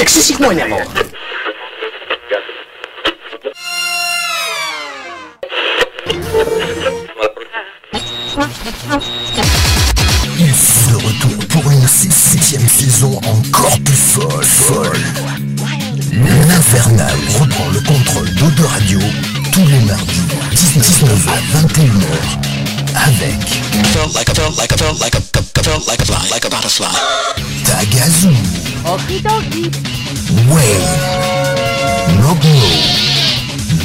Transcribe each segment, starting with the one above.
excessivement énervant. Ils sont de retour pour une 17ème saison encore plus folle. folle. L'Infernal reprend le contrôle d'Audio Radio tous les mardis, 19h à 21h, avec Tagazu, Wayne, Nogno,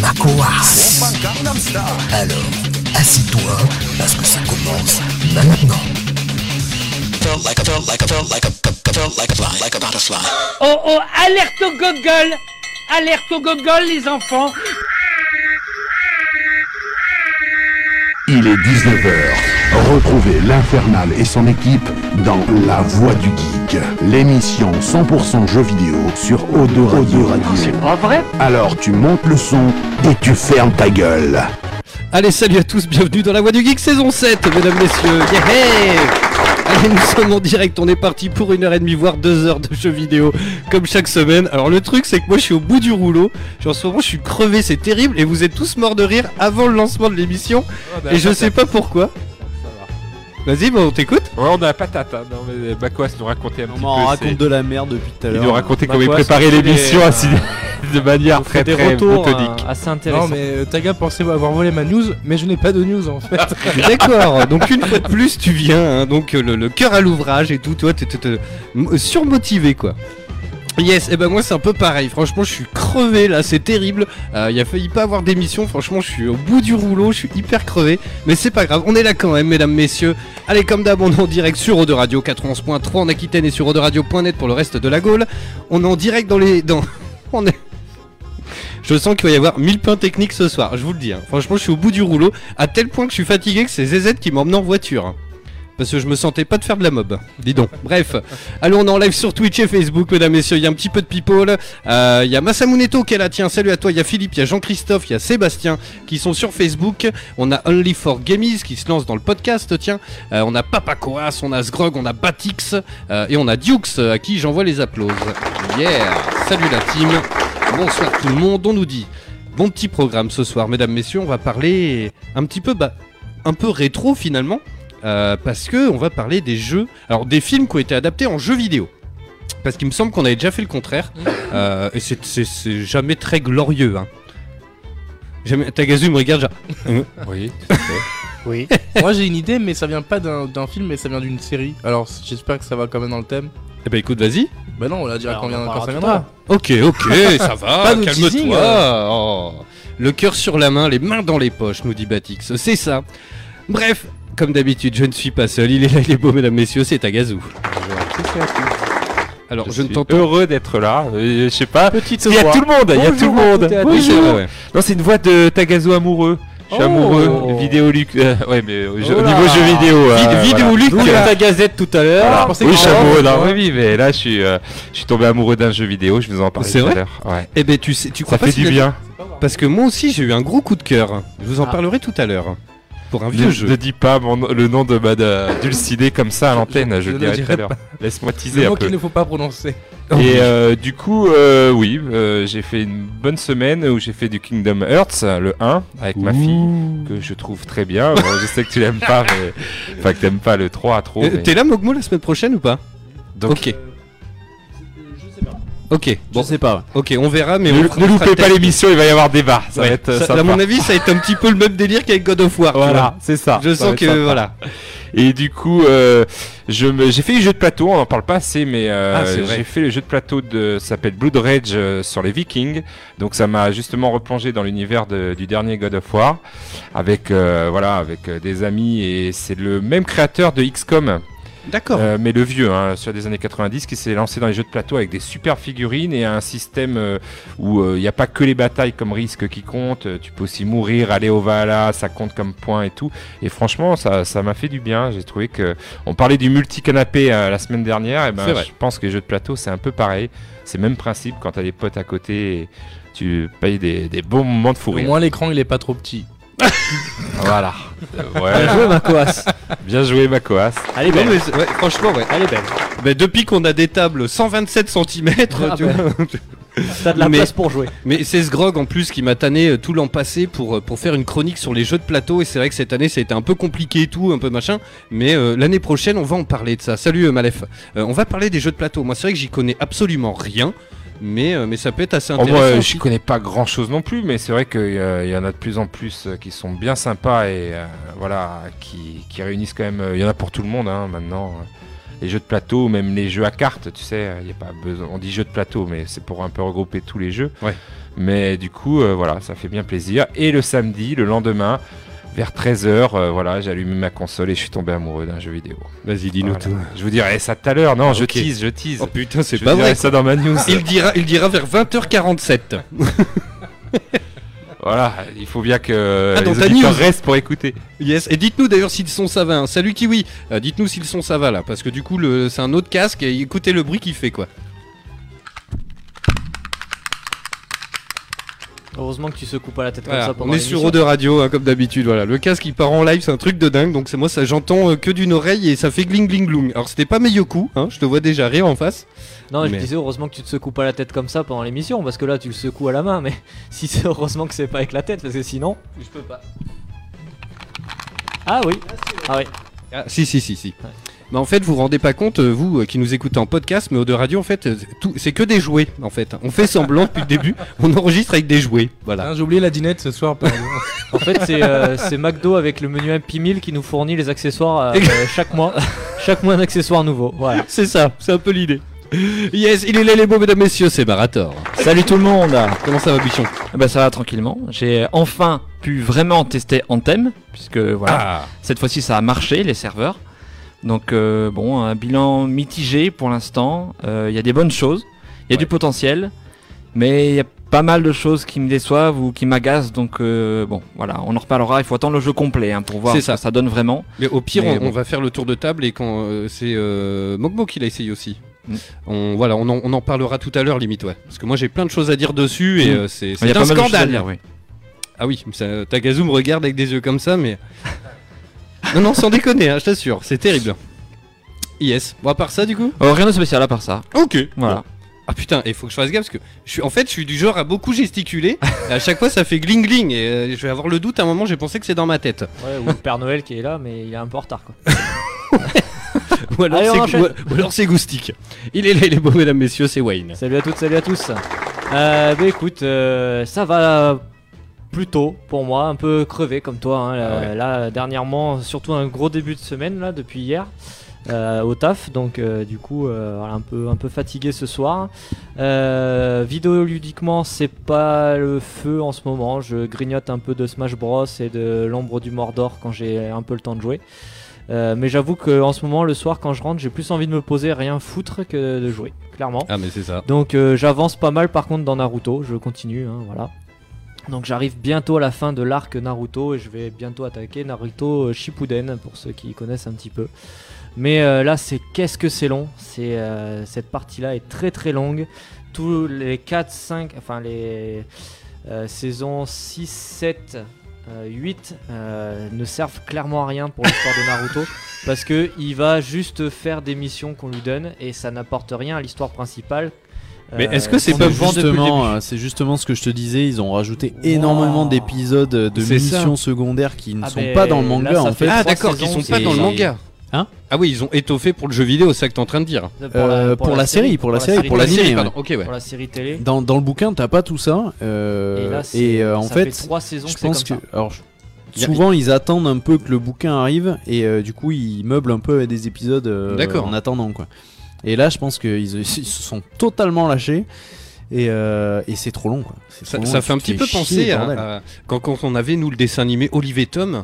Makoas. Alors, assis-toi, parce que ça commence maintenant. Oh oh, alerte au gogol Alerte au gogol les enfants Il est 19h. Retrouvez l'Infernal et son équipe dans La Voix du Geek, l'émission 100% jeux vidéo sur Odo Radio. C'est pas vrai Alors tu montes le son et tu fermes ta gueule. Allez, salut à tous, bienvenue dans la Voix du Geek saison 7, mesdames, messieurs. Yeah Allez, nous sommes en direct, on est parti pour une heure et demie, voire deux heures de jeux vidéo, comme chaque semaine. Alors le truc, c'est que moi je suis au bout du rouleau, en ce moment je suis crevé, c'est terrible, et vous êtes tous morts de rire avant le lancement de l'émission, Ah, bah, et je sais pas pourquoi. Vas-y, bah on t'écoute. Ouais, on a la patate. hein. Non, mais Bakouas nous racontait un On petit m'en peu. raconte ses- de la merde depuis tout à Il l'heure. nous racontait comment il Bakouas, préparait on fait l'émission des, à s'y- de manière très des très retours euh, méthodique. assez Non intéressants. mais euh, Taga pensait avoir volé ma news, mais je n'ai pas de news en fait. D'accord, donc une fois de plus tu viens, hein, donc euh, le, le cœur à l'ouvrage et tout, toi t'es t'es- t'es m- surmotivé quoi. Yes, et ben moi c'est un peu pareil, franchement je suis crevé là, c'est terrible, il y a failli pas avoir d'émission, franchement je suis au bout du rouleau, je suis hyper crevé, mais c'est pas grave, on est là quand même mesdames, messieurs. Allez comme d'hab on est en direct sur Eau de Radio 91.3 en Aquitaine et sur Radio.net pour le reste de la Gaule, on est en direct dans les... Dans... On est... Je sens qu'il va y avoir mille pains techniques ce soir, je vous le dis. hein. Franchement, je suis au bout du rouleau, à tel point que je suis fatigué que c'est ZZ qui m'emmène en voiture. Parce que je me sentais pas de faire de la mob. Dis donc. Bref. Allez, on est en live sur Twitch et Facebook, mesdames, messieurs. Il y a un petit peu de people. Euh, Il y a Massamuneto qui est là. Tiens, salut à toi. Il y a Philippe, il y a Jean-Christophe, il y a Sébastien qui sont sur Facebook. On a Only for Gamies qui se lance dans le podcast. Tiens, Euh, on a Papa Coas, on a Sgrog, on a Batix euh, et on a Dukes euh, à qui j'envoie les applauses. Yeah. Salut la team. Bonsoir tout le monde, on nous dit bon petit programme ce soir, mesdames, messieurs, on va parler un petit peu, bah, un peu rétro finalement, euh, parce que on va parler des jeux, alors des films qui ont été adaptés en jeux vidéo. Parce qu'il me semble qu'on avait déjà fait le contraire, euh, et c'est- c'est c'est jamais très glorieux. Hein. Jamais- Tagazu me regarde, genre, Oui. Oui. Moi j'ai une idée, mais ça vient pas d'un d'un film, mais ça vient d'une série. Alors c- j'espère que ça va quand même dans le thème. eh ben écoute, vas-y. Bah non, on l'a dira Alors, quand, on vient- en quand ça parlera viendra. Ok, ok, ça va, Ah, Pas de teasing, hein. calme-toi. Oh. Le cœur sur la main, les mains dans les poches, nous dit Batix. C'est ça. Bref, comme d'habitude, je ne suis pas seul. Il est là, il est beau, mesdames, messieurs, c'est Tagazu. Alors, je, je ne suis t'entends heureux d'être là. Euh, Je sais pas. Petite Il y a voix. tout le monde. Il y a tout le monde. Oui, c'est vrai, Bonjour. ouais. Non, c'est une voix de Tagazo amoureux. Je suis Oh. amoureux. Vidéo Luc. euh, ouais, mais au jeu- au Oh là. niveau jeu vidéo. Vid- euh, vidéo Luc, D'où la- ta gazette tout à l'heure. Voilà. voilà. je pensais Oui, que- je suis Oh, amoureux ouais. d'un vrai vie, mais là, je suis, euh, je suis tombé amoureux d'un jeu vidéo. Je vous en parlais C'est tout à vrai l'heure. Ouais. Eh ben, tu sais, tu crois Ça pas fait si du la- bien. Parce que moi aussi, j'ai eu un gros coup de cœur. Je vous en Ah. parlerai tout à l'heure. Pour un Ne, vieux ne jeu. dis pas mon- le nom de ma de- dulcinée comme ça à l'antenne, je, je le ne dirai tout dirai à l'heure. Laisse-moi teaser Le un mot qu'il peu. ne faut pas prononcer. Et euh, du coup, euh, oui, euh, j'ai fait une bonne semaine où j'ai fait du Kingdom Hearts, euh, le 1, avec ma fille, que je trouve très bien. Bon, je sais que tu l'aimes pas, mais... Enfin, que t'aimes pas le 3 trop. Euh, mais- T'es là, Mogmo, la semaine prochaine ou pas Donc, euh, Ok. Ok, Je bon, sais pas. ok, on verra, mais ne, on ne fera- on fera loupez pas peut-être- l'émission, il va y avoir débat. Ça va Ouais, être euh, ça- sympa. à mon avis, ça va être un petit peu le même délire qu'avec God of War. tu Voilà, c'est ça. vois. Je ça va sens être que sympa. voilà. Et du coup, euh, je me- j'ai fait du jeu de plateau, on n'en parle pas assez, mais euh, Ah, c'est vrai. j'ai fait le jeu de plateau de, ça s'appelle Blood Rage euh, sur les Vikings. Donc ça m'a justement replongé dans l'univers de- du dernier God of War, avec euh, voilà, avec euh, des amis et c'est le même créateur de XCOM, D'accord. euh, mais le vieux, hein, sur des années 90, qui s'est lancé dans les jeux de plateau avec des super figurines et un système euh, où euh, il n'y a pas que les batailles comme risque qui comptent. euh, Tu peux aussi mourir, aller au Valhalla, ça compte comme point et tout. Et franchement, ça ça m'a fait du bien. J'ai trouvé que on parlait du multi-canapé euh, la semaine dernière. Et ben, C'est vrai. je pense que les jeux de plateau, c'est un peu pareil. C'est le même principe quand t'as des potes à côté. et tu payes des, des bons moments de fou Au rire. moins l'écran il est pas trop petit. Voilà. Ouais, Bien joué, Marcoas. bien joué, Macoas. Elle est Non, belle. mais c'est- ouais, franchement, ouais. Elle est belle. Mais depuis qu'on a des tables 127 cm, Ah tu ben. vois. T'as de la Mais- place pour jouer. Mais c'est ce grog en plus qui m'a tanné euh, tout l'an passé pour, euh, pour faire une chronique sur les jeux de plateau. Et c'est vrai que cette année, ça a été un peu compliqué et tout, un peu machin. Mais euh, l'année prochaine, on va en parler de ça. Salut euh, Malef. Euh, on va parler des jeux de plateau. Moi, c'est vrai que j'y connais absolument rien. Mais, euh, mais ça peut être assez Oh, intéressant. moi, euh, aussi. je connais pas grand chose non plus, mais c'est vrai qu'il y en a de plus en plus euh, qui sont bien sympas et euh, voilà, qui, qui réunissent quand même. euh, Il y en a pour tout le monde hein, maintenant. Les jeux de plateau, même les jeux à cartes, tu sais, euh, y a pas besoin. On dit jeux de plateau, mais c'est pour un peu regrouper tous les jeux. Ouais. Mais du coup, euh, voilà, ça fait bien plaisir. Et le samedi, le lendemain, vers 13h, voilà, j'ai allumé ma console et je suis tombé amoureux d'un jeu vidéo. Vas-y, dis-nous Voilà. Je vous dirai ça tout à l'heure. Non, je ok. tease, je tease. Oh putain, c'est Je pas vous dirai vrai. ça dans ma news. Il dira, il dira vers 20h47. Voilà, il faut bien que euh, Ah, dans les ta auditeurs news. restent pour écouter. Yes, et dites-nous d'ailleurs s'ils sont ça va. hein. Salut Kiwi, Euh, dites-nous s'ils sont ça va là, parce que du coup le, c'est un autre casque et écoutez le bruit qu'il fait quoi. Heureusement que tu secoues pas la tête Voilà, comme ça pendant on est sur l'émission. Eau de radio hein, comme d'habitude. Voilà, le casque il part en live, c'est un truc de dingue. Donc c'est moi ça j'entends euh, que d'une oreille et ça fait gling gling gloung. Alors c'était pas Meyoku, hein, je te vois déjà rire en face. Non, je Mais- disais heureusement que tu te secoues pas la tête comme ça pendant l'émission parce que là tu le secoues à la main, mais si c'est heureusement que c'est pas avec la tête parce que sinon je peux pas. Ah oui, ah oui, Ah, si si si si. Ouais. Mais en fait, vous vous rendez pas compte, euh, vous euh, qui nous écoutez en podcast, mais Eau de radio en fait, euh, c'est tout- c'est que des jouets en fait. On fait semblant depuis le début, on enregistre avec des jouets. Voilà. Ah, J'ai oublié la dinette ce soir. par exemple. en fait c'est euh, c'est McDo avec le menu Happy Meal qui nous fournit les accessoires euh, euh, chaque mois, chaque mois un accessoire nouveau. Voilà. C'est ça, c'est un peu l'idée. Yes, il est là les beaux mesdames messieurs, c'est Barator. Salut tout le monde Comment ça va Bichon Ah Bah ça va tranquillement. J'ai euh, enfin pu vraiment tester Anthem, puisque voilà, Ah, cette fois-ci ça a marché, les serveurs. Donc euh, bon, un bilan mitigé pour l'instant. Euh, Il y a des bonnes choses, il y a du potentiel, mais il y a pas mal de choses qui me déçoivent ou qui m'agacent. Donc euh, bon, voilà, on en reparlera. Il faut attendre le jeu complet hein, pour voir C'est ce ça. que ça donne vraiment. Mais au pire, Mais on, bon. on va faire le tour de table et quand euh, c'est euh, Mogmo qui l'a essayé aussi. Mm. On, voilà, on en, on en parlera tout à l'heure limite, ouais. Parce que moi j'ai plein de choses à dire dessus et Mm. euh, c'est Il y c'est a un pas mal de choses à scandale. dire, oui. Ah oui, ça- Tagazu me regarde avec des yeux comme ça, mais. non, non, sans déconner, hein, je t'assure, c'est terrible. Yes. Bon, à part ça, du coup Euh, rien de spécial à part ça. Ok. Voilà. Ah putain, il faut que je fasse gaffe parce que je suis, en fait, je suis du genre à beaucoup gesticuler. et à chaque fois, ça fait gling gling et euh, je vais avoir le doute. À un moment, j'ai pensé que c'est dans ma tête. Ouais, ou le Père Noël qui est là mais il est un peu en retard quoi. Ou alors, Allez, on c'est, enchaîne. ou- ou alors c'est Goustic. Il est là, il est beau, mesdames, messieurs, c'est Wayne. Salut à toutes, salut à tous. Euh, bah écoute, euh, ça va plutôt pour moi, un peu crevé comme toi. hein, là, là, dernièrement, surtout un gros début de semaine là depuis hier. euh, au taf donc euh, du coup euh, voilà, un peu un peu fatigué ce soir euh, vidéoludiquement c'est pas le feu en ce moment je grignote un peu de Smash Bros et de l'ombre du Mordor quand j'ai un peu le temps de jouer Euh, mais j'avoue que en ce moment le soir quand je rentre j'ai plus envie de me poser rien foutre que de jouer clairement Ah, mais c'est ça. donc euh, j'avance pas mal par contre dans Naruto, je continue, hein, voilà. Donc j'arrive bientôt à la fin de l'arc Naruto et je vais bientôt attaquer Naruto euh, Shippuden pour ceux qui connaissent un petit peu. Mais euh, là c'est qu'est-ce que c'est long, c'est euh, cette partie-là est très très longue. Tous les 4, 5, enfin les euh, saisons 6, 7, euh, 8 euh, ne servent clairement à rien pour l'histoire de Naruto parce que il va juste faire des missions qu'on lui donne et ça n'apporte rien à l'histoire principale. Mais Euh, est-ce que c'est qu'on pas nous vend depuis le justement, début. euh, c'est justement ce que je te disais. Ils ont rajouté énormément Wow. d'épisodes de C'est ça. missions secondaires qui ne Ah sont ben, pas dans le là, manga ça en fait fait. Ah, trois d'accord, ils saisons, sont pas c'est- dans le manga. Hein Ah oui, ils ont étoffé pour le jeu vidéo, c'est ça que t'es en train de dire. Euh, pour la série, pour la Ah, série, pour la l'animé, série, ouais. pardon. Ok, ouais. pour la série télé. Dans, dans le bouquin, t'as pas tout ça. euh, et là, c'est- euh, en ça fait, trois saisons je que c'est pense que, comme alors, je- Y a- souvent ils attendent un peu que le bouquin arrive et euh, du coup ils meublent un peu avec des épisodes euh, D'accord. en attendant quoi. Et là, je pense qu'ils ils se sont totalement lâchés. Et, euh, et c'est trop long quoi. C'est Ça, trop long, ça tu fait un te petit fais peu Oh, chier, penser hein. à, bordel. à- quand, quand on avait, nous, le dessin animé Olive et Tom.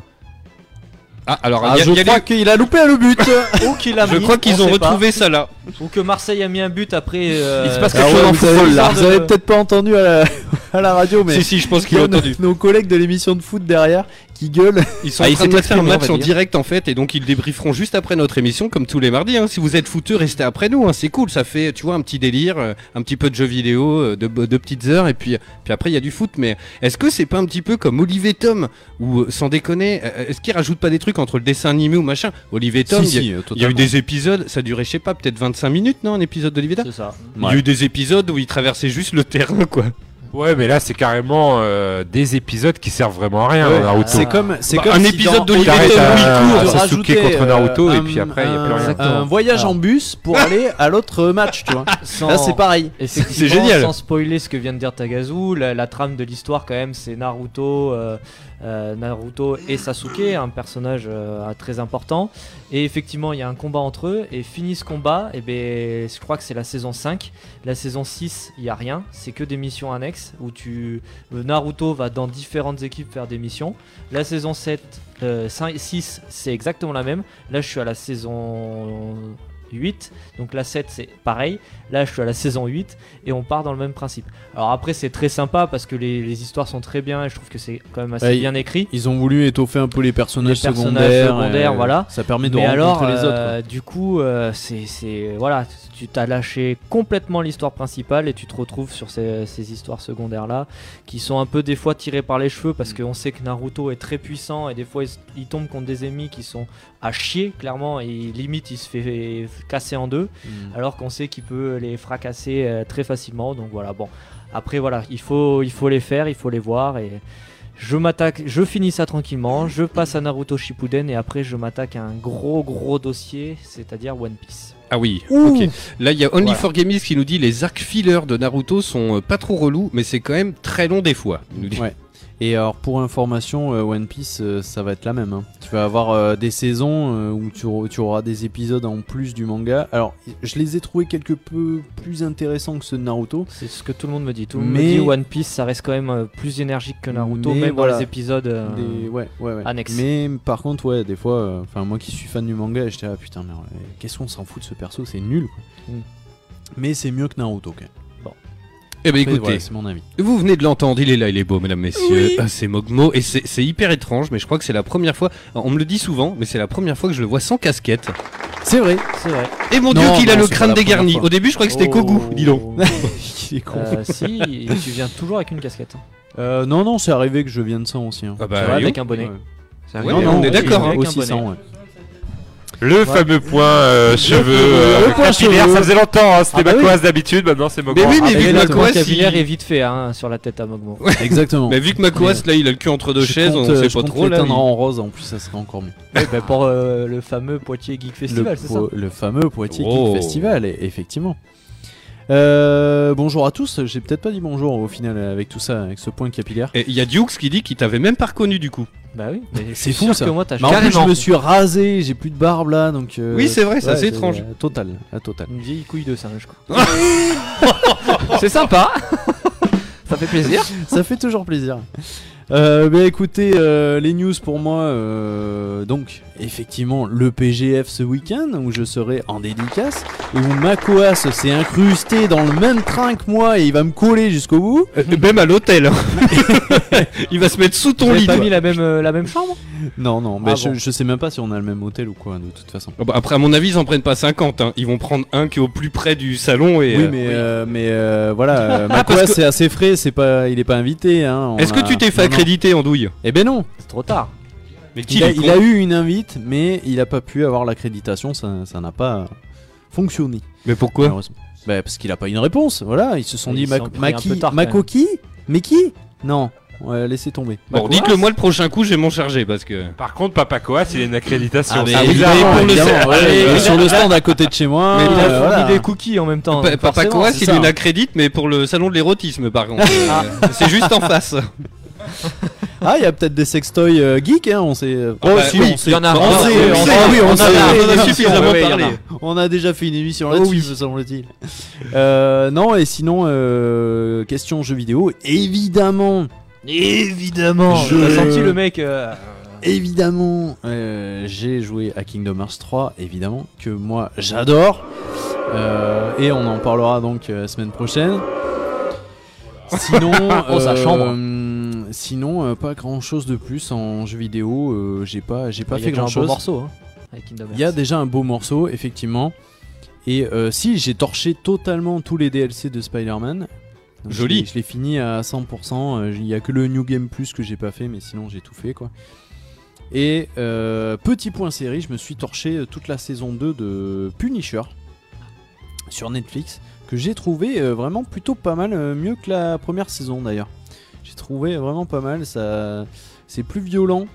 Ah, alors, Ah, il y a- je il y a crois les- qu'il a loupé le but. Euh, ça. Ou qu'il a je mis, crois on qu'ils ont sait pas. retrouvé ça là. Ou que Marseille a mis un but après. euh, Il se passe Ah quelque chose ouais, en vous avez- football là. de- Vous avez peut-être pas entendu à la, à la radio, mais Si, si, je pense qu'il a nos- entendu. nos collègues de l'émission de foot derrière qui gueulent. Ils sont Ah, en ils train de s'étaient faire un exprimés, on match va en dire. direct en fait, et donc ils débrieferont juste après notre émission, comme tous les mardis. hein. Si vous êtes fouteux, restez après nous. hein. C'est cool, ça fait, tu vois, un petit délire, euh, un petit peu de jeux vidéo, euh, de, de petites heures, et puis, puis après il y a du foot. Mais est-ce que c'est pas un petit peu comme Olivier Tom, ou euh, sans déconner, euh, est-ce qu'il rajoute pas des trucs entre le dessin animé ou machin Olivier Tom, il y a- il y, a eu des épisodes, ça durait, je sais pas, peut-être 25 minutes, non, un épisode d'Olivier Tom euh, C'est ça. Il y a eu des épisodes où il traversait juste le terrain, quoi. Ouais, mais là, c'est carrément euh, des épisodes qui servent vraiment à rien, Ouais, euh, Ah. Naruto. C'est comme, c'est Bah, comme un si épisode dans- d'Olivier T'arrêtes Tom, à- oui, à Cours, Sasuke rajouter, contre euh, Naruto, et un- puis après, il y a plus rien. Un voyage Ah. en bus pour aller à l'autre match, tu vois. Sans- Là, Ah, c'est pareil. Effectivement, C'est génial. Sans spoiler ce que vient de dire Tagazu, la, la trame de l'histoire quand même, c'est Naruto, euh, euh, Naruto et Sasuke, un personnage euh, très important. Et effectivement, il y a un combat entre eux. Et fini ce combat, et ben, je crois que c'est la saison 5. La saison 6, il y a rien. C'est que des missions annexes où tu, euh, Naruto va dans différentes équipes faire des missions. La saison 7, euh, 5, 6, c'est exactement la même. Là, je suis à la saison 8. Donc la 7, c'est pareil. Là, je suis à la saison 8 et on part dans le même principe. Alors après, c'est très sympa parce que les, les histoires sont très bien et je trouve que c'est quand même assez Ouais, bien écrit. Ils ont voulu étoffer un peu les personnages, Les personnages secondaires, et voilà. Ça permet de Mais rencontrer alors, les autres. euh, du coup, euh, c'est- c'est voilà, tu t'as lâché complètement l'histoire principale et tu te retrouves sur ces, ces histoires secondaires là, qui sont un peu des fois tirées par les cheveux Mm. parce qu'on sait que Naruto est très puissant et des fois il, s- il tombe contre des ennemis qui sont à chier clairement et limite il se fait casser en deux, quoi. Mm. alors qu'on sait qu'il peut les fracasser euh, très facilement. Donc voilà, bon. Après voilà, il faut il faut les faire, il faut les voir et je m'attaque, je finis ça tranquillement, je passe à Naruto Shippuden et après je m'attaque à un gros gros dossier, c'est-à-dire One Piece. Ah oui, ok. Là, il y a only Voilà. for Gamers qui nous dit les arcs fillers de Naruto sont euh, pas trop relous, mais c'est quand même très long des fois. Il euh, nous dit. Ouais. Et alors pour information, euh, One Piece, euh, ça va être la même. hein. Tu vas avoir euh, des saisons euh, où tu, aur- tu auras des épisodes en plus du manga. Alors je les ai trouvés quelque peu plus intéressants que ceux de Naruto. C'est ce que tout le monde me dit. Tout le Mais- monde me dit One Piece, ça reste quand même euh, plus énergique que Naruto, Mais même voilà. dans les épisodes. euh, Des- ouais, ouais, ouais. annexes. Mais par contre, ouais, des fois, euh, enfin moi qui suis fan du manga, j'étais ah putain, mais euh, qu'est-ce qu'on s'en fout de ce perso, c'est nul. quoi. Mm. Mais c'est mieux que Naruto quand même. Eh ben Après, écoutez, voilà, c'est mon avis. vous venez de l'entendre, il est là, il est beau, mesdames, messieurs. Ah, C'est Mogmo et c'est c'est hyper étrange, mais je crois que c'est la première fois. On me le dit souvent, mais c'est la première fois que je le vois sans casquette. C'est vrai. C'est vrai. Oh. Et mon Non, dieu, qu'il a non, le c'est crâne pas la dégarni. première fois. Oh. Au début, je croyais que c'était Kogu, dis donc. Il est con. Euh, si, et tu viens toujours avec une casquette. hein. Euh, non, non, c'est arrivé que je vienne sans aussi. hein. Ah bah, Ça va yo. avec un bonnet. Ouais. Ça Ouais, rigole. non, on est Ah, oui, d'accord, oui, hein. Aussi Avec un sans, bonnet. ouais. Le fameux point euh, cheveux euh, Le point capillaire, cheveux. ça faisait longtemps, hein, c'était Ah bah oui. Bakoas d'habitude, maintenant c'est Mogwai. Mais oui, Ah, mais Et vu là, que le point Makoas, capillaire il- est vite fait hein, sur la tête à Mogmo. Exactement. mais vu que Makoas, là, il a le cul entre deux Je chaises, compte, on euh, sait je pas compte trop. Là, l'éteindre il- en rose, en plus ça serait encore mieux. Ouais, bah, pour euh, le fameux Poitiers Geek Festival, c'est ça po- le fameux Poitiers Geek Oh. Festival, e- effectivement. Euh, bonjour à tous, j'ai peut-être pas dit bonjour au final avec tout ça, avec ce point capillaire. Et Il y a Dukes qui dit qu'il t'avait même pas reconnu du coup. Bah oui. mais je C'est suis fou, sûr ça. que moi, t'as Mais en plus, je Carrément. me suis rasé, j'ai plus de barbe là, donc. euh, Oui, c'est vrai, c'est ouais, assez étrange. euh, total, à total. une vieille couille de singe quoi. C'est sympa. Ça fait plaisir. ça fait toujours plaisir. Euh, bah, écoutez, euh, les news pour moi, euh, donc effectivement le PGF ce week-end où je serai en dédicace et où Makoas s'est incrusté dans le même train que moi et il va me coller jusqu'au bout. Euh, Même à l'hôtel. il va se mettre sous ton Vous avez lit. pas toi. mis la même, euh, la même chambre Non, non, mais Ah je, bon. je sais même pas si on a le même hôtel ou quoi, de toute façon. Ah bah, après, à mon avis, ils en prennent pas 50. hein. Ils vont prendre un qui est au plus près du salon. Et, oui, euh, mais, euh, mais euh, voilà, euh, parce Makoas, que- c'est assez frais, c'est pas, il est pas invité. Hein, on Est-ce que a- tu t'es fait Non, non. accréditer en douille Eh ben non, C'est trop tard. Mais qui il a, les con- il a eu une invite, mais il a pas pu avoir l'accréditation, ça ça n'a pas euh, fonctionné. Mais pourquoi malheureusement. Bah, parce qu'il a pas eu une réponse, voilà, ils se sont Bah, Ils dit sont Mac- pris un Maki- peu tard, quand Mako qui Mais qui Non, ouais, laissez tomber. Bon, Makoas dites-le moi le prochain coup, je vais m'en charger parce que. Par contre, Papa Koas, il a une Ah, accréditation. mais ça, oui. évidemment, pour le Ah, évidemment, cerf. ouais, Allez, il est là, sur le stand à côté de chez moi. Mais Il euh, a fourni voilà. des cookies en même temps. Pa- donc Papa forcément, Coas, c'est il ça. une accrédite, mais pour le salon de l'érotisme, par contre. Euh, C'est juste en face. Ah, il y a peut-être des sextoys euh, geeks, hein, on sait. Ah bah oui, on sait. il y en a un. On Ah, sait, oui, on oui, sait, oui, oui, on on en a- on en a sait. suffisamment Ouais, il y en a. parlé. On a déjà fait une émission là-dessus, me semble-t-il. Euh, non, et sinon, euh, question jeux vidéo, évidemment. Évidemment. On a senti le mec. euh, Évidemment, euh, j'ai joué à Kingdom Hearts 3, évidemment, que moi j'adore. Euh, et on en parlera donc euh, semaine prochaine. Sinon, Oh, sa chambre. hum, Sinon, euh, pas grand chose de plus en jeu vidéo. euh, j'ai pas, j'ai pas Il y a fait déjà grand un beau chose. morceau hein, avec Kingdom Il y a Hearts. déjà un beau morceau, effectivement. Et euh, si j'ai torché totalement tous les DLC de Spider-Man. Donc, je Joli. l'ai- Je l'ai fini à 100%. euh, Il n'y a que le New Game Plus que j'ai pas fait, mais sinon j'ai tout fait quoi. Et euh, petit point série, je me suis torché euh, toute la saison 2 de Punisher sur Netflix, que j'ai trouvé euh, vraiment plutôt pas mal, euh, mieux que la première saison d'ailleurs. J'ai trouvé vraiment pas mal, ça, c'est plus violent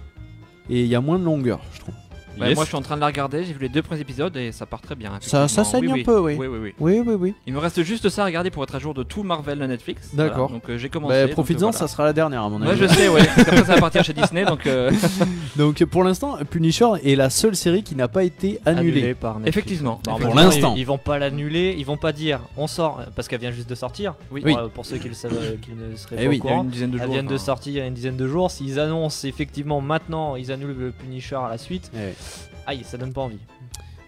et il y a moins de longueur, je trouve. Bah, Yes. Moi, je suis en train de la regarder. J'ai vu les deux premiers épisodes et ça part très bien. Ça- ça effectivement. saigne Oui, un oui. peu, oui. Oui, oui, oui. Oui, oui, oui. Il me reste juste ça à regarder pour être à jour de tout Marvel de Netflix. Voilà, D'accord. donc euh, j'ai commencé. Bah, donc, Profites-en, euh, voilà. ça sera la dernière à mon Ouais, avis. je sais, ouais. Parce qu'après, ça va partir chez Disney, donc euh, Donc pour l'instant, Punisher est la seule série qui n'a pas été annulée. annulé par Netflix. effectivement. Pour Normalement, l'instant. ils, ils vont pas l'annuler, ils vont pas dire on sort parce qu'elle vient juste de sortir. Oui. Pour, euh, pour ceux qui le savent, euh, qui ne seraient Eh oui, pas au Il y a courant. une dizaine de Elle jours. vient de enfin. sortir il y a une dizaine de jours. S'ils annoncent effectivement maintenant, ils annulent le Punisher à la suite. Ouais. Aïe, ça donne pas envie.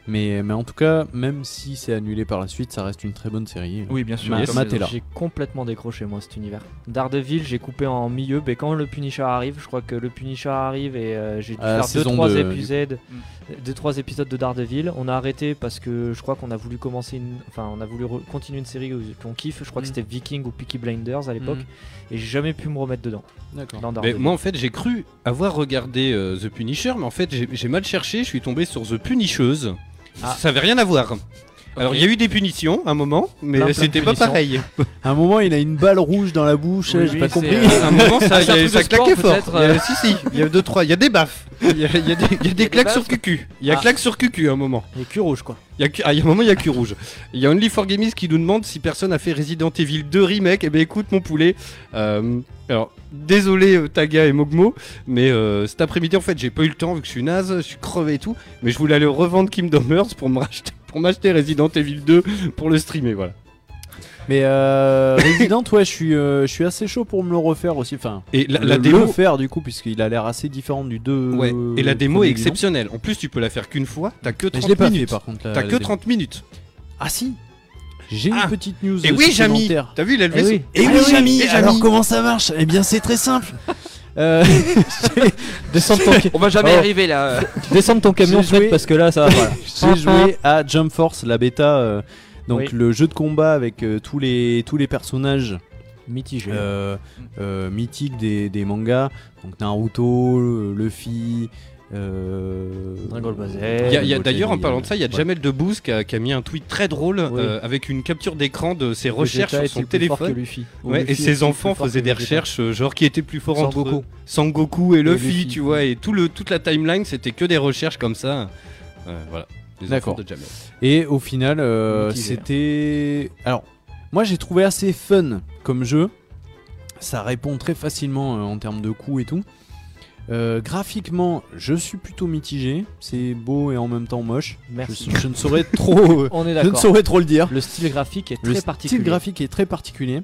Mais, mais en tout cas, même si c'est annulé par la suite, ça reste une très bonne série. Oui, bien sûr. Ma- comme les Matez-la. autres. J'ai complètement décroché moi cet univers. Daredevil, j'ai coupé en milieu, mais quand le Punisher arrive, je crois que le Punisher arrive et euh, j'ai dû Euh, faire saison 2 trois deux, épisodes, euh, deux trois épisodes de Daredevil. On a arrêté parce que je crois qu'on a voulu commencer, une... enfin on a voulu re- continuer une série où- qu'on kiffe. Je crois que Mm. c'était Viking ou Peaky Blinders à l'époque et j'ai jamais pu me remettre dedans. D'accord. dans Mais Daredevil. moi en fait j'ai cru avoir regardé euh, The Punisher mais en fait j'ai- j'ai mal cherché, je suis tombé sur The Punicheuse. Ah. Ça avait rien à voir. Alors il y a eu des punitions à un moment Plein, plein mais de c'était pas punitions. pareil. À un moment, il a une balle rouge dans la bouche, Oui, j'ai oui, pas c'est- compris. euh, à un moment ça, il y a- Surtout ça sport, claquait peut-être, fort. Il y a- euh. si si, il y a deux trois, il y a des baffes. Il y a, il y a des, il y a des des claques baffes. sur cucu. Il y a Ah. claques sur cucu à un moment. Les culs rouges quoi. Il y a, que- ah, il y a un moment, il y a que rouge. Il y a only 4 gamers qui nous demande si personne a fait Resident Evil 2 remake. Eh ben écoute, mon poulet. euh, alors, désolé euh, Taga et Mogmo, mais euh, cet après-midi, en fait, j'ai pas eu le temps vu que je suis naze, je suis crevé et tout. Mais je voulais aller revendre Kingdom Hearts pour me racheter, pour m'acheter Resident Evil 2 pour le streamer, voilà. Mais euh, Resident, ouais, je suis, euh, je suis assez chaud pour me le refaire aussi. Enfin, Et la, le- la le démo, refaire du coup, puisqu'il a l'air assez différent du 2. ouais, et Euh, la démo est exceptionnelle. En plus, tu peux la faire qu'une fois. T'as que Je 30 l'ai pas fait minutes. par contre. la- T'as la que démo. 30 minutes. Ah si J'ai Ah. une petite news. Et oui, Jamy. supplémentaire. T'as vu, il a levé Eh son- oui. Eh Ah oui, Jamy, eh, Alors Jamy. comment ça marche Eh bien, c'est très simple. Euh, j'ai- Descends de ton, On va jamais Oh. arriver là. descends de ton camion J'ai joué- Fred, parce que là ça. Voilà. j'ai joué à Jump Force, la bêta, euh, donc Oui. le jeu de combat avec euh, tous les tous les personnages Mitigé. euh, euh, mythiques des, des mangas, donc Naruto, euh, Luffy. Euh... Dragon Ball Z. Dragon Il y a- il y a Ball Z, D'ailleurs, en euh, parlant de ça, il y a ouais. Jamel Debbouze qui a, qui a mis un tweet très drôle Oui. euh, avec une capture d'écran de ses Vegeta recherches sur est-il son plus fort téléphone. que Luffy Ouais, et Luffy est-il ses plus enfants fort que faisaient des Vegeta recherches, euh, genre qui était plus fort entre Sangoku. eux. Sangoku et Luffy, Luffy. tu vois, et tout le, toute la timeline, c'était que des recherches comme ça. Euh, voilà. Des enfants D'accord. de Jamel. Et au final, euh, Mitigé. c'était. Alors, moi j'ai trouvé assez fun comme jeu. Ça répond très facilement euh, en termes de coûts et tout. Euh, graphiquement, je suis plutôt mitigé. C'est beau et en même temps moche. Merci. Je, je ne saurais trop, euh, On est je ne d'accord. saurais trop le dire. Le style graphique est Le très particulier. Mm. style graphique est très particulier.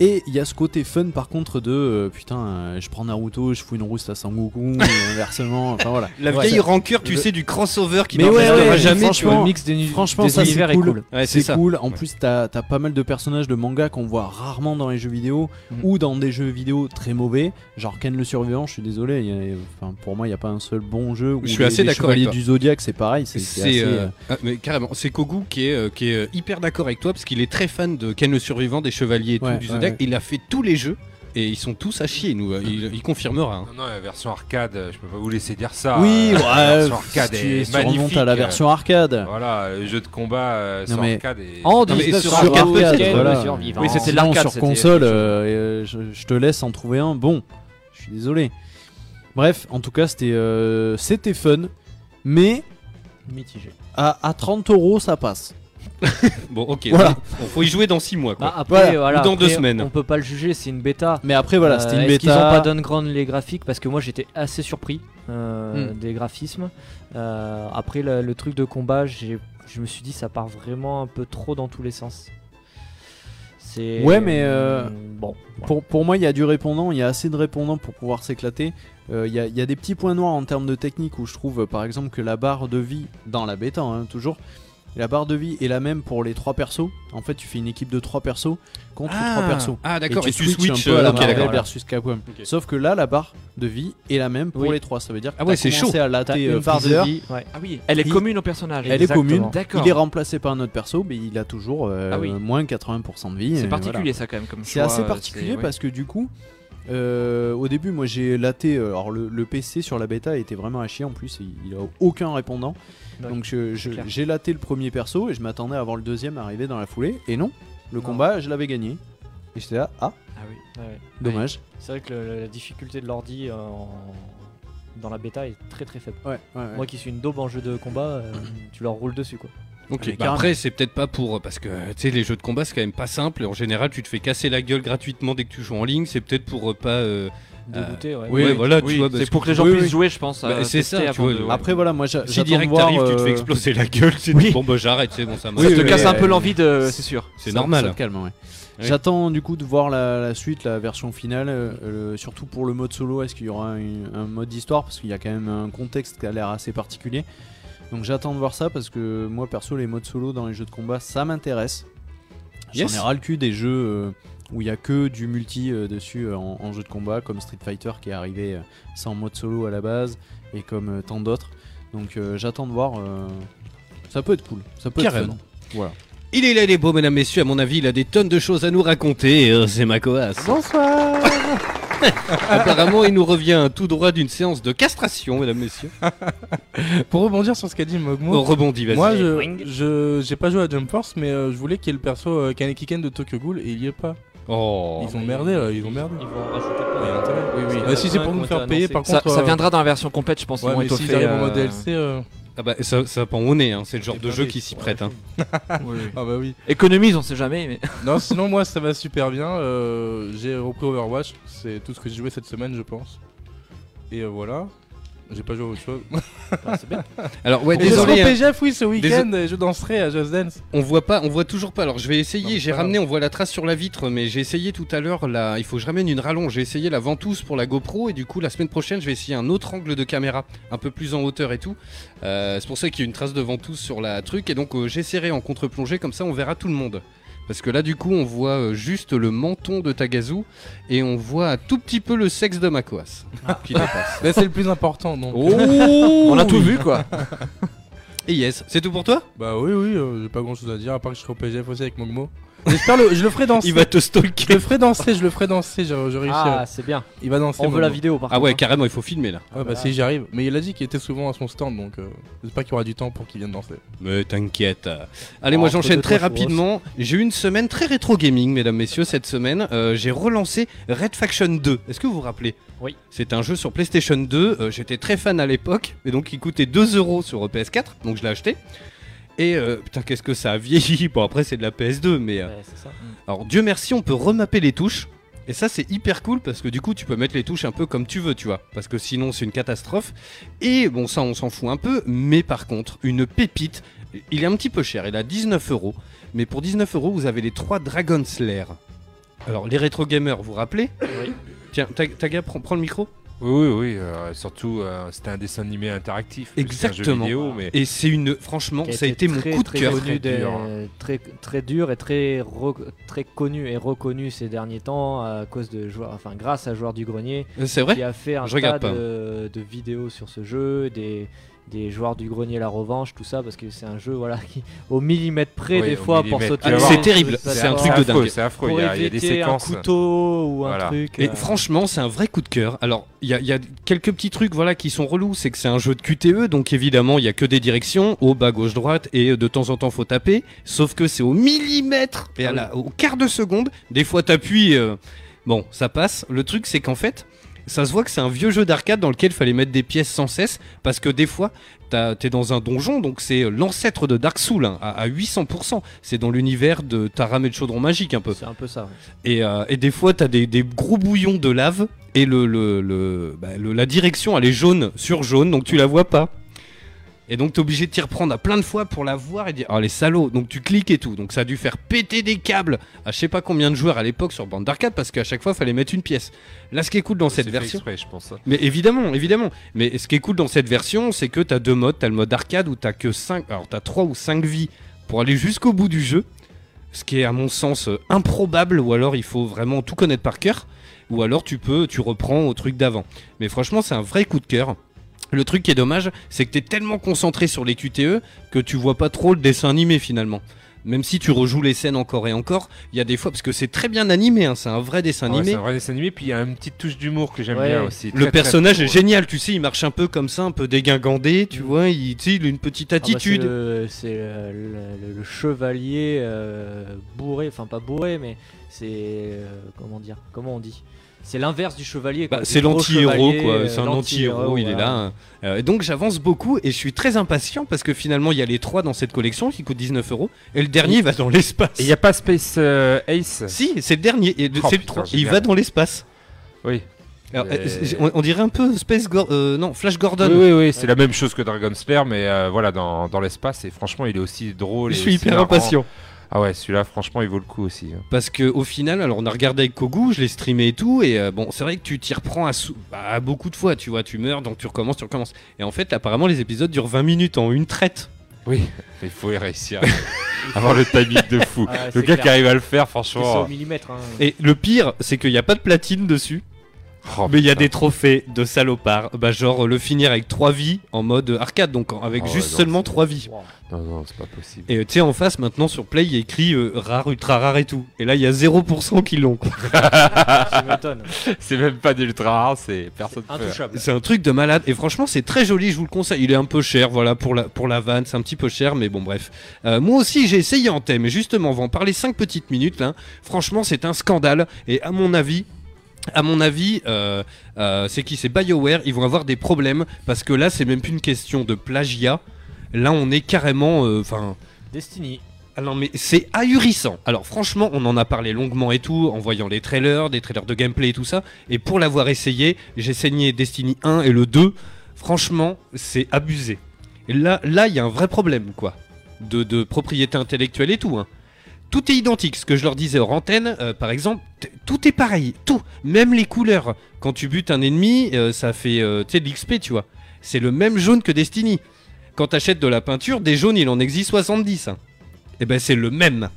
Et il y a ce côté fun par contre de euh, putain, euh, je prends Naruto, je fous une rousse à Sangoku, et inversement. Enfin voilà. La Ouais. vieille rancœur, tu Le- sais, du crossover qui Mais n'en ouais, restera ouais, jamais. tu vois. franchement, Le mix des, nu- Franchement, des ça c'est univers est cool. cool. Ouais, c'est c'est ça. cool. En Ouais. plus, t'as as pas mal de personnages de manga qu'on voit rarement dans les jeux vidéo Mhm. ou dans des jeux vidéo très mauvais. Genre Ken le Survivant, je suis désolé. il y a- enfin, pour moi, il n'y a pas un seul bon jeu. Où Je suis les- assez les d'accord avec Chevaliers toi. du Zodiac, c'est pareil. C'est c'est C'est assez, euh, euh, ah, mais carrément, c'est Kogu qui est, euh, qui est euh, hyper d'accord avec toi parce qu'il est très fan de Ken le survivant des chevaliers et Ouais, tout du ouais, Zodiac. ouais. Il a fait tous les jeux et ils sont tous à chier. Nous, euh, il, il confirmera. hein. Non, non, la version arcade, euh, je peux pas vous laisser dire ça. oui, Euh, ouais, ah, la version si arcade tu est si on remonte magnifique. à la version arcade. euh, Voilà, le jeu de combat euh, Non, sur mais- arcade est. En Non, mais 19 sur sur arcade, arcade, Ken, voilà. le survivant. Oui, c'était Sinon, l'arcade, sur c'était console. quelque chose. euh, et, euh, je, je te laisse en trouver un. Bon, je suis désolé. Bref, en tout cas, c'était euh, c'était fun, mais mitigé. à, à 30 euros, ça passe. Bon, ok. Voilà. Bon, faut y jouer dans 6 mois. Quoi. Bah, après, Ou voilà, dans après, deux semaines. On peut pas le juger, c'est une bêta. Mais après, voilà, Euh, c'était une Est-ce qu'ils ont bêta. pas downgrade les graphiques parce que moi j'étais assez surpris euh, Hmm. des graphismes. Euh, après le, le truc de combat, j'ai- je me suis dit ça part vraiment un peu trop dans tous les sens. C'est Ouais, mais, euh, bon. voilà. Pour, pour moi, il y a du répondant, il y a assez de répondants pour pouvoir s'éclater. Euh, Il y, a- il y a des petits points noirs en termes de technique où je trouve euh, par exemple que la barre de vie, dans la bêta hein, toujours, la barre de vie est la même pour les trois persos. En fait, tu fais une équipe de trois persos contre trois persos. Ah Et d'accord, tu, switches un peu euh, à la ok, Marvel d'accord. versus Capcom. Ok. Sauf que là, la barre de vie est la même pour Oui. les trois. Ça veut dire que Ah ouais, t'as c'est commencé à latter, T'as une euh, barre de Freezer, vie. ouais. Ah oui. Elle est Il- commune au personnage. Elle est commune. D'accord. Il est remplacé par un autre perso, mais il a toujours euh, Ah oui. moins 80% de vie. C'est et particulier voilà. ça quand même comme C'est choix, assez euh, particulier oui. parce que du coup, euh, au début, moi j'ai laté. euh, Alors le, le PC sur la bêta était vraiment à chier en plus, il, il a aucun répondant. Ouais, Donc je- je- clair. j'ai laté le premier perso et je m'attendais à voir le deuxième arriver dans la foulée. Et non, le Non. combat, je l'avais gagné. Et j'étais là, ah, Ah oui. ouais, ouais. dommage. C'est vrai que le- la difficulté de l'ordi euh, en- dans la bêta est très très faible. Ouais, ouais, ouais. Moi qui suis une daube en jeu de combat, euh, tu leur roules dessus quoi. Ok, Mais bah carrément. après c'est peut-être pas pour euh, parce que tu sais les jeux de combat c'est quand même pas simple et en général tu te fais casser la gueule gratuitement dès que tu joues en ligne c'est peut-être pour euh, pas euh, Dégoûté, ouais. oui, ouais, voilà tu Oui, vois parce c'est pour que les gens oui, puissent oui. jouer, je pense. à Bah, c'est tester ça, tu avant vois, de- ouais. Après voilà, moi j'a- si j'attends de direct voir. t'arrives tu te euh, fais exploser la gueule c'est Oui. bon bah j'arrête c'est bon ça marche Ça Oui, te oui, casse oui, un peu oui. l'envie de, c'est sûr. c'est Ça- normal Ah ça te calme, ouais. Oui. J'attends du coup de voir la, la suite, la version finale, euh, euh, surtout pour le mode solo. Est-ce qu'il y aura une- un mode histoire Parce qu'il y a quand même un contexte qui a l'air assez particulier. Donc j'attends de voir ça parce que moi perso, les modes solo dans les jeux de combat, ça m'intéresse. Yes. J'en ai ras le cul des jeux euh, où il y a que du multi euh, dessus euh, en, en jeu de combat, comme Street Fighter qui est arrivé euh, sans mode solo à la base et comme euh, tant d'autres. Donc euh, j'attends de voir. euh, ça peut être cool, ça peut Carrément. être fun. Voilà. il est là il est beau mesdames messieurs à mon avis il a des tonnes de choses à nous raconter euh, c'est Makoas Bonsoir euh, apparemment il nous revient tout droit d'une séance de castration mesdames messieurs Pour rebondir sur ce qu'a dit Mogmo, on rebondit vas-y moi je, je j'ai pas joué à Jump Force, mais euh, je voulais qu'il y ait le perso euh, Kanekiken de Tokyo Ghoul et il y est pas. oh ils ont merdé là, ils ont merdé. Ils vont en rajouter plein. Parce Oui, oui. que si c'est certains pour nous qui ont faire été payer, annoncés. par Ça, contre. ça euh, viendra dans la version complète, je pense. Ouais, ils vont mais s'ils étoffer, arrivent en euh, mode DLC. euh, ah bah ça ça pend au nez hein, c'est le genre de jeu qui s'y prête hein. oui, oui. Ah bah oui. Économise, on sait jamais. Mais... Non, sinon moi ça va super bien. euh, j'ai repris Overwatch, c'est tout ce que j'ai joué cette semaine, je pense. Et euh, voilà. J'ai pas joué à autre chose. bah, alors ouais Et je serai désolé au hein. PGF, oui, ce week-end, et je danserai à Just Dance. On voit pas, on voit toujours pas. Alors je vais Non, mais essayer. c'est J'ai pas ramené, on voit la trace sur la vitre, mais j'ai essayé tout à l'heure. La, il faut que je ramène une rallonge. J'ai essayé la ventouse pour la GoPro et du coup la semaine prochaine je vais essayer un autre angle de caméra, un peu plus en hauteur et tout. Euh, c'est pour ça qu'il y a une trace de ventouse sur la truc et donc euh, j'essaierai en contre-plongée comme ça on verra tout le monde. Parce que là du coup on voit euh, juste le menton de Tagazu et on voit un tout petit peu le sexe de Makoas qui dépasse. Là, c'est le plus important, donc. Ah. Oh on a tout vu, quoi. Et yes, c'est tout pour toi Bah oui, oui, euh, j'ai pas grand chose à dire, à part que je serai au PGF aussi avec Mogmo. J'espère le. Je le ferai danser. Il va te Je stalker. le ferai danser, je le ferai danser, je, je réussirai. Ah, c'est bien. il va danser. On veut la Mogmo. vidéo par Ah contre. ouais hein. carrément, il faut filmer là. Ouais, bah, si j'y arrive. Mais il a dit qu'il était souvent à son stand, donc euh, j'espère qu'il y aura du temps pour qu'il vienne danser. Mais t'inquiète. Allez, Oh, moi entre j'enchaîne deux, très trois choses. rapidement. J'ai eu une semaine très rétro gaming, mesdames, messieurs, cette semaine. Euh, j'ai relancé Red Faction 2. Est-ce que vous vous rappelez Oui. C'est un jeu sur PlayStation 2. euh, J'étais très fan à l'époque. Et donc il coûtait 2 euros sur euh, PS4. Donc je l'ai acheté. Et euh, putain, qu'est-ce que ça a vieilli. Bon, après c'est de la PS2, mais. euh, Ouais, c'est ça. Mm. alors Dieu merci, on peut remapper les touches. Et ça c'est hyper cool parce que du coup tu peux mettre les touches un peu comme tu veux, tu vois. Parce que sinon c'est une catastrophe. Et bon ça on s'en fout un peu, mais par contre une pépite, il est un petit peu cher, il a 19 euros. Mais pour 19 euros vous avez les trois Dragon Slayer. Alors les rétro gamers, vous vous rappelez Oui. Tiens, Tag- Taga, prends, prends le micro. Oui, oui, oui. euh, surtout, euh, c'était un dessin animé interactif. plus qu'un jeu Exactement. vidéo, mais Et c'est une, franchement, Qui a ça a été mon très, coup de très cœur. connu Très des- dur. Très, très dur et très, re- très connu et reconnu ces derniers temps à cause de joueurs, enfin grâce à joueurs du grenier Euh, C'est vrai qui a fait un Je regarde tas pas. de, de vidéos sur ce jeu, des, des joueurs du grenier la revanche, tout ça parce que c'est un jeu voilà qui au millimètre près Oui, des au fois pour millimètre. sauter. Ah, sur c'est des terrible, c'est un plateformes, truc de dingue. affreux, c'est affreux. Pour Il y, a, il y a des éviter un séquences. couteau ou un Voilà. truc. Et euh, franchement, c'est un vrai coup de cœur. Alors, il y a, il y a quelques petits trucs voilà, qui sont relous. C'est que c'est un jeu de QTE, donc évidemment, il y a que des directions, haut, bas, gauche, droite, et euh, de temps en temps, faut taper. Sauf que c'est au millimètre, et à la- au quart de seconde. Des fois, t'appuies, euh, bon, ça passe. Le truc, c'est qu'en fait, ça se voit que c'est un vieux jeu d'arcade dans lequel il fallait mettre des pièces sans cesse, parce que des fois, t'as- t'es dans un donjon, donc c'est euh, l'ancêtre de Dark Souls, hein, à, à 800%. C'est dans l'univers de Taram et le chaudron magique, un peu. c'est un peu ça. ouais. Ah Et, euh, et des fois, t'as des, des gros bouillons de lave et le, le, le- bah, le- la direction elle est jaune sur jaune, donc tu la vois pas. Et donc t'es obligé de t'y reprendre à plein de fois pour la voir et dire oh les salauds. Donc tu cliques et tout. Donc ça a dû faire péter des câbles à je sais pas combien de joueurs à l'époque sur bande d'arcade parce qu'à chaque fois fallait mettre une pièce. Là ce qui est cool dans cette C'est fait version, euh, exprès, je pense. mais évidemment, évidemment. Mais ce qui est cool dans cette version, c'est que t'as deux modes. T'as le mode arcade où t'as que 5, alors t'as 3 ou 5 vies pour aller jusqu'au bout du jeu. Ce qui est à mon sens euh, improbable, ou alors il faut vraiment tout connaître par cœur, ou alors tu peux, tu reprends au truc d'avant. Mais franchement, c'est un vrai coup de cœur. Le truc qui est dommage, c'est que t'es tellement concentré sur les QTE que tu vois pas trop le dessin animé finalement. Même si tu rejoues les scènes encore et encore, il y a des fois parce que c'est très bien animé, hein, c'est un vrai dessin Ah Ouais, animé. c'est un vrai dessin animé, puis il y a une petite touche d'humour que j'aime Ouais. bien aussi. Le Très, très personnage drôle. est génial, tu sais, il marche un peu comme ça, un peu dégingandé, Mm. tu vois, il, tu sais, il a une petite Ah bah, c'est attitude. le- c'est le, le- le- le chevalier euh, bourré, enfin pas bourré, mais c'est. euh, comment dire Comment on dit C'est l'inverse du chevalier. Bah, quoi, du c'est gros l'anti-héros, chevalier, quoi. euh, C'est un anti-héros, il est voilà. là. hein. Euh, et donc j'avance beaucoup et je suis très impatient parce que finalement il y a les trois dans cette collection qui coûtent 19 euros et le dernier va dans l'espace. Et il n'y a pas Space euh, Ace Si, c'est le dernier, et le- Oh, c'est le putain, 3, j'ai il bien. va dans l'espace. Oui. Alors, Et- euh, c'est- on, on dirait un peu Space Gor- euh, non, Flash Gordon. Oui, oui, oui, c'est la même chose que Dragon Slayer, mais euh, voilà, dans, dans l'espace. Et franchement, il est aussi drôle. Je et suis aussi hyper marrant. impatient. Ah ouais, celui-là, franchement, il vaut le coup aussi. hein. Parce que au final, alors on a regardé avec Kogu, je l'ai streamé et tout, et euh, bon, c'est vrai que tu t'y reprends à, sou- bah, à beaucoup de fois, tu vois, tu meurs, donc tu recommences, tu recommences. Et en fait, apparemment, les épisodes durent 20 minutes en une traite. Il faut y réussir. Avoir le timing de fou. Ah ouais, le c'est gars clair. qui arrive à le faire, Mais c'est franchement. au millimètre. hein. Oh. Et le pire, c'est qu'il n'y a pas de platine dessus, Oh, mais il y a putain. des trophées de salopards. Bah, genre le finir avec 3 vies en mode arcade, donc en- avec Ah ouais, juste non, seulement c'est- 3 vies. Wow. Non, non, c'est pas possible. Et euh, tu sais, en face, maintenant sur Play, il y a écrit euh, rare, ultra rare et tout. Et là, il y a 0% qui l'ont. Tu m'étonnes. c'est même pas d'ultra rare, c'est personne peut. Intouchable. C'est un truc de malade. Et franchement, c'est très joli, je vous le conseille. Il est un peu cher, voilà, pour la, pour la vanne, c'est un petit peu cher, mais bon, bref. Euh, moi aussi, j'ai essayé en thème, et justement, on va en parler 5 petites minutes, là. Franchement, c'est un scandale, et à mon avis... À mon avis, euh, euh, c'est qui C'est BioWare. Ils vont avoir des problèmes parce que là, c'est même plus une question de plagiat. Là, on est carrément. euh, Enfin, Destiny. ah non mais c'est ahurissant. Alors franchement, on en a parlé longuement et tout, en voyant les trailers, des trailers de gameplay et tout ça. Et pour l'avoir essayé, j'ai saigné Destiny 1 et le 2. Franchement, c'est abusé. Et là, là, il y a un vrai problème, quoi, de, de propriété intellectuelle et tout. hein. Tout est identique. Ce que je leur disais hors antenne, euh, par exemple, t- tout est pareil, tout, même les couleurs. Quand tu butes un ennemi, euh, ça fait, euh, tu sais, de l'XP, tu vois. C'est le même jaune que Destiny. Quand t'achètes de la peinture, des jaunes, il en existe 70. hein. Eh ben c'est le même.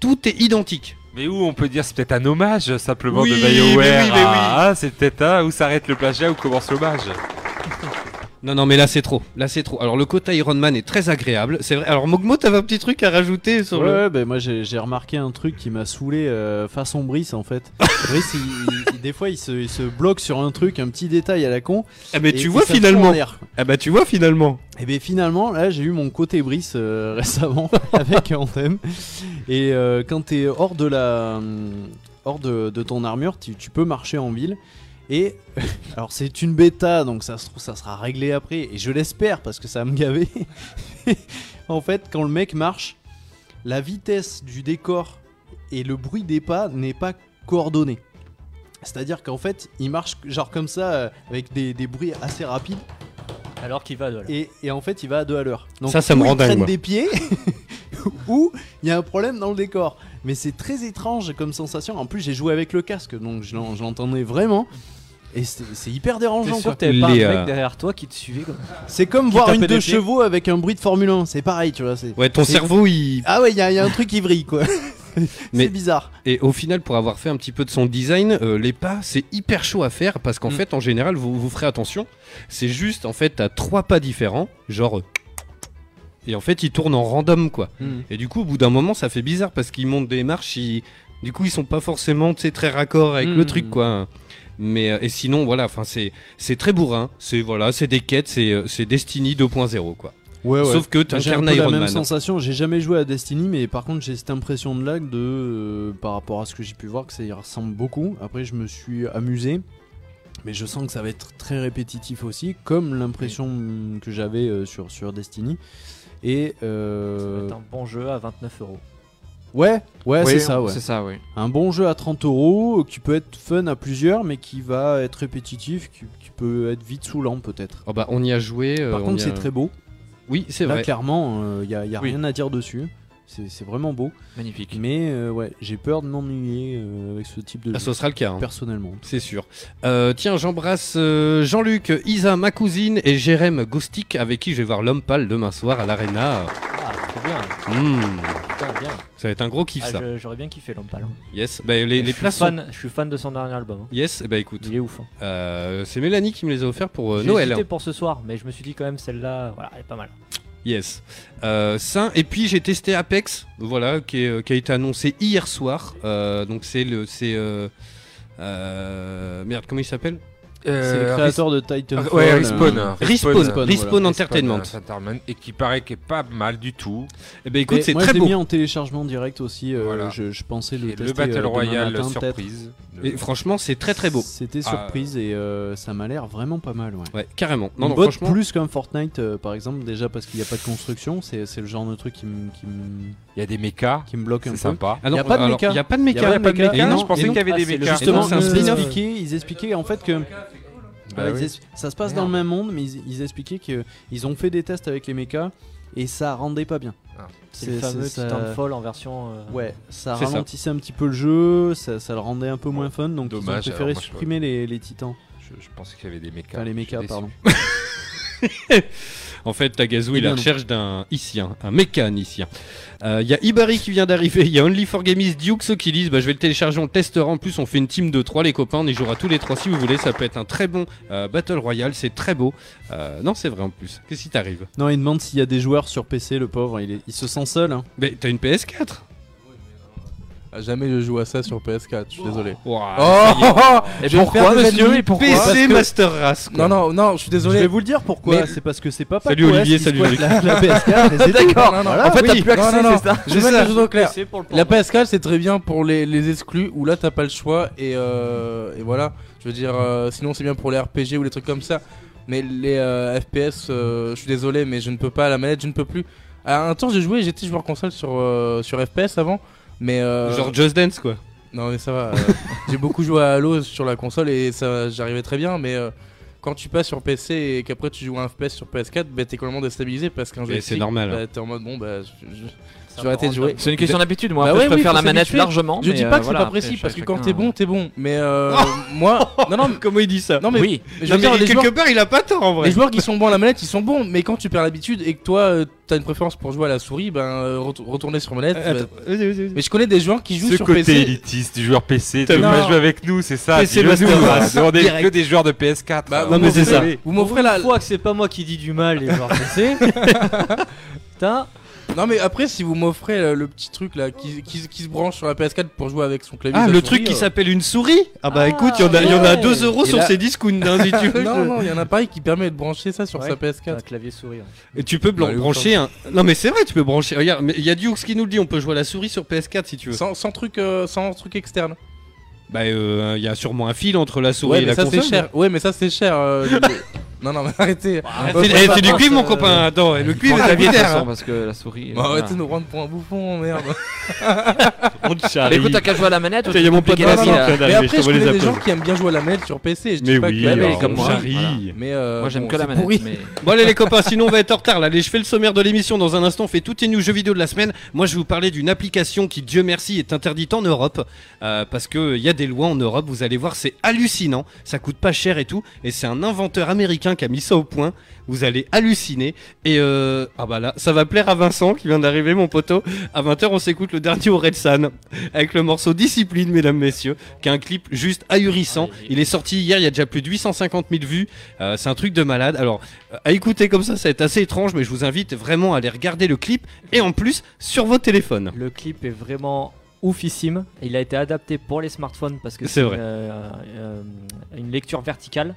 Tout est identique. Mais où on peut dire c'est peut-être un hommage simplement Oui, de mais BioWare oui, mais à- hein, c'est peut-être hein, où s'arrête le plagiat, où commence l'hommage. Non non mais là c'est trop, là c'est trop. Alors le côté Iron Man est très agréable, c'est vrai. Alors Mogmo t'avais un petit truc à rajouter sur Ouais, le. ouais, bah, moi j'ai j'ai remarqué un truc qui m'a saoulé euh, façon Brice en fait. Brice, il- il- des fois il se, il se bloque sur un truc, un petit détail à la con. Ah mais et- tu et vois ça se fout en finalement. l'air. Ah bah tu vois finalement. Et bien Eh ben, finalement, là j'ai eu mon côté Brice euh, récemment avec Anthem. Et euh, quand t'es hors de la. hum, hors de, de ton armure, tu, tu peux marcher en ville. Et alors c'est une bêta, donc ça se trouve ça sera réglé après. Et je l'espère parce que ça va me gaver. en fait, quand le mec marche, la vitesse du décor et le bruit des pas n'est pas coordonné. C'est-à-dire qu'en fait, il marche genre comme ça, euh, avec des- des bruits assez rapides Alors qu'il va de là. et, et en fait il va à deux à l'heure. Donc Ça, ça me ou rend il dingue, traîne moi. des pieds ou il y a un problème dans le décor. Mais c'est très étrange comme sensation. En plus j'ai joué avec le casque donc je l'en- je l'entendais vraiment. Et c'est c'est hyper T'es dérangeant sûr quoi. que t'avais pas un les, mec euh, derrière toi qui te suivait comme C'est comme voir une tapait des deux pieds. chevaux avec un bruit de Formule 1. C'est pareil, tu vois. c'est- Ouais ton C'est- cerveau il. Ah ouais, il y, a il y a un truc qui vrille quoi. c'est Mais- bizarre. Et au final pour avoir fait un petit peu de son design, euh, les pas c'est hyper chaud à faire parce qu'en Mm. fait en général vous vous ferez attention. C'est juste en fait t'as trois pas différents, genre. euh, Et en fait ils tournent en random quoi. Hmm. Et du coup, au bout d'un moment, ça fait bizarre parce qu'ils montent des marches, ils- du coup, ils sont pas forcément tu sais, très raccord avec le Mhm. truc, quoi. Mais euh, et sinon, voilà, enfin, c'est c'est très bourrin. C'est voilà, c'est des quêtes, c'est euh, c'est Destiny 2.0, quoi. Ah Ouais, Bah, Sauf que J'ai un t'incarnes peu la Iron même Man. sensation. J'ai jamais joué à Destiny, mais par contre j'ai cette impression de lag de euh, par rapport à ce que j'ai pu voir que ça y ressemble beaucoup. Après je me suis amusé, mais je sens que ça va être très répétitif aussi, comme l'impression que j'avais euh, sur sur Destiny. Et euh, C'est un bon jeu à 29 euros. Ouais, ouais, Oui, c'est hein. ça, ouais. C'est ça, oui. Un bon jeu à 30 euros qui peut être fun à plusieurs, mais qui va être répétitif, qui, qui peut être vite saoulant peut-être. Oh bah, on y a joué. euh, Par on contre, y a- c'est très beau. Oui, c'est Là, vrai. clairement, il n'y a, y a Oui. rien à dire dessus. C'est c'est vraiment beau. Magnifique. Mais euh, ouais, j'ai peur de m'ennuyer euh, avec ce type de Ah, jeu, ce sera le cas. hein. personnellement. C'est sûr. Euh, tiens, j'embrasse euh, Jean-Luc, euh, Isa, ma cousine, et Jérém Goustic, avec qui je vais voir l'homme pâle demain soir à l'Arena. Ah, trop bien, Hmm, putain, bien. ça va être un gros kiff, Ah, ça. je- J'aurais bien kiffé Lampal. Yes. Bah, les, les je, suis places sont- fan, je suis fan de son dernier album. hein. Yes, bah écoute, Il est ouf. hein. euh, c'est Mélanie qui me les a offerts pour euh, J'ai Noël. hésité pour ce soir, mais je me suis dit quand même celle-là, voilà, elle est pas mal. Yes. Euh, ça, et puis j'ai testé Apex, voilà, qui, est- euh, qui a été annoncé hier soir. Euh, donc c'est le, c'est euh, euh, merde, comment il s'appelle C'est le créateur de Titanfall. Ouais, euh, Respawn. Euh, Respawn, Respawn, Respawn Entertainment. Entertainment, Et qui paraît qu'il est pas mal du tout. Eh ben écoute, mais c'est moi, très je l'ai beau. mis en téléchargement direct aussi. euh, Voilà. je, je pensais le Et tester. le Battle euh, demain Royale matin, peut-être. surprise. Et franchement, c'est très très beau. C'était Ah, surprise et euh, ça m'a l'air vraiment pas mal. Ouais. Ouais, carrément. On Non, non, botte franchement. plus qu'un Fortnite euh, par exemple, déjà parce qu'il n'y a pas de construction, c'est c'est le genre de truc qui me qui me- Il y a des mechas, qui me bloque un c'est peu. sympa. Ah non, Y a pas de alors, méca. y a pas de Y a méca. pas de méca. Et non, non, je pensais qu'il y avait ah, des c'est le mechas. Justement, c'est un ils spin-off. expliquaient, ils expliquaient en fait que Bah Ouais, oui. ils es- ça se passe dans le même monde, mais ils, ils expliquaient qu'ils ont fait des tests avec les mechas et ça rendait pas bien. Ah. C'est le fameux Titanfall en version. euh, Ouais, ça C'est ça. ralentissait un petit peu le jeu, ça, ça le rendait un peu moins fun, donc Dommage, ils ont préféré alors moi, je- supprimer les, les titans, Je, je pensais qu'il y avait des mechas. enfin les Je suis mechas, déçu. pardon. En fait, Tagazu il Eh est à la bien, non. recherche d'un Icien, un mécanicien. Euh, Il y a Ibari qui vient d'arriver, il y a only for gamers Duke, ceux qui disent bah, je vais le télécharger, on le testera. En plus, on fait une team de 3, les copains, on y jouera tous les 3 si vous voulez. Ça peut être un très bon euh, Battle Royale, c'est très beau. Euh, non, c'est vrai en plus. Qu'est-ce qui t'arrive Non, il demande s'il y a des joueurs sur PC, le pauvre, il, est- il se sent seul. hein. Mais t'as une PS4 Ah, Jamais je joue à ça sur PS4, je suis désolé. Ouah, Oh, Ah, ça y est. Je vais faire des ennemis. PC Parce que- Master Race quoi. Non, non, non, je suis Je vais désolé. vous le dire pourquoi, Mais- c'est parce que c'est pas Salut Paco S Olivier, qui salut squatte Olivier. la, la PS4 et c'est tout. D'accord, Voilà. en fait, t'as plus accès, c'est ça. C'est Je vais mettre ça. les choses au clair. PC pour le La porno. PS4 c'est très bien pour les, les exclus où là t'as pas le choix et, euh, et voilà. Je veux dire, euh, sinon c'est bien pour les RPG ou les trucs comme ça. Mais les euh, FPS, euh, je suis désolé, mais je ne peux pas, la manette, je ne peux plus. À un temps j'ai joué, j'étais joueur console sur, euh, sur FPS avant, mais. euh, Genre Just Dance quoi. Non mais ça va. euh, j'ai beaucoup joué à Halo sur la console et ça j'arrivais très bien, mais. euh, quand tu passes sur PC et qu'après tu joues à un FPS sur PS4, bah t'es complètement déstabilisé parce qu'un jeu Mais c'est physique, normal. bah, t'es en mode bon bah je- je- C'est je vais arrêter de jouer. C'est une question d'habitude, moi. Bah Après, ouais, je oui, préfère faut la manette s'habituer. largement. Je mais, dis euh, pas que voilà, c'est pas après, précis ch- parce que chacun, quand t'es bon, euh, t'es bon. Mais euh, moi, non, non, mais- Comment il dit ça non mais, Oui, mais je veux Non, dire, mais les, quelque joueurs, part il a pas tort en vrai. les joueurs qui sont bons à la manette, ils sont bons. Mais quand tu perds l'habitude et que toi, euh, t'as une préférence pour jouer à la souris, ben euh, retour- retourner sur manette. bah- Attends, vas-y, vas-y, vas-y. Mais je connais des joueurs qui jouent Ce sur côté PC. élitiste du joueur PC, tu T'as- veux pas Non. jouer avec nous, c'est ça. PC dis-le nous, Master hein. Race, Nous, on est direct. que des joueurs de PS4. Bah, hein. non, mais c'est ça. Vous m'offrez la. Une fois que c'est pas moi qui dis du mal les joueurs PC. Putain, Non mais après, si vous m'offrez euh, le petit truc là qui, qui- qui se branche sur la PS4 pour jouer avec son clavier. Ah, sa le souris, truc qui euh, s'appelle une souris Ah bah Ah, écoute, il y en a, il y en a ouais. 2 euros Et sur là- ces discounts, hein, si tu veux. Non, non, il y en a un appareil qui permet de brancher ça sur Ouais. sa t'as PS4. un clavier hein. sourire. Et tu peux blan- Allez, brancher un... Non mais c'est vrai, tu peux brancher... Regarde, mais il y a Dukes qui nous le dit, on peut jouer à la souris sur PS4 si tu veux. Sans, sans truc, euh, sans truc externe. Bah euh, il y a sûrement un fil entre la souris ouais, et mais la ça c'est console. cher. Ouais, mais ça c'est cher. euh, non, non, mais arrêtez. C'est Ouais, eh, c'est du bah, cuivre mon euh, copain, attends, le Prends cuivre la est vie, de toute cher, façon, hein. parce que la souris. euh, Bah, voilà. arrêtez de nous prendre pour un bouffon, merde. Bah, écoute, t'as qu'à jouer à la manette. Tiens, y a mon pote compliqué la Vincent vie, qui là. vient mais d'arriver, je après, je te vois les connais des gens applaudir. qui aiment bien jouer à la manette sur PC. Je Mais dis pas oui, que... alors, comme comme moi. moi. Mais euh, Moi, j'aime bon, que la c'est manette. pourri. mais- Bon allez les copains, sinon on va être en retard là. Allez, je fais le sommaire de l'émission dans un instant. On fait toutes les news jeux vidéo de la semaine. Moi, je vais vous parler d'une application qui, Dieu merci, est interdite en Europe euh, parce que il y a des lois en Europe. Vous allez voir, c'est hallucinant. Ça coûte pas cher et tout. Et c'est un inventeur américain qui a mis ça au point. Vous allez halluciner. Et euh, ah bah là, ça va plaire à Vincent qui vient d'arriver, mon poteau. À 20h, on s'écoute le dernier Orelsan avec le morceau Discipline, mesdames messieurs, qui est un clip juste ahurissant. Il est sorti hier. Il y a déjà plus de 850 000 vues. Euh, c'est un truc de malade. Alors euh, à écouter comme ça, ça va être assez étrange, mais je vous invite vraiment à aller regarder le clip et en plus sur vos téléphones. Le clip est vraiment oufissime. Il a été adapté pour les smartphones parce que C'est vrai. une, euh, euh, une lecture verticale.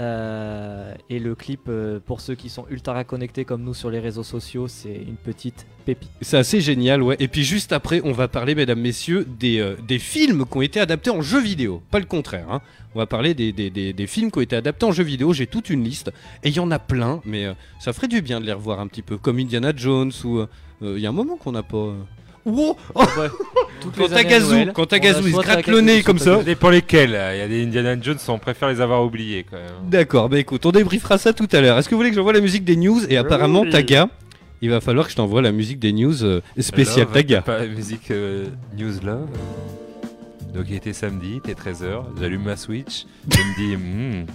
Euh, et le clip, euh, pour ceux qui sont ultra connectés comme nous sur les réseaux sociaux, c'est une petite pépite. C'est assez génial, ouais. Et puis juste après, on va parler, mesdames, messieurs, des, euh, des films qui ont été adaptés en jeux vidéo. Pas le contraire, hein. On va parler des, des, des- des films qui ont été adaptés en jeux vidéo. J'ai toute une liste et il y en a plein, mais euh, ça ferait du bien de les revoir un petit peu, comme Indiana Jones ou. euh, euh, Il y a un moment qu'on n'a pas. euh, Wow Toutes Quand les années à Tagazu, Noël, quand on a Tagazu, il se soit gratte Tagazu, le nez soit comme ça. Ça dépend lesquels. Il y a des Indiana Jones, on préfère les avoir oubliés quand même. D'accord, bah écoute, on débriefera ça tout à l'heure. Est-ce que vous voulez que j'envoie la musique des news Et apparemment, Taga, il va falloir que je t'envoie la musique des news euh, spéciale Love, Taga. Pas la musique euh, News Love. Donc il était samedi, il était 13h, j'allume ma Switch, je me dis, Hmm,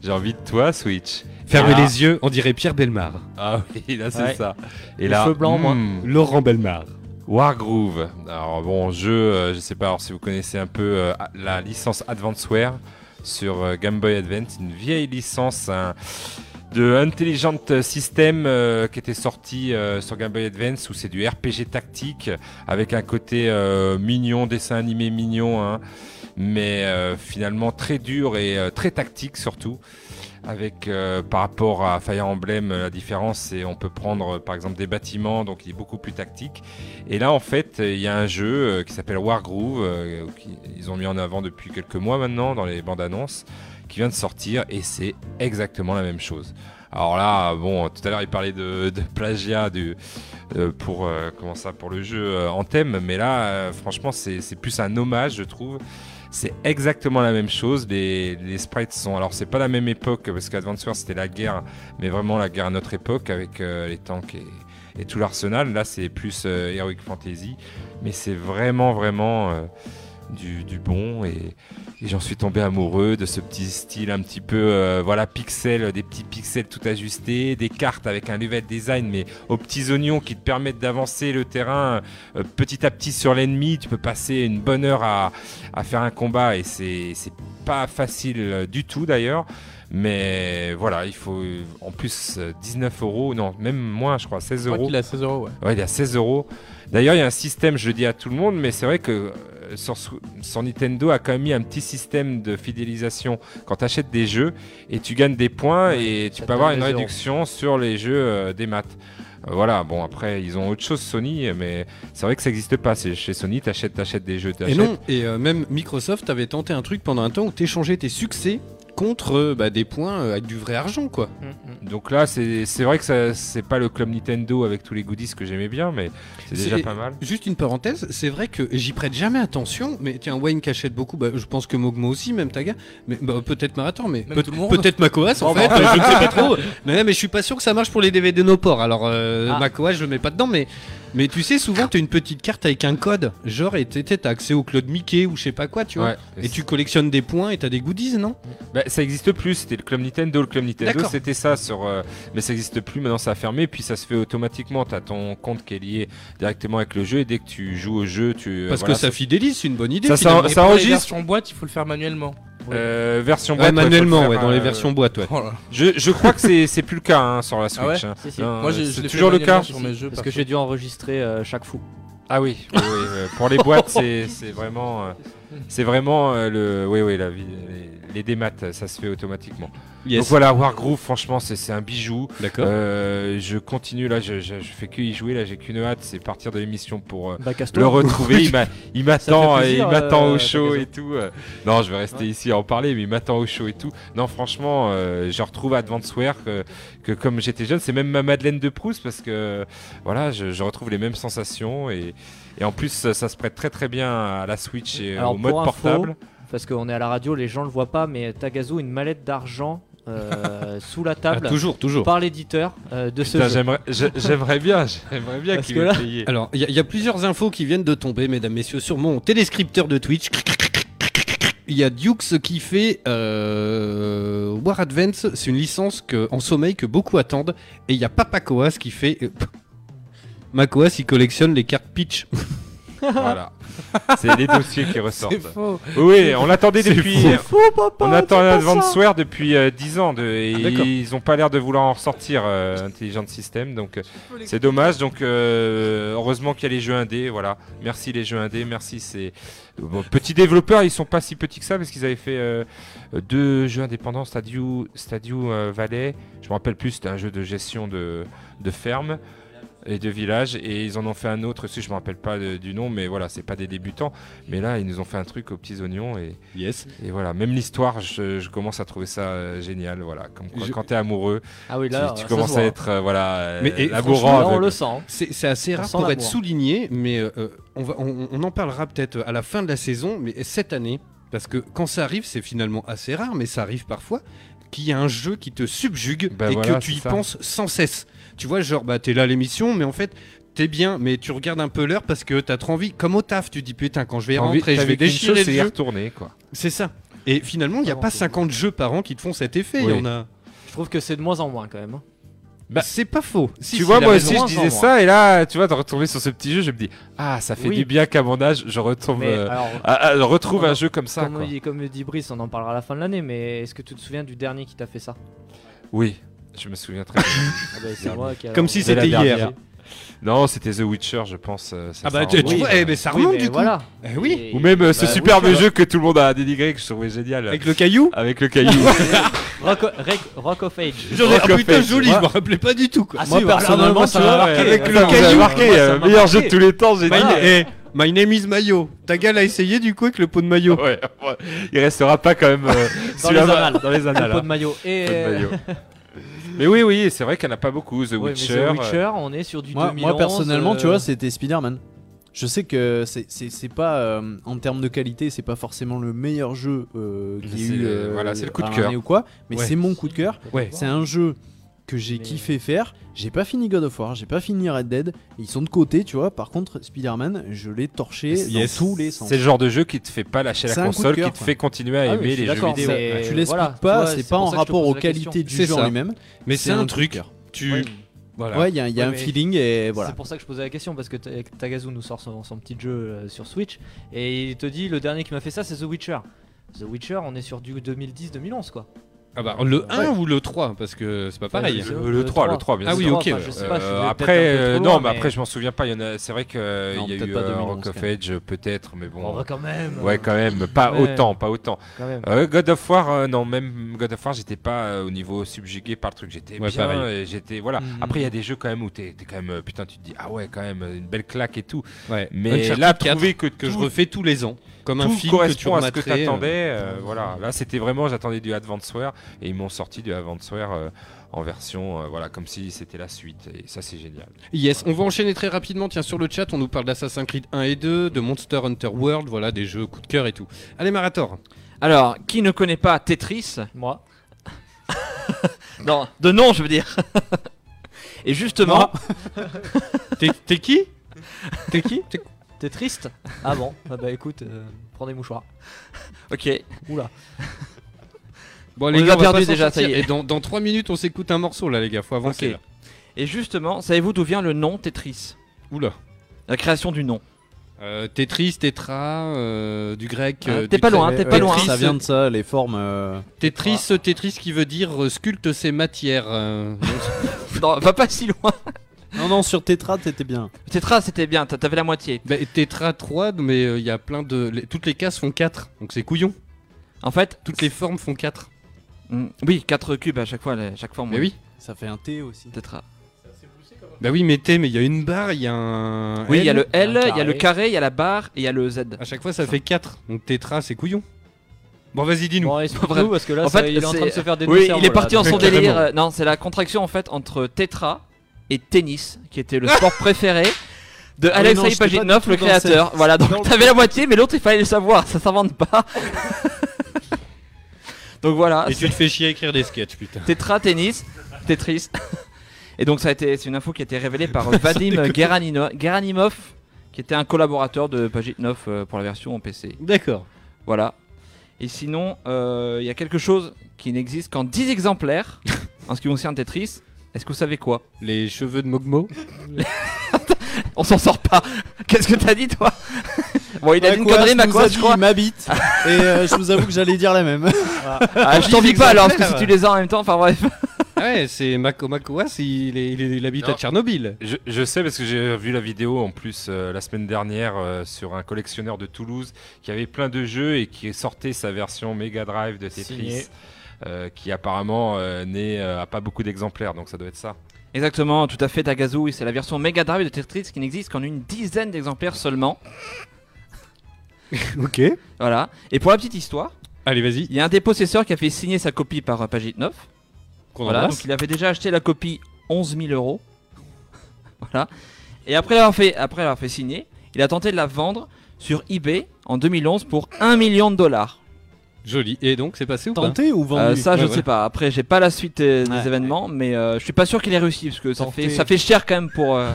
j'ai envie de toi Switch. Fermez Ah. les yeux, on dirait Pierre Belmar. Ah oui, là c'est Ouais. ça. Et Les là, cheveux blancs, moi. hmm, Laurent Belmar. Wargroove. Alors bon, jeu, euh, je sais pas alors, si vous connaissez un peu euh, la licence Advanceware sur euh, Game Boy Advance, une vieille licence hein, de Intelligent System euh, qui était sortie euh, sur Game Boy Advance où c'est du RPG tactique avec un côté euh, mignon, dessin animé mignon, hein, mais euh, finalement très dur et euh, très tactique surtout. Avec euh, par rapport à Fire Emblem, euh, la différence c'est on peut prendre euh, par exemple des bâtiments, donc il est beaucoup plus tactique. Et là, en fait, euh, il y a un jeu euh, qui s'appelle Wargroove, euh, qui- ils ont mis en avant depuis quelques mois maintenant dans les bandes annonces, qui vient de sortir et c'est exactement la même chose. Alors là, bon, tout à l'heure il parlait de, de plagiat du, euh, pour euh, comment ça pour le jeu euh, Anthem, mais là, euh, franchement, c'est c'est plus un hommage, je trouve. C'est exactement la même chose. Les, les sprites sont. Alors, c'est pas la même époque parce qu'Adventure c'était la guerre, mais vraiment la guerre à notre époque avec euh, les tanks et, et tout l'arsenal. Là, c'est plus euh, Heroic Fantasy, mais c'est vraiment, vraiment euh, du, du bon. Et, et j'en suis tombé amoureux de ce petit style un petit peu, euh, voilà, pixel, des petits pixels tout ajustés, des cartes avec un level design, mais aux petits oignons qui te permettent d'avancer le terrain euh, petit à petit sur l'ennemi. Tu peux passer une bonne heure à, à faire un combat et c'est c'est pas facile euh, du tout d'ailleurs. Mais voilà, il faut euh, en plus euh, 19 euros, non, même moins, je crois, 16 Je crois euros. qu'il est à 16 euros, ouais. Ouais, il est à 16 euros. D'ailleurs, il y a un système, je le dis à tout le monde, mais c'est vrai que euh, sur, Sw- sur Nintendo a quand même mis un petit système de fidélisation quand tu achètes des jeux et tu gagnes des points et tu ça te peux avoir donne une des euros. réduction sur les jeux euh, des maths. Euh, Voilà, bon après ils ont autre chose Sony, mais c'est vrai que ça n'existe pas. C'est- Chez Sony, t'achètes, t'achètes des jeux, Et t'achètes. non, et euh, même Microsoft avait tenté un truc pendant un temps où t'échangeais tes succès contre euh, bah, des points euh, avec du vrai argent, quoi. Mm, Donc là, c'est c'est vrai que ça- c'est pas le club Nintendo avec tous les goodies que j'aimais bien, mais c'est déjà C'est- pas mal. Juste une parenthèse, c'est vrai que j'y prête jamais attention, mais tiens, Wayne cachette beaucoup, bah, je pense que Mogmo aussi, même Taga, mais bah, peut-être Marathon, mais Même peut- tout le monde. peut-être Macoas en fait, je ne sais pas trop. Mais, non, mais je suis pas sûr que ça marche pour les DVD no port, alors euh, Ah. Macoas, je le mets pas dedans, mais, mais tu sais, souvent t'as une petite carte avec un code, genre, et t'étais- t'as accès au Claude Mickey ou je sais pas quoi, tu vois. Ouais. Et tu collectionnes des points et t'as des goodies, non Bah, ça existe plus, c'était le club Nintendo, le club Nintendo D'accord. c'était ça sur euh, mais ça existe plus, maintenant ça a fermé puis ça se fait automatiquement, t'as ton compte qui est lié directement avec le jeu et dès que tu joues au jeu, tu euh, Parce voilà, que ça fidélise, c'est une bonne idée. ça, finalement. ça Et pour enregistre. Les versions boîte, il faut le faire manuellement. euh, version Ouais, boîte, ouais, manuellement, faut le ouais, faire, dans les euh, versions boîte, ouais. Oh là là. Je, je crois que c'est c'est plus le cas hein, sur la Switch. Ah ouais hein. Si, si. Non, Moi, euh, je, je c'est l'ai fait toujours le manuellement cas. sur mes jeux. Parce perso. que j'ai dû enregistrer euh, chaque fou. Ah oui, oui, oui, oui. pour les boîtes, c'est c'est vraiment euh, c'est vraiment euh, le oui oui la vie les, les démates, ça se fait automatiquement. Donc Yes. voilà, Wargroove franchement, c'est c'est un bijou. D'accord. Euh, je continue là, je, je, je fais que y jouer là, j'ai qu'une hâte, c'est partir de l'émission pour euh, Bah, casse-toi. le retrouver. Il m'a- il m'attend, Ça fait euh, il plaisir, m'attend euh, au show t'as et tout. euh. Non, je vais rester ici à en parler, mais il m'attend au show et tout. Non, franchement, euh, je retrouve Advanceware que, que comme j'étais jeune, c'est même ma Madeleine de Proust parce que voilà, je, je retrouve les mêmes sensations et, et en plus ça, ça se prête très très bien à la Switch et Alors, au mode pour info, portable. Parce qu'on est à la radio, les gens le voient pas, mais Tagazu, une mallette d'argent euh, sous la Ah, table toujours, toujours. par l'éditeur euh, de ce Putain, jeu. J'aimerais je- j'aimerais bien, j'aimerais bien Parce qu'il que m'ait là- payé. Alors, il y, a- il y a plusieurs infos qui viennent de tomber, mesdames, messieurs, sur mon téléscripteur de Twitch. Il y a Dukes qui fait euh, War Advance, c'est une licence que, en sommeil que beaucoup attendent. Et il y a Papa Coas qui fait. euh, Macoas, il collectionne les cartes Peach. Voilà, c'est les dossiers qui ressortent. C'est faux. Oui, on l'attendait C'est depuis. on attend un Advanceware depuis euh, 10 ans de- et d'accord. ils ont pas l'air de vouloir en ressortir, euh, Intelligent System. Donc euh, c'est dommage. Donc euh, heureusement qu'il y a les jeux indés. Voilà. Merci les jeux indés. Merci ces bon, petits développeurs. Ils sont pas si petits que ça parce qu'ils avaient fait euh, deux jeux indépendants, Stadio, Stadio euh, Valley. Je me rappelle plus. C'était un jeu de gestion de, de ferme. et de village et ils en ont fait un autre aussi je me rappelle pas de- du nom mais voilà c'est pas des débutants mais là ils nous ont fait un truc aux petits oignons et, Yes. et voilà même l'histoire je, je commence à trouver ça euh, génial voilà comme quoi, Je- quand t'es amoureux Ah oui, tu- là, tu, ça se commences voit. à être euh, voilà euh, Mais- et laborant Là, on aveugle. le sent. hein. C'est c'est assez On rare sent pour être l'amour. souligné, mais euh, euh, on, va, on, on en parlera peut-être à la fin de la saison, mais cette année, parce que quand ça arrive, c'est finalement assez rare, mais ça arrive parfois, qu'il y a un jeu qui te subjugue Bah et voilà, que tu y c'est ça. penses sans cesse. Tu vois, genre, bah, t'es là à l'émission, mais en fait, t'es bien, mais tu regardes un peu l'heure parce que t'as trop envie, comme au taf, tu dis putain, quand je vais T'as envie- rentrer, je t'as vais vécu une chose, déchirer c'est le y jeu. retourner quoi C'est ça. Et finalement, il n'y a Vraiment, pas c'est 50 jeux par an qui te font cet effet. Oui. Il y en a. Je trouve que c'est de moins en moins quand même. hein. Bah, c'est pas faux. Si, si, tu la vois, moi raison- aussi, je raison, disais moi. ça, et là, tu vois, de retomber sur ce petit jeu, je me dis, ah, ça fait Oui. du bien qu'à mon âge, je retombe, Mais euh, alors, ah, ah, je retrouve Voilà. un jeu comme ça, comme, quoi. il- comme le dit Brice, on en parlera à la fin de l'année, mais est-ce que tu te souviens du dernier qui t'a fait ça Oui, je me souviens très bien. Ah bah, c'est moi qui a- Comme si C'est la c'était dernière. hier. non, c'était The Witcher, je pense. euh, ça Ah bah, sera tu, en tu août. vois, eh, ben, ça Oui, remonte mais du coup. voilà. Eh oui. Et- Ou même euh, ce Bah, superbe Witcher. jeu que tout le monde a dénigré, que je trouvais génial. Avec le caillou. Avec le caillou. Rock, Rec- Rock of Age. J'aurais Rock of Oh, ah, putain Ages, joli, tu je vois. me rappelais pas du tout quoi. Ah, si, voilà, moi, ça m'a marqué. avec le Ah Ça, vous avez caillou. marqué, Moi, ça euh, m'a meilleur marqué. jeu de tous les temps, My, génial. na- eh, my name is Mayo. Ta gueule a essayé du coup avec le pot de maillot. Ouais, ouais. il restera pas quand même euh, Dans celui-là, les annales. Dans les Le annales, pot hein. de maillot. Et Pot de maillot. Mais oui, oui, c'est vrai qu'il n'y en a pas beaucoup. The Ouais, mais The Witcher. euh, Witcher, on est sur du Moi, 2011. moi, personnellement, euh, tu vois, c'était Spider-Man. Je sais que c'est- c'est c'est pas euh, en termes de qualité, c'est pas forcément le meilleur jeu euh, Mais qui est c'est eu. le- euh, voilà, c'est le coup de par cœur. année ou quoi, mais Ouais. c'est mon coup de cœur. Ouais. C'est un jeu que j'ai Mais- kiffé faire. J'ai pas fini God of War, j'ai pas fini Red Dead. Ils sont de côté, tu vois. Par contre, Spider-Man, je l'ai torché Yes. dans tous les sens. C'est le genre de jeu qui te fait pas lâcher la C'est un coup de console, cœur, qui te quoi. fait continuer à Ah oui, je aimer suis les jeux d'accord, vidéo. mais Tu euh, l'expliques voilà, pas, tu vois, c'est pas pour en ça que je te rapport pose aux la question. qualités du C'est jeu en ça. lui-même. Mais c'est un coup truc. de cœur. Tu Ouais. voilà. Ouais, il y a, il y a Ouais, un mais- feeling et voilà. C'est pour ça que je posais la question parce que Ta- Tagazu nous sort son, son petit jeu euh, sur Switch et il te dit le dernier qui m'a fait ça c'est The Witcher. The Witcher, on est sur du 2010-2011 quoi. Ah bah, le 1 ou le 3 parce que c'est pas pareil. Ouais, Le, 3, le 3, bien Ah sûr. oui, ok, enfin, je sais pas, je suis Euh, peut-être après, un peu euh, trop non, loin, mais après, je m'en souviens pas. Il y en a, c'est vrai qu'il Non, y a peut-être eu pas euh, 2011, Rock of quand même. Age, peut-être, mais On bon. euh, va quand même. Ouais, quand même, pas Ouais. autant, pas autant. quand même. Euh, God of War, euh, non, même God of War, j'étais pas euh, au niveau subjugué par le truc. J'étais Ouais, bien, pareil. euh, j'étais voilà. Mhm. Après, il y a des jeux quand même où t'es t'es quand même, euh, putain, tu te dis ah ouais, quand même, euh, une belle claque et tout. Ouais. Mais Uncharted là, 4, trouver que, que je tout- refais tous les ans comme un tout film que tu correspond à ce que rematerais, euh, t'attendais. euh, voilà, là c'était vraiment j'attendais du Advanceware et ils m'ont sorti du Advanceware euh, en version euh, voilà comme si c'était la suite et ça c'est génial. euh. Yes, on va enchaîner très rapidement. Tiens, sur le chat, on nous parle d'Assassin's Creed 1 et 2, de Monster Hunter World, voilà, des jeux coup de cœur et tout. Allez, Marator. Alors, qui ne connaît pas Tetris Moi, Non, de nom, je veux dire. Et justement, T'es t'es qui T'es qui T'es- t'es triste Ah bon Ah bah écoute, euh, prends des mouchoirs. ok. Oula. Bon, les a on va pas perdus s'en déjà, ça sortir. y Et est. dans, dans 3 minutes, on s'écoute un morceau, là, les gars, faut avancer. Ok. là. Et justement, savez-vous d'où vient le nom Tetris Oula. La création du nom. Euh, Tetris, Tétra, euh, du grec. Ah, euh, t'es du pas loin, grec. hein, Ouais, t'es ouais, pas loin. Ça vient de ça, les formes. euh, Tetris, euh, Tetris qui veut dire euh, sculpte ses matières. euh. non, va pas si loin. Non, non, sur Tetra, t'étais bien. Tetra, c'était bien, t'a- t'avais la moitié. Bah, Tétra 3, mais euh, il y a plein de. les- toutes les cases font 4, donc c'est couillon. En fait, Toutes les formes font 4. mm, oui, 4 cubes à chaque fois, les- chaque forme. Mais oui. Ça fait un T aussi. Tetra. Bah oui, mais T, mais il y a une barre, il y a un. Oui, il y a le L, un il y a le carré, il y a la barre et il y a le Z. À chaque fois, ça fait 4. Donc Tétra, c'est couillon. Bon, vas-y, dis-nous. Bon, vrai. explique-nous parce que là, En ça- fait, il est en train de c'est- se faire des Oui, il est parti en son carrément. délire. euh, non, c'est la contraction en fait entre tétra et tennis, qui était le sport préféré de Ah oui, non, Alexei j'étais pas du Pajitnov, tout le dans créateur. cette- Voilà, dans donc le- t'avais la moitié, mais l'autre il fallait le savoir, ça s'invente pas. donc voilà, Et tu te fais chier à écrire des sketchs, putain. tétra, tennis, Tetris. Et donc ça a été, c'est une info qui a été révélée par euh, Vadim Geranino- Geranimov, qui était un collaborateur de Pajitnov euh, pour la version en PC. D'accord. Voilà. Et sinon, euh, il y a quelque chose qui n'existe qu'en 10 exemplaires en ce qui concerne Tetris. Est-ce que vous savez quoi Les cheveux de Mogmo. On s'en sort pas Qu'est-ce que t'as dit toi Bon, il a dit une Macquas connerie, nous a Macquas, dit, je crois. Il m'habite. et euh, je vous avoue que j'allais dire la même. Ah, je t'en dis pas alors, parce que si exemplaires. tu les as en même temps, enfin bref. ouais, c'est Mako Makoas, il, est- il, est- il habite à Non. Tchernobyl. Je, je sais parce que j'ai vu la vidéo en plus euh, la semaine dernière euh, sur un collectionneur de Toulouse qui avait plein de jeux et qui sortait sa version Mega Drive de Tetris Signé. euh, qui apparemment euh, n'est euh, a pas beaucoup d'exemplaires donc ça doit être ça. Exactement, tout à fait, Tagazu, c'est la version Mega Drive de Tetris qui n'existe qu'en une dizaine d'exemplaires seulement. Ok. Voilà. Et pour la petite histoire, Allez, vas-y. il y a un des possesseurs qui a fait signer sa copie par euh, Pagite9. qu'on Voilà, embrasse. donc il avait déjà acheté la copie 11 000 euros. voilà. Et après l'avoir fait, après l'avoir fait signer, il a tenté de la vendre sur eBay en 2011 pour 1 million de dollars. Joli. Et donc, c'est passé ou pas Tenté ou vendu Euh, ça, je Ouais, ne ouais. sais pas. Après, j'ai pas la suite euh, Ouais. des événements, mais euh, je suis pas sûr qu'il ait réussi parce que ça Tenté. fait, ça fait cher quand même pour. euh,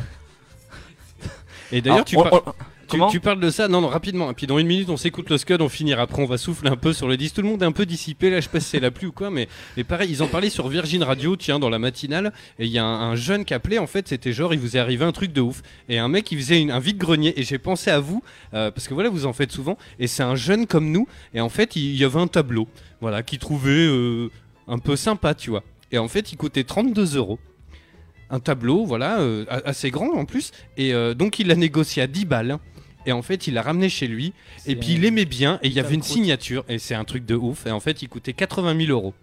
Et d'ailleurs, Alors, tu, on- par- on- tu- comment tu parles de ça. Non, non, rapidement. Et puis, dans une minute, on s'écoute le Scud, on finira. Après, on va souffler un peu sur le 10. Tout le monde est un peu dissipé. Là, je sais pas si c'est la pluie ou quoi, mais, mais pareil, ils en parlaient sur Virgin Radio, tiens, dans la matinale. Et il y a un, un jeune qui appelait. En fait, c'était genre, il vous est arrivé un truc de ouf. Et un mec, il faisait une- un vide-grenier. Et j'ai pensé à vous, euh, parce que voilà, vous en faites souvent. Et c'est un jeune comme nous. Et en fait, il il y avait un tableau, voilà, qu'il trouvait euh, un peu sympa, tu vois. Et en fait, il coûtait 32 euros. Un tableau, voilà, euh, a- assez grand en plus. Et euh, donc, il l'a négocié à 10 balles. Et en fait, il l'a ramené chez lui. Et puis, il aimait bien. Et il y avait une signature. Et c'est un truc de ouf. Et en fait, il coûtait 80 000 euros.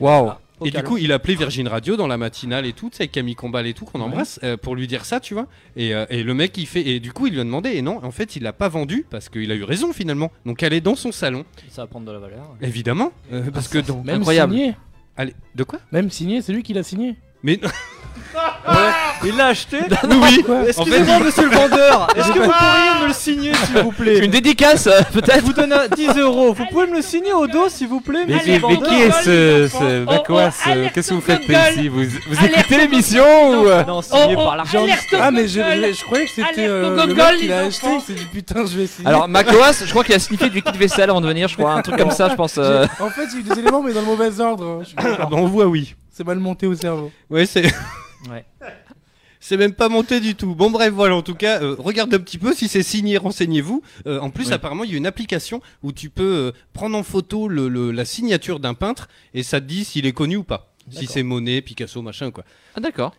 Waouh. Et du coup, il appelait Virgin Radio dans la matinale et tout, tu sais, avec Camille Combal et tout, qu'on embrasse, euh, pour lui dire ça, tu vois. Et, euh, et le mec, il fait. Et du coup, il lui a demandé. Et non, en fait, il l'a pas vendu parce qu'il a eu raison finalement. Donc, elle est dans son salon, Ça va prendre de la valeur. évidemment. euh, parce que. dans- Même Incroyable. signé. Allez, de quoi Même signé, c'est lui qui l'a signé. Mais Il l'a acheté oui Excusez-moi, monsieur le vendeur Est-ce que vous pourriez me le signer, s'il vous plaît Une dédicace, euh, Je peut-être. vous donne un- 10 euros. Vous pouvez me le signer au dos, s'il vous plaît Mais, monsieur mais- le mais vendeur qui est ce, Oh, oh, ce Bacoas, oh, euh, Qu'est-ce que vous faites alerte ici Vous, vous Alerte écoutez au l'émission ou euh, Non, signé Oh, oh, par la j'ai envie- Ah, mais je, je- je croyais que Alerte c'était au euh, le gogol, mec qui les l'a acheté. enfants. Il s'est dit putain, je vais signer. Alors, Macoas, je crois qu'il a sniffé du kit vaisselle avant de venir, je crois. Un truc comme ça, je pense. euh, J'ai- En fait, j'ai eu des éléments, mais dans le mauvais ordre. hein. Je suis Ah d'accord. bah, on voit, oui. C'est mal monté au cerveau. Ouais, c'est. Ouais. C'est même pas monté du tout. Bon bref, voilà, en tout cas, euh, regarde un petit peu si c'est signé, renseignez-vous. Euh, en plus, apparemment, il y a une application où tu peux euh, prendre en photo le, le- la signature d'un peintre et ça te dit s'il est connu ou pas. Si c'est Monet, Picasso, machin, quoi. Ah, d'accord.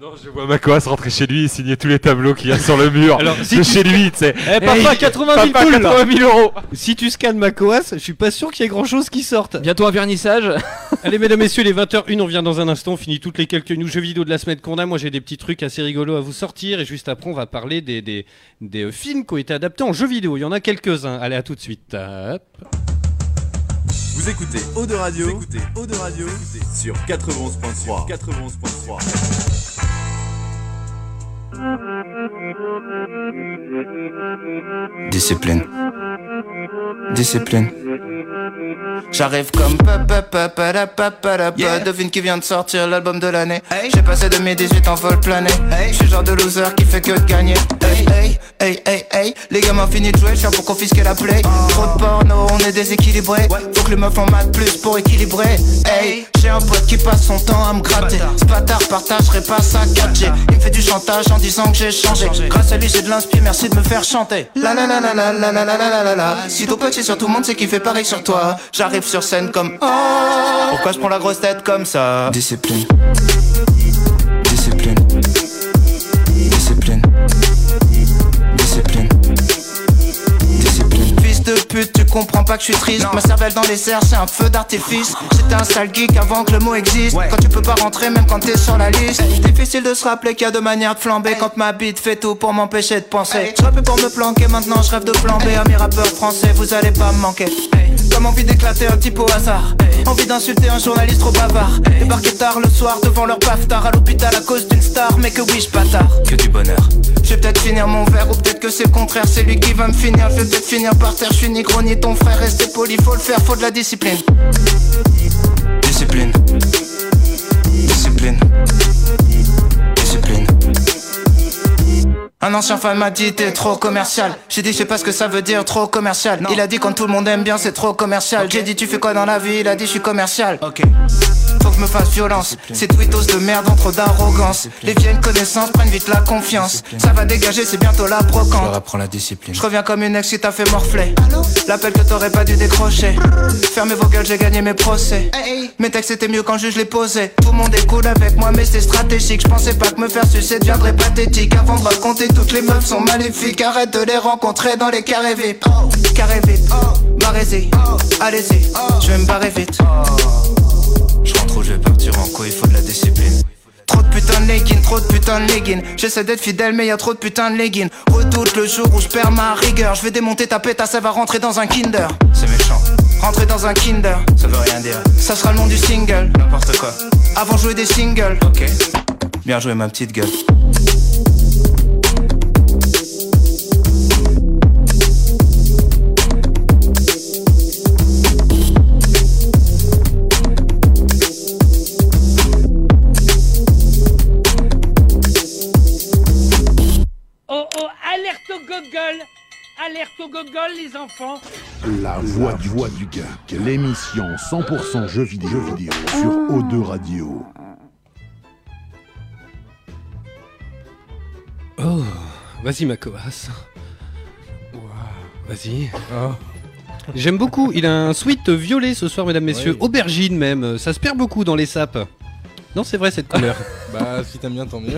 Non, je vois Bacoas rentrer chez lui et signer tous les tableaux qu'il y a sur le mur Alors, si de tu- chez lui, tu sais. Eh, Papa, 80 000 Papa, poules 80 000 euros Si tu scannes ma coas, je suis pas sûr qu'il y ait grand chose qui sorte. Bientôt un vernissage. Allez, mesdames, messieurs, les 20h01, on vient dans un instant. On finit toutes les quelques news jeux vidéo de la semaine qu'on a. Moi, j'ai des petits trucs assez rigolos à vous sortir. Et juste après, on va parler des, des, des euh, films qui ont été adaptés en jeux vidéo. Il y en a quelques-uns. Allez, à tout de suite. Hop. Vous écoutez Eau de Radio, Vous écoutez Eau de Radio sur 91.3. 91.3. Discipline. Discipline. J'arrive comme pa pa pa pa la pa pa la pa. Devine qui vient de sortir l'album de l'année J'ai passé 2018 en vol plané Je suis genre de loser qui fait que de gagner hey. Hey, hey, hey, hey. Les gamins finissent de jouer, je pour confisquer la play Trop de porno, on est déséquilibré Faut que les meufs en matent plus pour équilibrer hey. J'ai un pote qui passe son temps à me gratter Ce bâtard partagerait pas sa 4G Il me fait du chantage en disant que j'ai changé Grâce à lui j'ai de l'inspire, merci de me faire chanter La la la la la la la la la la la la Si tout petit sur tout le monde c'est qu'il fait pareil sur toi J'arrive sur scène comme oh Pourquoi je prends la grosse tête comme ça Discipline Discipline Discipline Discipline discipline. Fils de pute, tu comprends pas que je suis triste. Ma cervelle dans les airs, c'est un feu d'artifice. J'étais un sale geek avant que le mot existe. Quand tu peux pas rentrer, même quand t'es sur la liste. Difficile de se rappeler qu'il y a deux manières de flamber. Quand ma bite fait tout pour m'empêcher de penser. Je rappelle pour me planquer, maintenant je rêve de flamber. À mes rappeurs français, vous allez pas me manquer. Comme envie d'éclater un type au hasard. Envie d'insulter un journaliste trop bavard. Débarquer tard le soir devant leur paftard à l'hôpital à cause d'une star. Mais que oui, je bâtard. Que du bonheur. Je vais peut-être finir mon verre ou peut-être que c'est le contraire, c'est lui qui va me finir. Je vais peut-être finir par terre, je suis ni gros ni ton frère. Restez poli, faut le faire, faut de la discipline. Discipline. Discipline. Discipline. Un ancien fan m'a dit t'es trop commercial. J'ai dit je sais pas ce que ça veut dire trop commercial. Il a dit quand tout le monde aime bien c'est trop commercial. J'ai dit tu fais quoi dans la vie Il a dit je suis commercial. Ok. Faut que je me fasse violence. Ces tweetos de merde ont trop d'arrogance. Les vieilles connaissances prennent vite la confiance. Ça va dégager, c'est bientôt la brocante. Je la discipline. Je reviens comme une ex qui t'a fait morfler. L'appel que t'aurais pas dû décrocher. Fermez vos gueules, j'ai gagné mes procès. Mes textes étaient mieux quand le juge les posait. Tout le monde est cool avec moi, mais c'est stratégique. Je pensais pas que me faire sucer deviendrait pathétique. Avant de raconter, toutes les meufs sont maléfiques. Arrête de les rencontrer dans les carrés VIP. Oh. Carrés VIP, barrez-y, allez-y. Oh. Je vais me barrer vite. Je rentre où je vais partir en couille, faut de la discipline. Trop de putain de leggings, trop de putain de leggings. J'essaie d'être fidèle, mais y a trop de putain de leggings. Redoute le jour où je perds ma rigueur. Je vais démonter ta pétasse, ça va rentrer dans un Kinder. C'est méchant. Rentrer dans un Kinder, ça veut rien dire. Ça sera le nom du single. N'importe quoi. Avant jouer des singles. Ok. Bien joué, ma petite gueule. Oh oh, alerte au gogol Alerte au gogol, les enfants La voix du, voix du geek, l'émission 100% jeux vidéo, jeux vidéo sur O2 Radio. Oh, vas-y Makoas. Ouah, Vas-y. J'aime beaucoup. Il a un sweat violet ce soir, mesdames, messieurs. Aubergine même. Ça se perd beaucoup dans les sapes. Non, c'est vrai cette couleur. Bah, si t'aimes bien, tant mieux.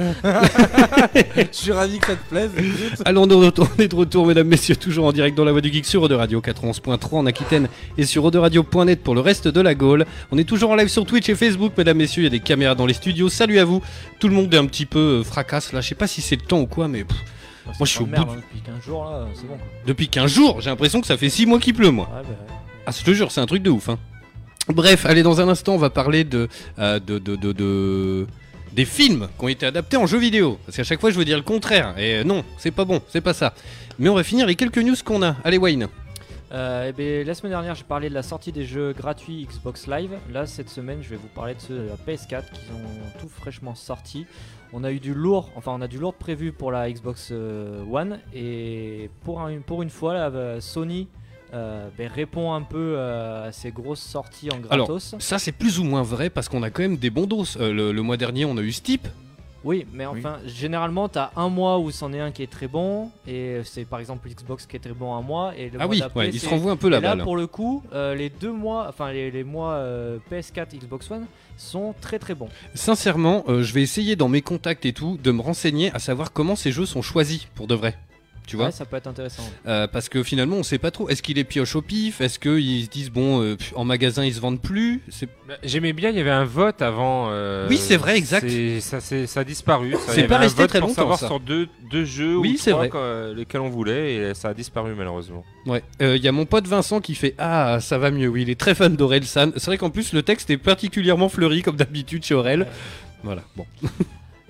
Je suis ravi que ça te plaise. écoute. Allons de retour, on est de retour, mesdames, messieurs, toujours en direct dans la voie du geek sur Ode Radio 91.3 en Aquitaine et sur Radio.net pour le reste de la Gaule. On est toujours en live sur Twitch et Facebook, mesdames, messieurs, il y a des caméras dans les studios. Salut à vous. Tout le monde est un petit peu euh, fracasse là. Je sais pas si c'est le temps ou quoi, mais pff, moi je suis au bout. Merde, du- hein, depuis 15 jours là, c'est bon. quoi. Depuis 15 jours, j'ai l'impression que ça fait 6 mois qu'il pleut, moi. Ouais, bah, Ah, je te jure, c'est un truc de ouf. Hein. Bref, allez, dans un instant, on va parler de, euh, de, de, de- de- des films qui ont été adaptés en jeux vidéo. Parce qu'à chaque fois, je veux dire le contraire. Et euh, non, c'est pas bon, c'est pas ça. Mais on va finir les quelques news qu'on a. Allez, Wayne. Euh, eh ben, la semaine dernière, j'ai parlé de la sortie des jeux gratuits Xbox Live. Là, cette semaine, je vais vous parler de ceux de la PS4 qui sont tout fraîchement sortis. On a eu du lourd, enfin, on a du lourd prévu pour la Xbox euh, One. Et pour, un- pour une fois, là, euh, Sony euh, ben, répond un peu euh, à ces grosses sorties en Alors, gratos. ça, c'est plus ou moins vrai parce qu'on a quand même des bons dos. Euh, le, le mois dernier, on a eu Steep. Oui, mais enfin, généralement, t'as un mois où c'en est un qui est très bon, et c'est par exemple Xbox qui est très bon un mois, et le Ah mois oui, d'après, ouais, il se c'est- renvoie un peu la et là, balle. pour le coup, euh, les deux mois, enfin les, les mois euh, PS4, Xbox One sont très très bons. Sincèrement, euh, je vais essayer dans mes contacts et tout de me renseigner à savoir comment ces jeux sont choisis pour de vrai. Tu vois Ouais, ça peut être intéressant. Euh, parce que finalement, on sait pas trop. Est-ce qu'il est pioche au pif Est-ce qu'ils se disent, bon, euh, pff, en magasin, ils se vendent plus C'est- Bah, J'aimais bien, il y avait un vote avant. euh, Oui, c'est vrai, exact. c'est- Ça, c'est- ça a disparu. ça. C'est Il y avait pas un resté vote très pour longtemps, savoir ça. sur deux, deux jeux Oui, ou c'est trois vrai. quoi, lesquels on voulait et ça a disparu malheureusement. Ouais. Il y a mon pote Vincent qui fait Ah, ça va mieux. Oui, il est très fan d'Orelsan. C'est vrai qu'en plus, le texte est particulièrement fleuri, comme d'habitude chez Aurel. Voilà, bon.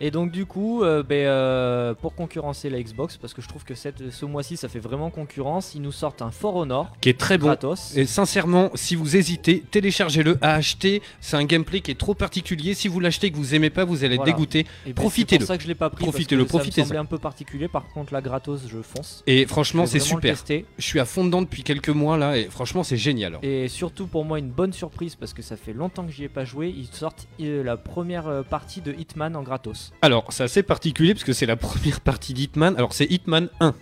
Et donc du coup, euh, ben, euh, pour concurrencer la Xbox, parce que je trouve que cette, ce mois-ci ça fait vraiment concurrence, ils nous sortent un Fort Honor Qui est très bon. gratos. ben, Et sincèrement, si vous hésitez, téléchargez-le à acheter. C'est un gameplay qui est trop particulier. Si vous l'achetez et que vous aimez pas, vous allez être Voilà. dégoûté. Et ben, Profitez-le. C'est pour ça que je l'ai pas pris. Profitez-le, parce que Ça profitez-en. me semblait un peu particulier. Par contre, la gratos, je fonce. Et Je franchement, vais c'est vraiment le super. tester. Je suis à fond dedans depuis quelques mois là. Et franchement, c'est génial. Et surtout pour moi une bonne surprise parce que ça fait longtemps que j'y ai pas joué. Ils sortent euh, la première euh, partie de Hitman en gratos. Alors, c'est assez particulier parce que c'est la première partie d'Hitman. Alors, c'est Hitman 1.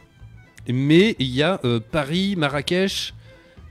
Mais il y a euh, Paris, Marrakech.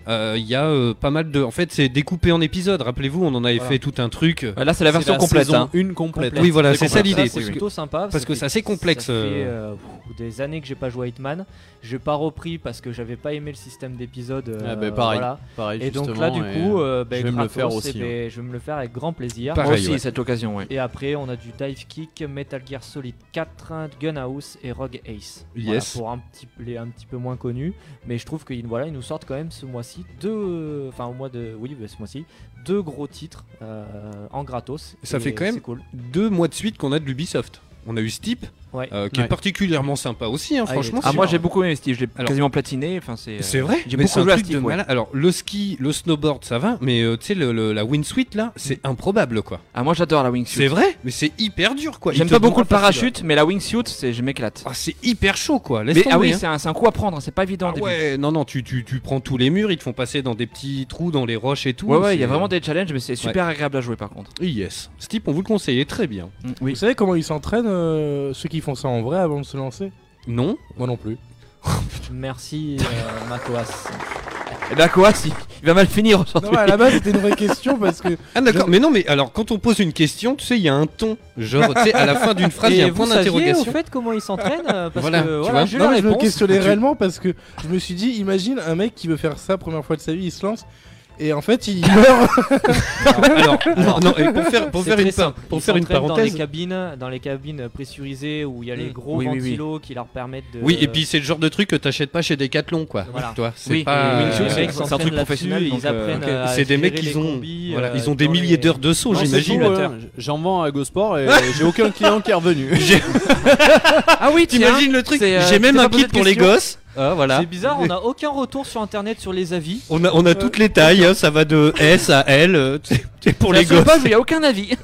euh, Il y a euh, pas mal de. En fait, c'est découpé en épisodes. Rappelez-vous, on en avait Voilà. fait tout un truc. euh, Là, c'est la version complète. saison hein. une complète. Oui, voilà, c'est ça Complète. l'idée. C'est Parce que- plutôt sympa. parce que fait- c'est assez complexe, Ça fait euh. euh, pff, des années que j'ai pas joué à Hitman. J'ai pas repris parce que j'avais pas aimé le système d'épisodes. euh, Ah, bah, pareil. voilà. Pareil, Et donc justement, là, du et, coup, euh, ben, je vais me le gratos, faire eh aussi, hein. ben, je vais me le faire avec grand plaisir. Pareil, Moi aussi, ouais. cette occasion, oui. Et après, on a du Dive Kick, Metal Gear Solid 4, Gunhouse et Rogue Ace. Voilà, Yes. pour un petit, les un petit peu moins connus. Mais je trouve qu'ils voilà, ils nous sortent quand même ce mois-ci deux. Enfin, au mois de. Oui, bah, ce mois-ci. Deux gros titres euh, en gratos. Ça Et fait quand même- C'est cool. Deux mois de suite qu'on a de l'Ubisoft. On a eu Steep, Ouais. euh, qui est Ouais. particulièrement sympa aussi, hein, Ah, il est franchement. très Ah, c'est- moi, sûr. j'ai beaucoup investi. Je l'ai Alors- quasiment platiné. Enfin, c'est. euh, C'est vrai, J'ai mais beaucoup c'est un joué à truc Steep, de ouais. malade. Alors, le ski, le snowboard, ça va, mais euh, tu sais, le, le- la windsuit là, c'est improbable quoi. Ah, moi, j'adore la wingsuit. C'est vrai, mais c'est hyper dur quoi. Il J'aime te pas beaucoup bourre le parachute, mais la wingsuit, c'est je m'éclate. Ah, c'est hyper chaud quoi. Laisse Mais ah tomber, oui, hein. c'est un, c'est un coup à prendre. C'est pas évident. Ah au début. ouais, non, non, tu, tu, tu prends tous les murs, ils te font passer dans des petits trous, dans les roches et tout. Ouais, ouais, il y c'est- euh, a vraiment des challenges, mais c'est super agréable à jouer par contre. Yes. Ce type, on vous le conseillait très bien. Oui. Vous savez comment ils s'entraînent, euh, ceux qui font ça en vrai avant de se lancer Non Moi non plus. Merci, euh, Makoas. Et bah, quoi, si- il va mal finir Non, aujourd'hui. mais à la base, c'était une vraie question parce que. Ah, d'accord, mais non, mais alors quand on pose une question, tu sais, il y a un ton. Genre, tu sais, à la fin d'une phrase, il y a un point au d'interrogation. fait comment ils s'entraînent euh, Parce Voilà, que tu voilà, vois. j'ai Non, la mais je me réponse. questionnais Tu- réellement parce que je me suis dit, imagine un mec qui veut faire ça première fois de sa vie, il se lance. Et en fait, il meurt. Alors, alors, non, et pour faire- pour C'est faire une très par- simple. pour Ils faire une s'entraînent dans les parenthèse- cabines, dans les cabines pressurisées où il y a les Mm. gros Oui, oui, oui. ventilos qui leur permettent de. Oui, et puis c'est le genre de truc que t'achètes pas chez Decathlon, quoi. Voilà. Toi, euh, c'est Oui, pas. et Wing Chun, c'est vrai que c'est un truc professionnel, donc, ils euh, apprennent ok. à C'est des mecs gérer qui les ont, combis, voilà, euh, ils ont des dans les- milliers d'heures de saut, Non, c'est j'imagine. fou, hein. euh, J'en vends à GoSport et j'ai aucun client qui est revenu. Ah oui, T'imagines le truc euh, J'ai même un kit pour les gosses. Ah, voilà. C'est bizarre, on a aucun retour sur internet sur les avis. On a, on a toutes les tailles, hein, ça va de S à L, euh, tu sais, tu sais, pour les gosses. il n'y a aucun avis.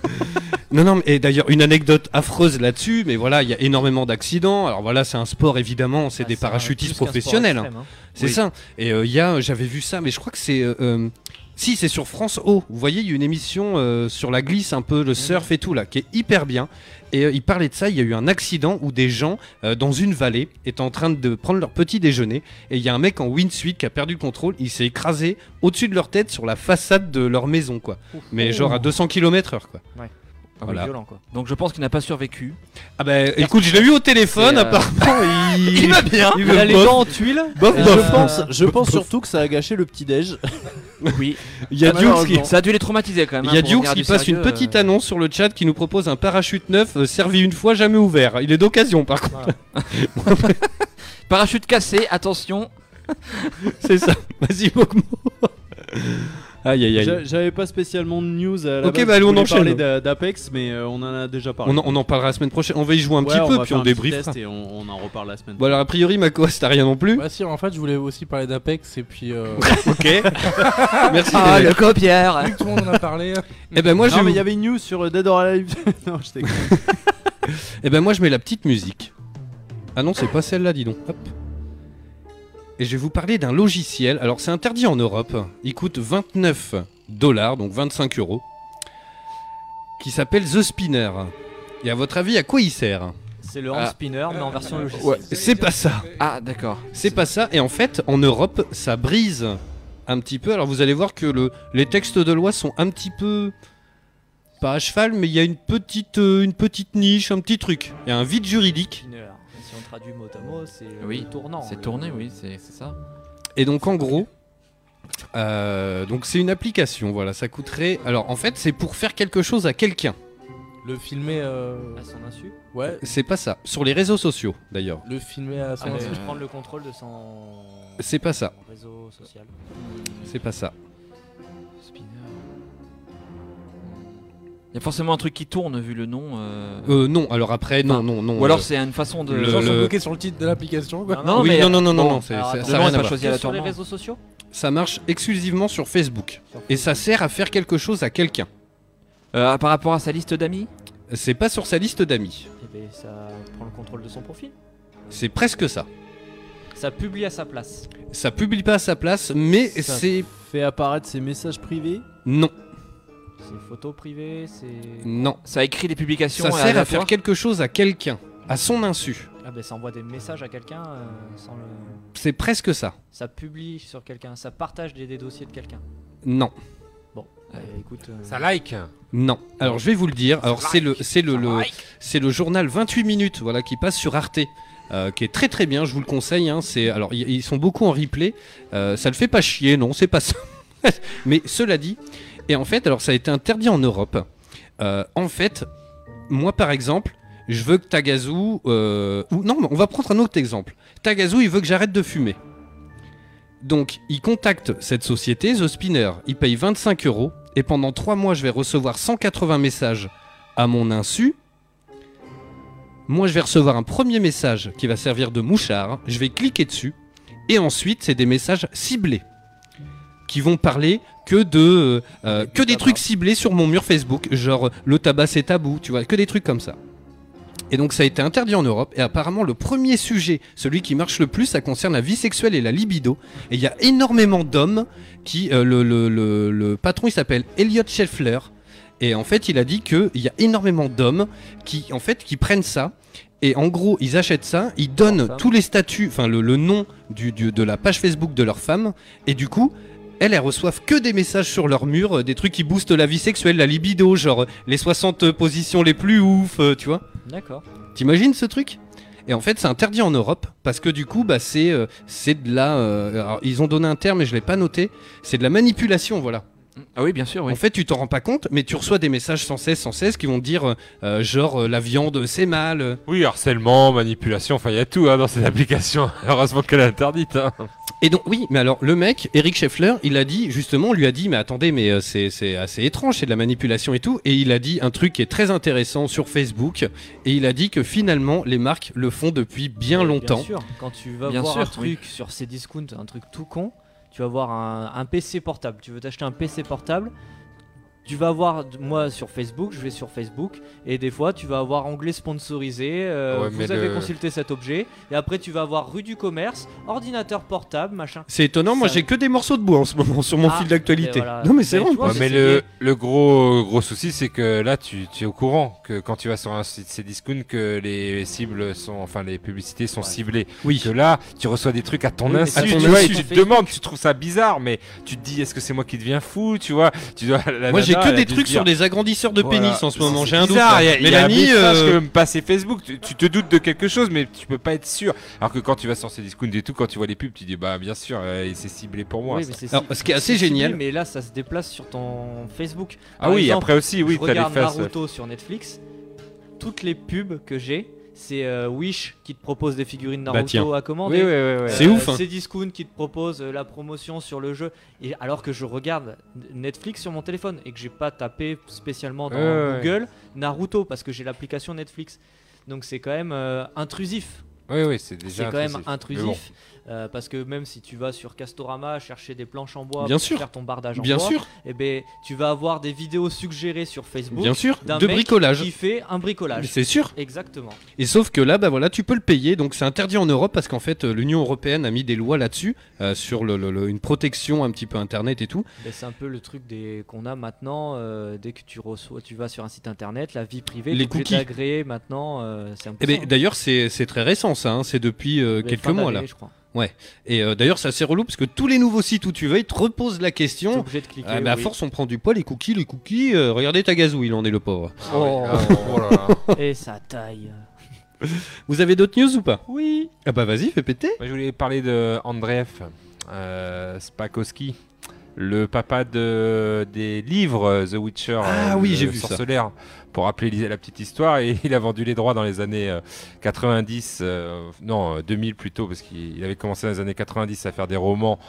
Non, non, mais- et d'ailleurs, une anecdote affreuse là-dessus, mais voilà, il y a énormément d'accidents. Alors voilà, c'est un sport évidemment, c'est des parachutistes Ah, plus qu'un sport professionnels. extrême, hein. hein. C'est Oui. ça. Et euh, il y a, j'avais vu ça, mais je crois que c'est. euh, euh, si, c'est sur France O. Vous voyez, il y a une émission euh, sur la glisse, un peu le surf et tout, là, qui est hyper bien. Et euh, il parlait de ça, il y a eu un accident où des gens, euh, dans une vallée, étaient en train de prendre leur petit déjeuner. Et il y a un mec en windsuit qui a perdu le contrôle, il s'est écrasé au-dessus de leur tête sur la façade de leur maison, quoi. Mais genre à 200 km/h, quoi. Ouais. Ah, mais violent, quoi. Donc je pense qu'il n'a pas survécu. Ah bah écoute, je l'ai eu au téléphone, C'est, euh, apparemment il... il va bien. Il, Il a les bof. dents en tuile. Bof, Et bof. je pense, je Bof, pense bof. surtout que ça a gâché le petit déj. Oui. Il y a Dukes qui... Ça a dû les traumatiser Ah quand même. Il y a Dukes qui passe une euh. petite annonce sur le chat qui nous propose un parachute neuf euh, servi une fois jamais ouvert. Il est d'occasion par contre. Parachute cassé, attention. C'est ça. Vas-y Bokmo. Aïe aïe J'a- aïe. J'avais pas spécialement de news à la Ok, base, bah allez, je on voulais enchaîne. parler d'a- d'APEX, mais euh, on en a déjà parlé. On en, on en parlera la semaine prochaine. On va y jouer un Ouais, petit peu va puis faire on un petit débriefera. test Et on, on en reparle la semaine Bon alors a priori Makoas t'as rien non plus. Bah si, en fait, je voulais aussi parler d'Apex et puis. euh, Ok. Merci. Ah, Derek. le copière. vu que tout le monde en a parlé. Eh ben moi non, je mais il y avait une news sur euh, Dead or Alive. non, je t'ai- Eh ben moi je mets la petite musique. Ah non, c'est pas celle-là, dis donc. Hop. Et je vais vous parler d'un logiciel. Alors c'est interdit en Europe. Il coûte 29 dollars, donc 25 euros. Qui s'appelle The Spinner. Et à votre avis, à quoi il sert C'est le hand Ah. spinner, mais en version logicielle. C'est pas ça. Ah, d'accord. C'est pas ça. Et en fait, en Europe, ça brise un petit peu. Alors vous allez voir que le, les textes de loi sont un petit peu pas à cheval, mais il y a une petite, euh, une petite niche, un petit truc. Il y a un vide juridique. Spinner. Si on traduit mot à mot, c'est le Oui, tournant. C'est le- tourné, oui, c'est c'est ça. Et donc en gros, euh, donc c'est une application, voilà, ça coûterait. Alors en fait, c'est pour faire quelque chose à quelqu'un. Le filmer. euh, À son insu. Ouais, C'est pas ça. Sur les réseaux sociaux, d'ailleurs. le filmer à son. Ah, c'est prendre le contrôle de son. C'est pas ça. son Réseau social. C'est pas ça. Spinner. Il y a forcément un truc qui tourne vu le nom. euh. Euh, non. Alors après, non, Enfin, non, non. Ou alors euh, c'est une façon de. le- Les gens sont le- bloqués sur le titre de l'application quoi. oui, non, non, non, non, non, c'est- alors, ça- Ah, attends, ça a le nom rien est à pas voir. choisi à Que la sur les tournante. réseaux sociaux Ça marche exclusivement sur Facebook. Et ça sert à faire quelque chose à quelqu'un. Euh, par rapport à sa liste d'amis C'est pas sur sa liste d'amis. Eh ben, ça prend le contrôle de son profil. C'est presque ça. Ça publie à sa place. Ça publie pas à sa place, mais Ça- c'est Fait apparaître ses messages privés. non, C'est photos privées, c'est. non. Ça écrit des publications. Ça sert à faire aléatoires. quelque chose à quelqu'un, à son insu. Ah ben ça envoie des messages à quelqu'un euh, sans le. C'est presque ça. Ça publie sur quelqu'un, ça partage des, des dossiers de quelqu'un. Non. Bon, bah, écoute. euh, Ça like. Non. Alors je vais vous le dire. Alors c'est le c'est le, le- c'est le journal 28 minutes voilà qui passe sur Arte. euh, qui est très très bien, je vous le conseille. hein, c'est alors y- ils sont beaucoup en replay. euh, ça le fait pas chier, non, c'est pas ça. Mais cela dit, et en fait, alors ça a été interdit en Europe. Euh, en fait, moi par exemple, je veux que Tagazu euh, ou non, mais on va prendre un autre exemple. Tagazu, il veut que j'arrête de fumer. Donc, il contacte cette société, The Spinner. Il paye 25 euros. Et pendant 3 mois, je vais recevoir 180 messages à mon insu. Moi, je vais recevoir un premier message qui va servir de mouchard. Je vais cliquer dessus. Et ensuite, c'est des messages ciblés. Qui vont parler que de. euh, que des trucs ciblés sur mon mur Facebook. Genre, le tabac c'est tabou, tu vois. Que des trucs comme ça. Et donc ça a été interdit en Europe et apparemment le premier sujet, celui qui marche le plus, ça concerne la vie sexuelle et la libido. Et il y a énormément d'hommes qui... euh, le, le- le- le patron il s'appelle Elliot Scheffler. Et en fait il a dit qu'il y a énormément d'hommes qui en fait qui prennent ça. Et en gros, ils achètent ça, ils donnent tous les statuts, enfin le, le nom du, du- de la page Facebook de leur femme. Et du coup, elles, elles reçoivent que des messages sur leur mur, euh, des trucs qui boostent la vie sexuelle, la libido, genre euh, les 60 positions les plus ouf, euh, tu vois. D'accord. T'imagines ce truc Et en fait, c'est interdit en Europe parce que du coup, bah, c'est euh, c'est de la. euh, alors, ils ont donné un terme, mais je l'ai pas noté. C'est de la manipulation, voilà. Ah oui, bien sûr. En fait, tu t'en rends pas compte, mais tu reçois des messages sans cesse, sans cesse, qui vont te dire euh, euh, genre euh, la viande, c'est mal. euh. Oui, harcèlement, manipulation, enfin, il y a tout hein, dans cette application. Heureusement qu'elle est interdite. hein. Et donc oui, mais alors le mec, Eric Scheffler, il a dit justement, on lui a dit mais attendez, mais euh, c'est c'est assez étrange, c'est de la manipulation et tout, et il a dit un truc qui est très intéressant sur Facebook, et il a dit que finalement les marques le font depuis bien longtemps. Bien sûr, quand tu vas Bien voir sûr, un truc sur ces discounts, un truc tout con, tu vas voir un, un PC portable. Tu veux t'acheter un PC portable, tu vas voir, moi sur Facebook, je vais sur Facebook, et des fois tu vas avoir onglet sponsorisé, euh, Ouais, mais vous avez le- consulté cet objet, et après tu vas avoir rue du commerce, ordinateur portable, machin. C'est étonnant, moi Ça- j'ai que des morceaux de bois en ce moment sur mon Ah, fil d'actualité. mais voilà. Non mais c'est Mais vrai. tu vois, Ouais, c'est- mais c'est- le, le gros gros souci, c'est que là, tu, tu es au courant que quand tu vas sur un site c'est discount, que les cibles sont, enfin, les publicités sont ciblées. Oui. Que là, tu reçois des trucs à ton Oui, mais insu. à tu ton vois, et insu. tu te demandes, tu trouves ça bizarre, mais tu te dis, est-ce que c'est moi qui deviens fou, tu vois Tu dois. la Moi j'ai nana, que elle a des dû trucs se dire, sur les agrandisseurs de pénis Voilà. en ce moment, C'est j'ai un doute. bizarre, là. il y a- il y a un Mélanie, message euh, que me passait Facebook. Tu, tu te doutes de quelque chose, mais tu peux pas être sûr. Alors que quand tu vas sur ces discounts et tout, quand tu vois les pubs, tu dis bah bien sûr, euh, c'est ciblé pour moi. Oui, ça. mais c'est Alors, ciblé- ce qui est assez c'est ciblé, génial. Mais là, ça se déplace sur ton Facebook. ah Par oui, exemple, après aussi, oui, je t'as les regarde faces. euh, Naruto sur Netflix, toutes les pubs que j'ai, c'est euh, Wish qui te propose des figurines Bah, Naruto tiens. à Oui, commander. oui, oui, oui. C'est ouf, hein. C'est Discount qui te propose euh, la promotion sur le jeu. Et alors que je regarde Netflix sur mon téléphone et que j'ai pas tapé spécialement dans Ouais, ouais, Google Naruto parce que j'ai l'application Netflix. Donc c'est quand même euh, intrusif. Oui, oui, c'est C'est déjà. quand même Mais bon. intrusif euh, parce que même si tu vas sur Castorama chercher des planches en bois Bien pour sûr. faire ton bardage en Bien bois, sûr, eh ben tu vas avoir des vidéos suggérées sur Facebook bien sûr, d'un de mec bricolage. qui fait un bricolage. C'est sûr. Exactement. Et sauf que là, bah voilà, tu peux le payer, donc c'est interdit en Europe parce qu'en fait, euh, l'Union européenne a mis des lois là-dessus euh, sur le- le- le- une protection un petit peu Internet et tout. Mais c'est un peu le truc des... qu'on a maintenant. euh, dès que tu reçois, tu vas sur un site internet, la vie privée, Les t'es obligé cookies. d'agréer maintenant. euh, c'est un peu Et ça, ben, hein. d'ailleurs, c'est c'est très récent ça, hein, c'est depuis euh, Mais quelques fin mois là. d'année, je crois. Et euh, d'ailleurs, c'est assez relou parce que tous les nouveaux sites où tu vas, ils te reposent la T'es question. obligé de cliquer. Ah, mais à oui. force, on prend du poids, les cookies, les cookies. euh, regardez ta gazou, il en est le pauvre. Oh, Ah, oh là là. et ça taille. Vous avez d'autres news ou pas Oui. Ah bah vas-y, fais péter. Moi, je voulais parler de Andreev euh, Spakowski, le papa de, des livres euh, The Witcher. Ah oui, le j'ai vu ça. Sorcellaire, pour rappeler l'is- la petite histoire. Et il a vendu les droits dans les années euh, 90, euh, non, euh, 2000 plutôt, parce qu'il il avait commencé dans les années 90 à faire des romans.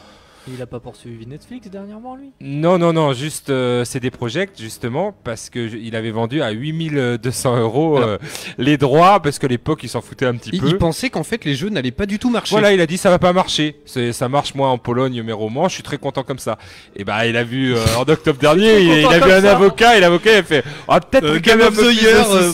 Il a pas poursuivi Netflix dernièrement lui. Non, non, non, juste euh, CD Projekt, justement, parce qu'il avait vendu à 8200 euros euh, les droits, parce qu'à l'époque, il s'en foutait un petit Il, peu. il pensait qu'en fait, les jeux n'allaient pas du tout marcher. Voilà, il a dit ça va pas marcher. C'est- Ça marche moi en Pologne mes romans, je suis très content comme ça. Et bah il a vu euh, en octobre dernier, il, il a vu un avocat et l'avocat il a fait ah peut-être Euh, le Game of the Year, euh,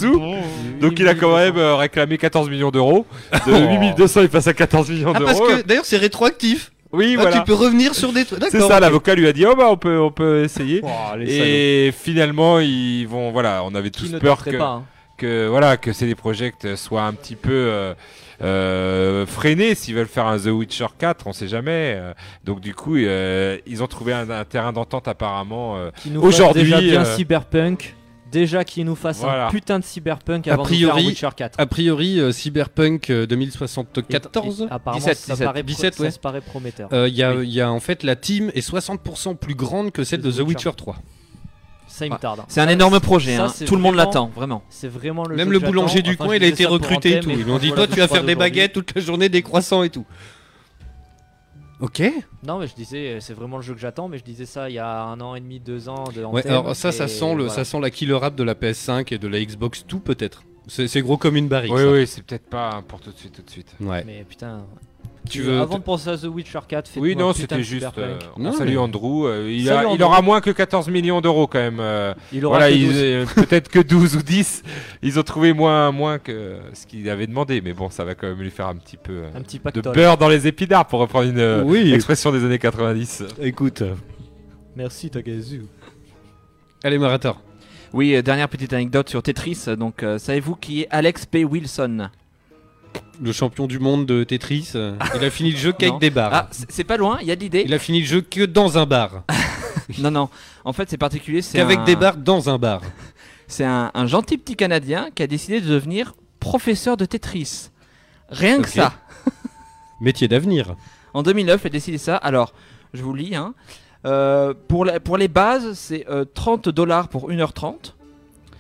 Donc il a quand même euh, réclamé 14 millions d'euros. De 8200 il passe à 14 millions Ah parce d'euros. que d'ailleurs, c'est rétroactif. Oui Ah, voilà. tu peux revenir sur des trucs. C'est D'accord. ça, ok. l'avocat lui a dit oh bah on peut on peut essayer. Oh, Et finalement ils vont voilà, on avait qui tous ne peur tenterait que pas. hein. que voilà que CD Projekt soit un petit peu euh, euh, freiné s'ils veulent faire un The Witcher 4 on sait jamais euh, donc du coup euh, ils ont trouvé un, un terrain d'entente apparemment euh, Qui nous fasse Aujourd'hui, déjà bien euh, cyberpunk. Déjà qu'il nous fasse Voilà. un putain de cyberpunk A avant de priori, faire Witcher 4. A priori, euh, Cyberpunk euh, Et- et 2074. apparemment, 17, ça, 17, paraît pro- 17, ça ouais. se paraît prometteur. Euh, Il y, a- il y a en fait la team est 60% plus grande que celle de The Witcher 3. ça, il me ouais. tarde. Bah, hein. C'est un énorme projet, Ça, hein. c'est tout le monde vraiment- l'attend, vraiment. C'est vraiment le Même jeu le que j'attends. boulanger du Enfin, coin, il je a disais été ça pour recruté et Anthem, tout. mais Ils lui ont dit voilà, Toi, tu vas faire des d'aujourd'hui. baguettes toute la journée, des croissants et tout. Ok. Non, mais je disais, euh, c'est vraiment le jeu que j'attends, mais je disais ça il y a un an et demi, deux ans. De Ouais, Anthem, alors ça, ça et sent, le, voilà. ça sent la killer app de la PS5 et de la Xbox tout peut-être. C'est c'est gros comme une barrique. oui ça. oui c'est peut-être pas hein, pour tout de suite tout de suite Ouais. Mais putain. Tu Et veux- Avant de penser à The Witcher 4, faites oui non c'était juste euh, on Non, salue mais- Andrew euh, il, Salut a- il Andrew. aura moins que 14 millions d'euros quand même euh, Il aura voilà que ils- 12. euh, peut-être que 12 ou 10 ils ont trouvé moins moins que ce qu'il avait demandé mais bon ça va quand même lui faire un petit peu euh, un petit de pactole. beurre dans les épinards pour reprendre une euh, Oui. expression des années 90 Écoute. Merci, Tagazu. Allez, Marator. Oui, euh, dernière petite anecdote sur Tetris. Donc, euh, savez-vous qui est Alex P. Wilson Le champion du monde de Tetris. euh, Il a fini le jeu Non. qu'avec des bars. Ah, c'est c'est pas loin, il y a de l'idée. Il a fini le jeu que dans un bar. Non, non. En fait, c'est particulier. C'est Qu'avec un- des bars dans un bar. C'est un, un gentil petit Canadien qui a décidé de devenir professeur de Tetris. Rien que Ok. ça. Métier d'avenir. En 2009, elle décide ça. Alors, je vous lis. hein. Euh, pour, la- pour les bases, c'est euh, 30 dollars pour 1h30.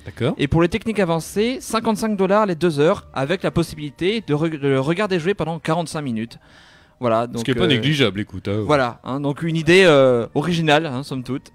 D'accord. Et pour les techniques avancées, 55 dollars les 2 heures, avec la possibilité de, re- de le regarder jouer pendant 45 minutes. Voilà. Donc, euh, qui est pas négligeable, écoute, hein. Voilà. hein, donc une idée euh, originale, hein, somme toute.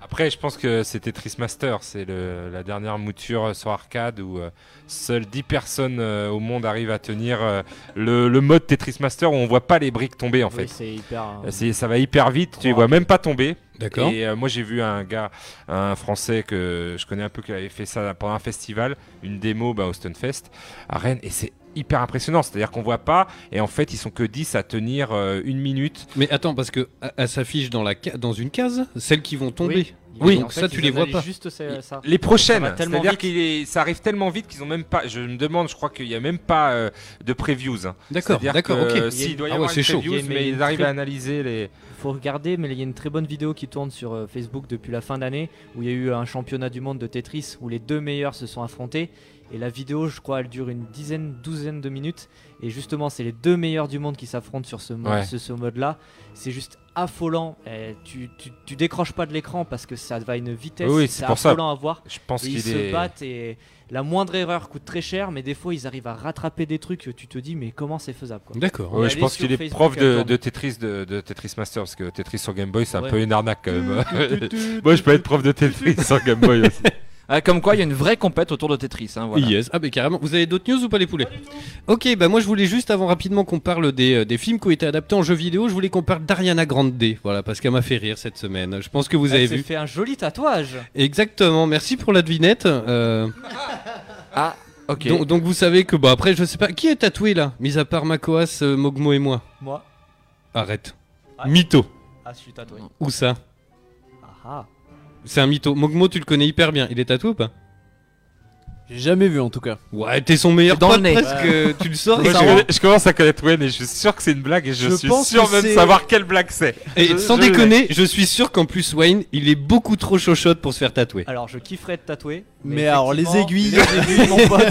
Après, je pense que c'était Tristmaster, c'est le- la dernière mouture euh, sur arcade où euh, seules 10 personnes euh, au monde arrivent à tenir euh, le, le mode Tetris Master où on voit pas les briques tomber en Oui, fait. c'est hyper, Bah, euh, Euh, c'est- ça va hyper vite, tu les vois même pas tomber. D'accord. Et euh, moi j'ai vu un gars, un français que je connais un peu qui avait fait ça pendant un festival, une démo bah, au Stunfest à Rennes et c'est hyper impressionnant, c'est-à-dire qu'on voit pas et en fait ils sont que 10 à tenir euh, une minute. Mais attends, parce que à- elle s'affiche dans, la ca- dans une case, celles qui vont tomber. Oui. donc En fait, ça, tu ils les vois analysent pas. juste ces- ça. Les prochaines, Ça va tellement c'est-à-dire vite. qu'il est, ça arrive tellement vite qu'ils ont même pas. Je me demande, je crois qu'il y a même pas euh, de previews. hein. D'accord, C'est-à-dire d'accord, que, ok. euh, si, il doit y Ah ouais, avoir c'est une chaud. preview, Il y a mais une- ils arrivent à analyser les. Faut regarder, mais il y a une très bonne vidéo qui tourne sur euh, Facebook depuis la fin d'année où il y a eu un championnat du monde de Tetris où les deux meilleurs se sont affrontés. Et la vidéo, je crois, elle dure une dizaine, douzaine de minutes. Et justement, c'est les deux meilleurs du monde qui s'affrontent sur ce, mo- Ouais. ce, ce mode-là. C'est juste affolant. Eh, tu, tu, tu décroches pas de l'écran parce que ça va à une vitesse. Oui, c'est c'est pour ça. affolant à voir. Je pense Et ils qu'il se est- battent et la moindre erreur coûte très cher, mais des fois, ils arrivent à rattraper des trucs. que Tu te dis, mais comment c'est faisable quoi. D'accord. Et Ouais, je allez pense sur qu'il est Facebook, prof elle de, tourne. de Tetris, de, de Tetris Master, parce que Tetris sur Game Boy, c'est un Ouais. peu une arnaque quand même. Moi, je peux être prof de Tetris sur Game Boy aussi. Ah, comme quoi, il y a une vraie compète autour de Tetris. hein, voilà. Yes. Ah, mais carrément. Vous avez d'autres news ou pas les poulets Ok, bah moi je voulais juste avant rapidement qu'on parle des, euh, des films qui ont été adaptés en jeux vidéo, je voulais qu'on parle d'Ariana Grande. Voilà, parce qu'elle m'a fait rire cette semaine. Je pense que vous Ah, Elle avez s'est vu. fait un joli tatouage. Exactement, merci pour la devinette. euh, Ah, ok. donc, donc vous savez que, bah après, je sais pas, qui est tatoué là Mis à part Makoas, euh, Mogmo et moi. Moi. Arrête. Mytho. Ah, je suis tatoué. Où ça Ah C'est un mytho. Mogmo, tu le connais hyper bien. Il est tatoué ou pas J'ai jamais vu en tout cas. Ouais, t'es son meilleur Dans le pote nez. presque. euh, Tu le sors. Moi, il je, s'en va. connais- je commence à connaître Wayne et je suis sûr que c'est une blague et je, Je suis pense sûr que même de c'est- savoir quelle blague c'est. Et Je- sans je l'ai. déconner, je suis sûr qu'en plus Wayne, il est beaucoup trop chochotte pour se faire tatouer. Alors je kifferais de tatouer. Mais alors, les effectivement, aiguilles- Les aiguilles, mon pote.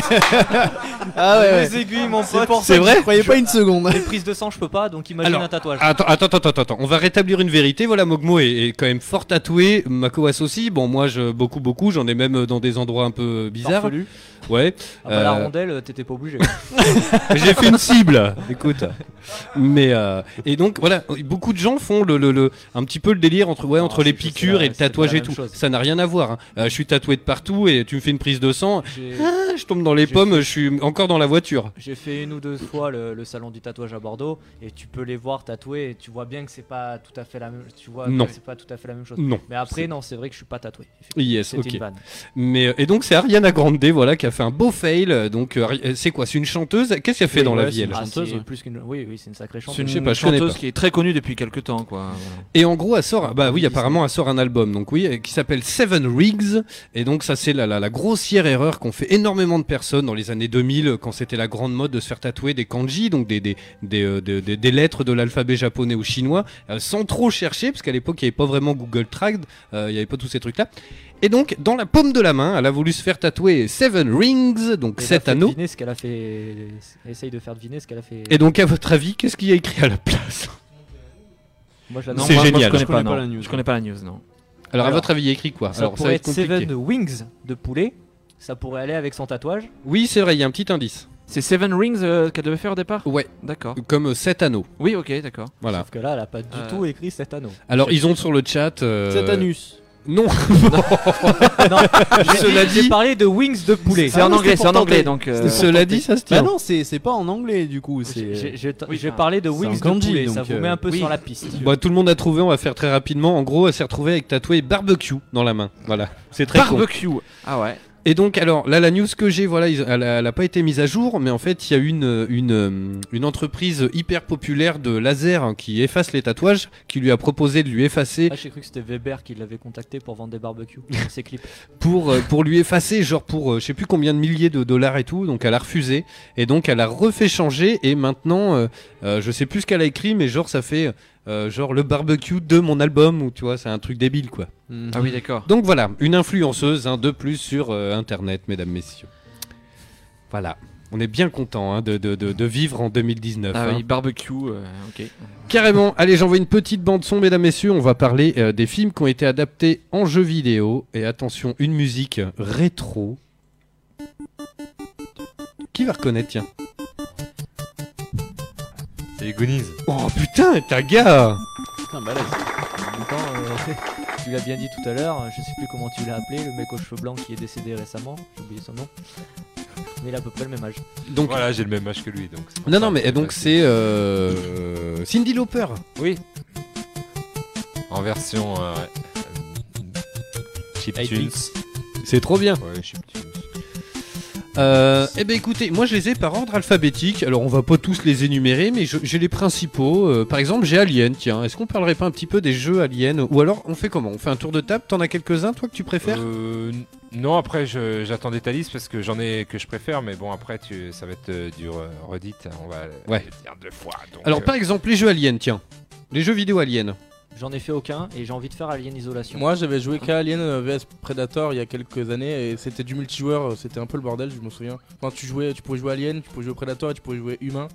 Ah Les aiguilles, mon pote. ça C'est que vrai j'y croyais pas une seconde. Euh, Les prises de sang, je peux pas, donc imagine Alors, un tatouage. Attends, attends, attends, attends, attends. On va rétablir une vérité. Voilà, Mogmo est, est quand même fort tatoué. Makoas aussi. Bon, moi, je, beaucoup, beaucoup. J'en ai même euh, dans des endroits un peu euh, bizarres. Farfelu. Ouais. Ah bah, La Euh, rondelle, euh, t'étais pas obligé. J'ai fait une cible. Écoute. Mais euh, et donc voilà, beaucoup de gens font le, le, le- un petit peu le délire entre ouais Non, entre les c'est- c'est piqûres la- et le c'est pas la tatouage et même tout. chose. Ça n'a rien à voir. hein. Euh, je suis tatoué de partout et tu me fais une prise de sang. J'ai- Ah, je tombe dans les J'ai pommes. Je suis encore dans la voiture. J'ai fait une ou deux fois le, le salon du tatouage à Bordeaux et tu peux les voir tatouer et tu vois bien que c'est pas tout à fait la même. Tu vois Non. que c'est pas tout à fait la même chose. Non. Mais après non, c'est vrai que je suis pas tatoué. effectivement. Yes. C'était Ok. une vanne. Mais euh, et donc c'est Ariana Grande voilà qui a fait un beau fail. euh, Donc euh, Ari- euh, c'est quoi C'est une chanteuse Qu'est-ce qu'elle fait Oui, dans la ouais, vie c'est elle une Ah, chanteuse, c'est ouais. plus qu'une. Oui, oui, c'est une sacrée C'est chanteuse. une je sais pas, je connais chanteuse pas. qui est très connue depuis quelques temps, quoi. Et en gros elle sort, bah oui apparemment elle sort un album donc oui euh, qui s'appelle Seven Rigs et donc ça c'est la, la, la grossière erreur qu'ont fait énormément de personnes dans les années 2000 euh, quand c'était la grande mode de se faire tatouer des kanji donc des des des, euh, des, des- des lettres de l'alphabet japonais ou chinois euh, sans trop chercher parce qu'à l'époque il n'y avait pas vraiment Google Tract, euh, il n'y avait pas tous ces trucs là. Et donc dans la paume de la main elle a voulu se faire tatouer Seven Rings donc Et t'as sept fait anneaux. Deviner ce qu'elle a fait. Essaye de faire deviner ce qu'elle a fait. Et donc, à votre avis, qu'est-ce qu'il y a écrit à la place Moi je la Non, C'est moi, génial. je connais, Je pas, connais non. pas la news. Je connais pas la news, non. Alors, à Alors, votre avis, il y a écrit quoi Ça Alors, pourrait être Seven Wings de poulet. Ça pourrait aller avec son tatouage. Oui, c'est vrai, il y a un petit indice. C'est Seven Rings euh, qu'elle devait faire au départ Ouais, D'accord. comme 7 anneaux. Oui, ok, d'accord. Voilà. Sauf que là, elle a pas du Euh. tout écrit cet anneau. Alors, ils ont sur le chat. euh, Cet anus. Non, Cela J'ai- dit- J'ai parlé de wings de poulet. C'est Ah en non, anglais, c'était c'est en pour t'enleer. anglais, donc. euh, cela dit, ça se Bah tient. non, c'est c'est pas en anglais du coup. J'ai- C'est. j'ai- Oui, J'ai enfin, parlé de c'est un wings de kanji, poulet. Ça donc, vous met un peu euh, sur oui. la piste. Bah, tout le monde a trouvé, on va faire très rapidement. En gros, elle s'est retrouvée avec tatoué barbecue dans la main. Voilà, c'est très con. Barbecue. Ah ouais. Et donc, alors là, la news que j'ai, voilà, ils- elle, a- elle a pas été mise à jour, mais en fait, il y a une, une, euh, une entreprise hyper populaire de laser hein, qui efface les tatouages, qui lui a proposé de lui effacer Ah, j'ai cru que c'était Weber qui l'avait contacté pour vendre des barbecues. Ses clips. pour, euh, pour lui effacer, genre pour euh, je sais plus combien de milliers de dollars et tout. Donc elle a refusé. Et donc elle a refait changer. Et maintenant, euh, euh, je sais plus ce qu'elle a écrit, mais genre ça fait euh, genre le barbecue de mon album. Ou tu vois, c'est un truc débile quoi. Ah oui, d'accord. Donc voilà, une influenceuse hein, de plus sur euh, internet, mesdames, messieurs. Voilà. On est bien content hein, de, de- de- de vivre en 2019. Ah hein. oui, barbecue, euh, ok. Carrément. Allez, j'envoie une petite bande son, mesdames, messieurs. On va parler euh, des films qui ont été adaptés en jeux vidéo. Et attention, une musique rétro. Qui va reconnaître, tiens C'est les Goonies. Oh putain, ta gars Putain, bah balèze. En même temps, euh, tu l'as bien dit tout à l'heure, je sais plus comment tu l'as appelé, le mec aux cheveux blancs qui est décédé récemment, j'ai oublié son nom. Mais il a à peu près le même âge. Donc- voilà, j'ai le même âge que lui. Donc c'est pour Non, ça non, mais eh, que donc facile. c'est euh, Cindy Lauper. Oui, En version. Euh, Chip Tunes. 80s. C'est trop bien. Ouais, Chiptunes. Euh, eh ben écoutez, moi je les ai par ordre alphabétique. Alors on va pas tous les énumérer, mais je- j'ai les principaux. Euh, par exemple, j'ai Alien. Tiens, est-ce qu'on parlerait pas un petit peu des jeux Alien Ou alors on fait comment On fait un tour de table. T'en as quelques-uns, toi que tu préfères Euh, n- Non, après, je- j'attendais ta liste parce que j'en ai que je préfère, mais bon, après, tu, ça va être euh, du re- redite. On va le- Ouais. le dire deux fois. donc, Alors euh, par exemple, les jeux Alien. Tiens, les jeux vidéo Alien. j'en ai fait aucun et j'ai envie de faire Alien Isolation. Moi j'avais joué qu'à Alien euh, vs Predator il y a quelques années et c'était du multijoueur, euh, c'était un peu le bordel, je me souviens. Enfin, tu jouais, tu pouvais jouer Alien, tu pouvais jouer Predator et tu pouvais jouer humain.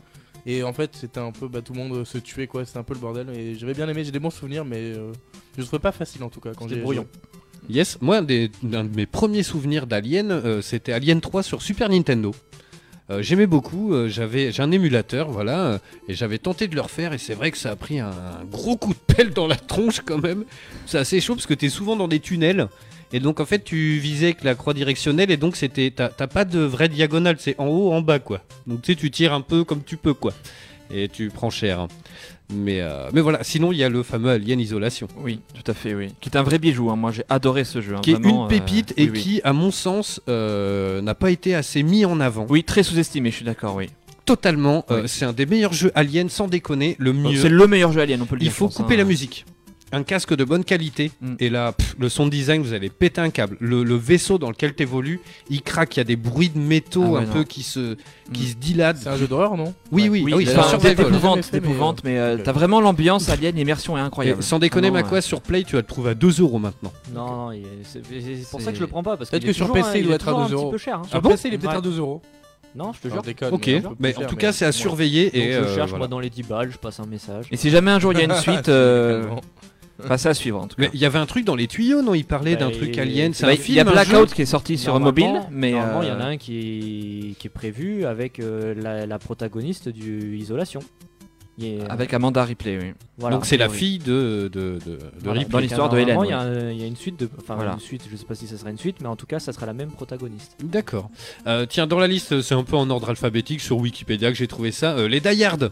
Et en fait, c'était un peu bah, tout le monde euh, se tuait quoi, c'était un peu le bordel. Et j'avais bien aimé, j'ai des bons souvenirs, mais euh, je le trouvais pas facile en tout cas quand C'était j'ai. brouillon. Yes, moi un, des- un de mes premiers souvenirs d'Alien, euh, c'était Alien 3 sur Super Nintendo. Euh, J'aimais beaucoup, euh, j'avais j'ai un émulateur, voilà, euh, et j'avais tenté de le refaire, et c'est vrai que ça a pris un, un gros coup de pelle dans la tronche quand même. C'est assez chaud parce que t'es souvent dans des tunnels, et donc en fait tu visais avec la croix directionnelle, et donc c'était t'as t'as pas de vraie diagonale, c'est en haut, en bas quoi. Donc tu sais, tu tires un peu comme tu peux quoi, et tu prends cher. hein. Mais, euh, mais voilà, sinon il y a le fameux Alien Isolation. Oui, tout à fait, oui. Qui est un vrai bijou, hein. moi j'ai adoré ce jeu. hein, qui est vraiment, une euh, pépite oui, et oui. qui, à mon sens, euh, n'a pas été assez mis en avant. Oui, très sous-estimé, je suis d'accord, oui. Totalement, euh, Oui. c'est un des meilleurs jeux Alien, sans déconner, le Donc, C'est mieux. le meilleur jeu Alien, on peut le Il dire. faut je pense, couper hein. la musique. Un casque de bonne qualité, Mm. et là, pff, le son design, vous allez péter un câble. Le, le vaisseau dans lequel t'évolues, il craque, il y a des bruits de métaux Ah ouais, un non. peu qui se, qui Mm. se dilatent. C'est un jeu d'horreur non Oui, oui, Oui, ah oui, c'est ça pas- survole, c'est quoi. épouvante, Jamais c'est fait, mais, épouvante, mais euh, ok. t'as vraiment l'ambiance Alien, l'immersion est Et incroyable. sans déconner, Vraiment, Makoa, euh, sur Play, tu vas le trouver à 2€ maintenant. Non, non, il- c'est c'est pour C'est- ça que je le prends pas parce Peut-être qu'il est que sur toujours, PC, il hein, doit est être à toujours 2 un euros. petit peu cher. hein. Ah Sur Ah bon PC, il est peut-être Ouais. à 2€. Non, je te Je jure. déconne. Ok, mais un peu plus mais en cher, tout mais- cas, c'est à Ouais. surveiller. Donc et je euh, cherche voilà. moi dans les 10 balles, je passe un message. euh, Et si jamais un jour il y a Ah, une suite, euh, Finalement. passez à suivre en tout cas. Mais il y avait un truc dans les tuyaux, non Il parlait d'un Bah, truc il- Alien. C'est Bah, un Il film. y a un Blackout jeu qui est sorti sur Normalement- mobile, mais normalement, il y en a euh, un qui, qui est prévu avec euh, la, la protagoniste du Isolation. Il est- euh, avec Amanda Ripley, oui. voilà. Donc c'est la Oui. fille de, de, de, de Voilà, Ripley. dans donc, l'histoire de Hélène, normalement, Il y a un- il y, a une suite de, enfin Voilà. une suite, je sais pas si ça sera une suite, mais en tout cas, ça sera la même protagoniste. D'accord. Euh, tiens, dans la liste, c'est un peu en ordre alphabétique sur Wikipédia que j'ai trouvé ça. euh, les Die Hard.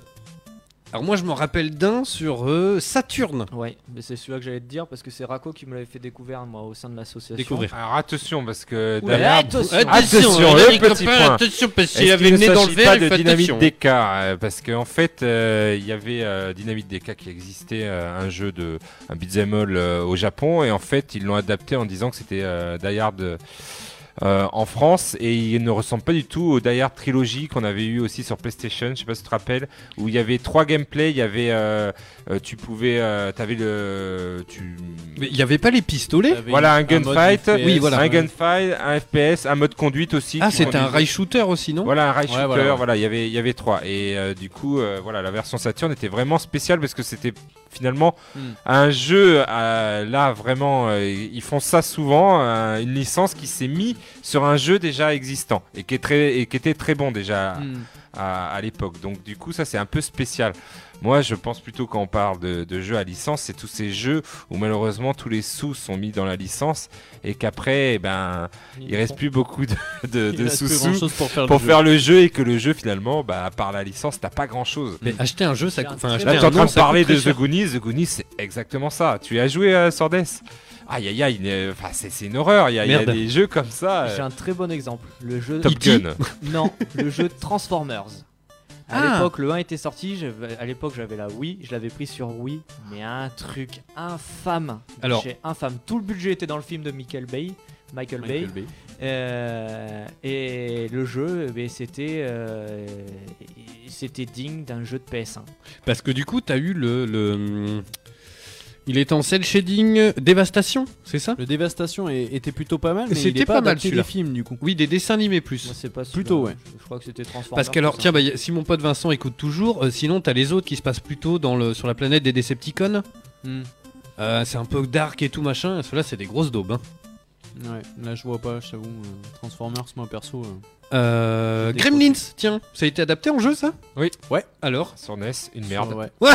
Alors moi, je m'en rappelle d'un sur euh, Saturne. Ouais, mais c'est celui-là que j'allais te dire parce que c'est Rako qui me l'avait fait découvrir moi au sein de l'association. Découvrir. Alors attention, parce que. Oula, derrière- attention. Attention, le petit point. Attention, parce Est-ce qu'il ne s'agit pas de Dynamite DK euh, parce qu'en fait euh, il y avait euh, Dynamite DK qui existait euh, un jeu de un beat'em all euh, au Japon et en fait ils l'ont adapté en disant que c'était euh, Die Hard euh, euh, en France et il ne ressemble pas du tout au Die Hard trilogie qu'on avait eu aussi sur PlayStation, je sais pas si tu te rappelles, où il y avait trois gameplays, il y avait euh, euh, tu pouvais euh, t'avais le tu Mais il n'y avait pas les pistolets voilà un mode gunfight, FPS, Oui, voilà. un gunfight, un FPS, un mode conduite aussi. Ah, tu c'était un conduisais. rail shooter aussi, non Voilà, un rail Ouais, shooter, voilà, voilà, ouais. il y avait il y avait trois et euh, du coup euh, voilà, la version Saturn était vraiment spéciale parce que c'était finalement Hmm. un jeu euh, là vraiment euh, ils font ça souvent euh, une licence qui s'est mise sur un jeu déjà existant et qui est très et qui était très bon déjà Hmm. à, à l'époque. Donc du coup, ça c'est un peu spécial. Moi, je pense plutôt quand on parle de, de jeux à licence, c'est tous ces jeux où malheureusement tous les sous sont mis dans la licence et qu'après, eh ben, il reste plus beaucoup de, de, de sous-sous chose pour faire pour faire le jeu et que le jeu finalement, bah, à part la licence, t'as pas grand-chose. Mais acheter un jeu, ça C'est coûte. Enfin, un très acheter Là, un tu es en nom, train de ça coûte parler de très cher. The Goonies. The Goonies, c'est exactement ça. Tu as joué à Sordes Aïe aïe aïe, euh, enfin, c'est c'est une horreur. Il y, a- il y a Merde. des jeux comme ça. J'ai euh, un très bon exemple. Le jeu Top Gun. Non, le jeu Transformers. À Ah. l'époque, le 1 était sorti. j'avais- À l'époque, j'avais la Wii. Je l'avais pris sur Wii. Mais un truc infâme. Alors- Chez infâme. Tout le budget était dans le film de Michael Bay. Michael, Bay. Euh, et le jeu, eh ben, c'était, euh, c'était digne d'un jeu de PS1. Parce que du coup, t'as eu le, le- Il est en cel shading Dévastation, c'est ça Le Dévastation est- était plutôt pas mal, mais il C'était est pas, pas, mal adapté celui-là. des films du coup. Oui, des dessins animés plus. Plutôt, ouais. Je crois que c'était Transformers. Parce que alors, tout tiens, bah, y a- si mon pote Vincent écoute toujours, euh, sinon t'as les autres qui se passent plutôt dans le, sur la planète des Decepticons. Hmm. Euh, c'est un peu dark et tout machin. Ceux-là, c'est des grosses daubes. hein. Ouais, là je vois pas, je t'avoue. euh, Transformers, moi perso. euh, Euh, j'ai décroché. Gremlins, tiens, ça a été adapté en jeu, ça Oui. Ouais. Alors Sur NES, une merde. Ouais.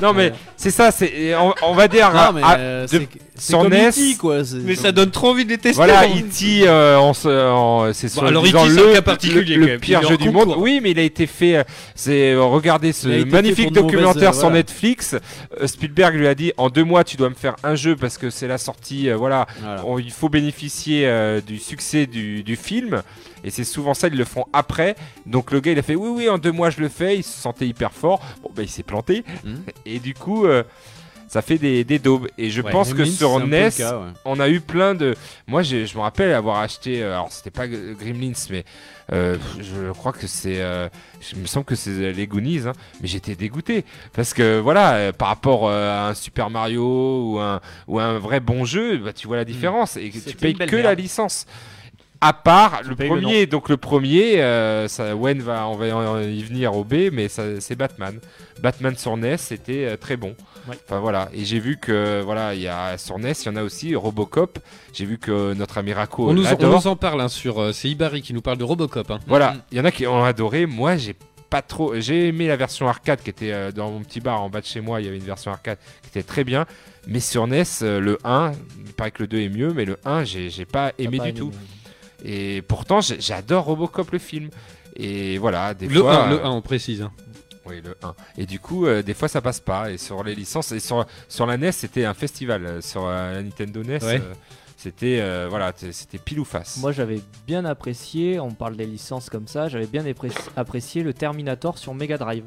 Non mais c'est ça, c'est on, on va dire Non, mais, ah, euh, de- c'est que- c'est sur comme NES. E.T., quoi. c'est- Mais ça donne trop envie de les tester. Voilà, hein. E.T., euh, on se- on- c'est sur alors, disant E.T., c'est un le, cas particulier, quand le- le même. pire Il est jeu en du monde. concours. Oui, mais il a été fait. euh, C'est euh, regardez ce Il a été fait magnifique pour de mauvaises, documentaire euh, sur voilà. Netflix. Euh, Spielberg lui a dit en deux mois, tu dois me faire un jeu parce que c'est la sortie. euh, voilà, Voilà. On- il faut bénéficier euh, du succès du, du film. Et c'est souvent ça, ils le font après. Donc le gars, il a fait oui, oui, en deux mois, je le fais. Il se sentait hyper fort. Bon, ben il s'est planté. Hmm. Mhm. Et du coup, euh, ça fait des, des daubes. Et je pense que Gremlins, c'est un sur E peu le NES, cas, ouais. on a eu plein de. Moi, j'ai- je me rappelle avoir acheté. euh, Alors, c'était pas G- Gremlins, mais euh, je crois que c'est. euh, je- il me semble que c'est euh, les Goonies, hein, mais j'étais dégoûté. Parce que, voilà, euh, par rapport euh, à un Super Mario ou un, ou un vrai bon jeu, bah, tu vois la différence. Et que tu Hmm. C'était payes une belle que la merde. licence. À part le payes le premier, donc le premier, euh, ça, Wen va, on va en- y venir au B, mais ça- c'est Batman. Batman sur NES, c'était euh, très bon. Enfin voilà, et j'ai vu que voilà, il y a sur NES, il y en a aussi Robocop. J'ai vu que notre ami Rako On nous, on l'adore. nous en parle hein, sur. euh, c'est Ibarri qui nous parle de Robocop. hein. Voilà, il y en a qui ont adoré. Moi, j'ai pas trop. J'ai aimé la version arcade qui était euh, dans mon petit bar en bas de chez moi. Il y avait une version arcade qui était très bien. Mais sur NES, euh, le 1, il paraît que le 2 est mieux, mais le 1, j'ai j'ai pas bah, aimé du tout. Et pourtant, j'ai- j'adore Robocop le film. Et voilà, des Le fois. 1, euh, le 1, on précise. hein. Oui, le 1. Et du coup, euh, des fois, ça passe pas. Et sur les licences, et sur, sur la NES, c'était un festival. Euh, Sur euh, la Nintendo NES, Ouais. euh, c'était euh, voilà, t- c'était pile ou face. Moi j'avais bien apprécié, on parle des licences comme ça, j'avais bien épréci- apprécié le Terminator sur Mega Drive.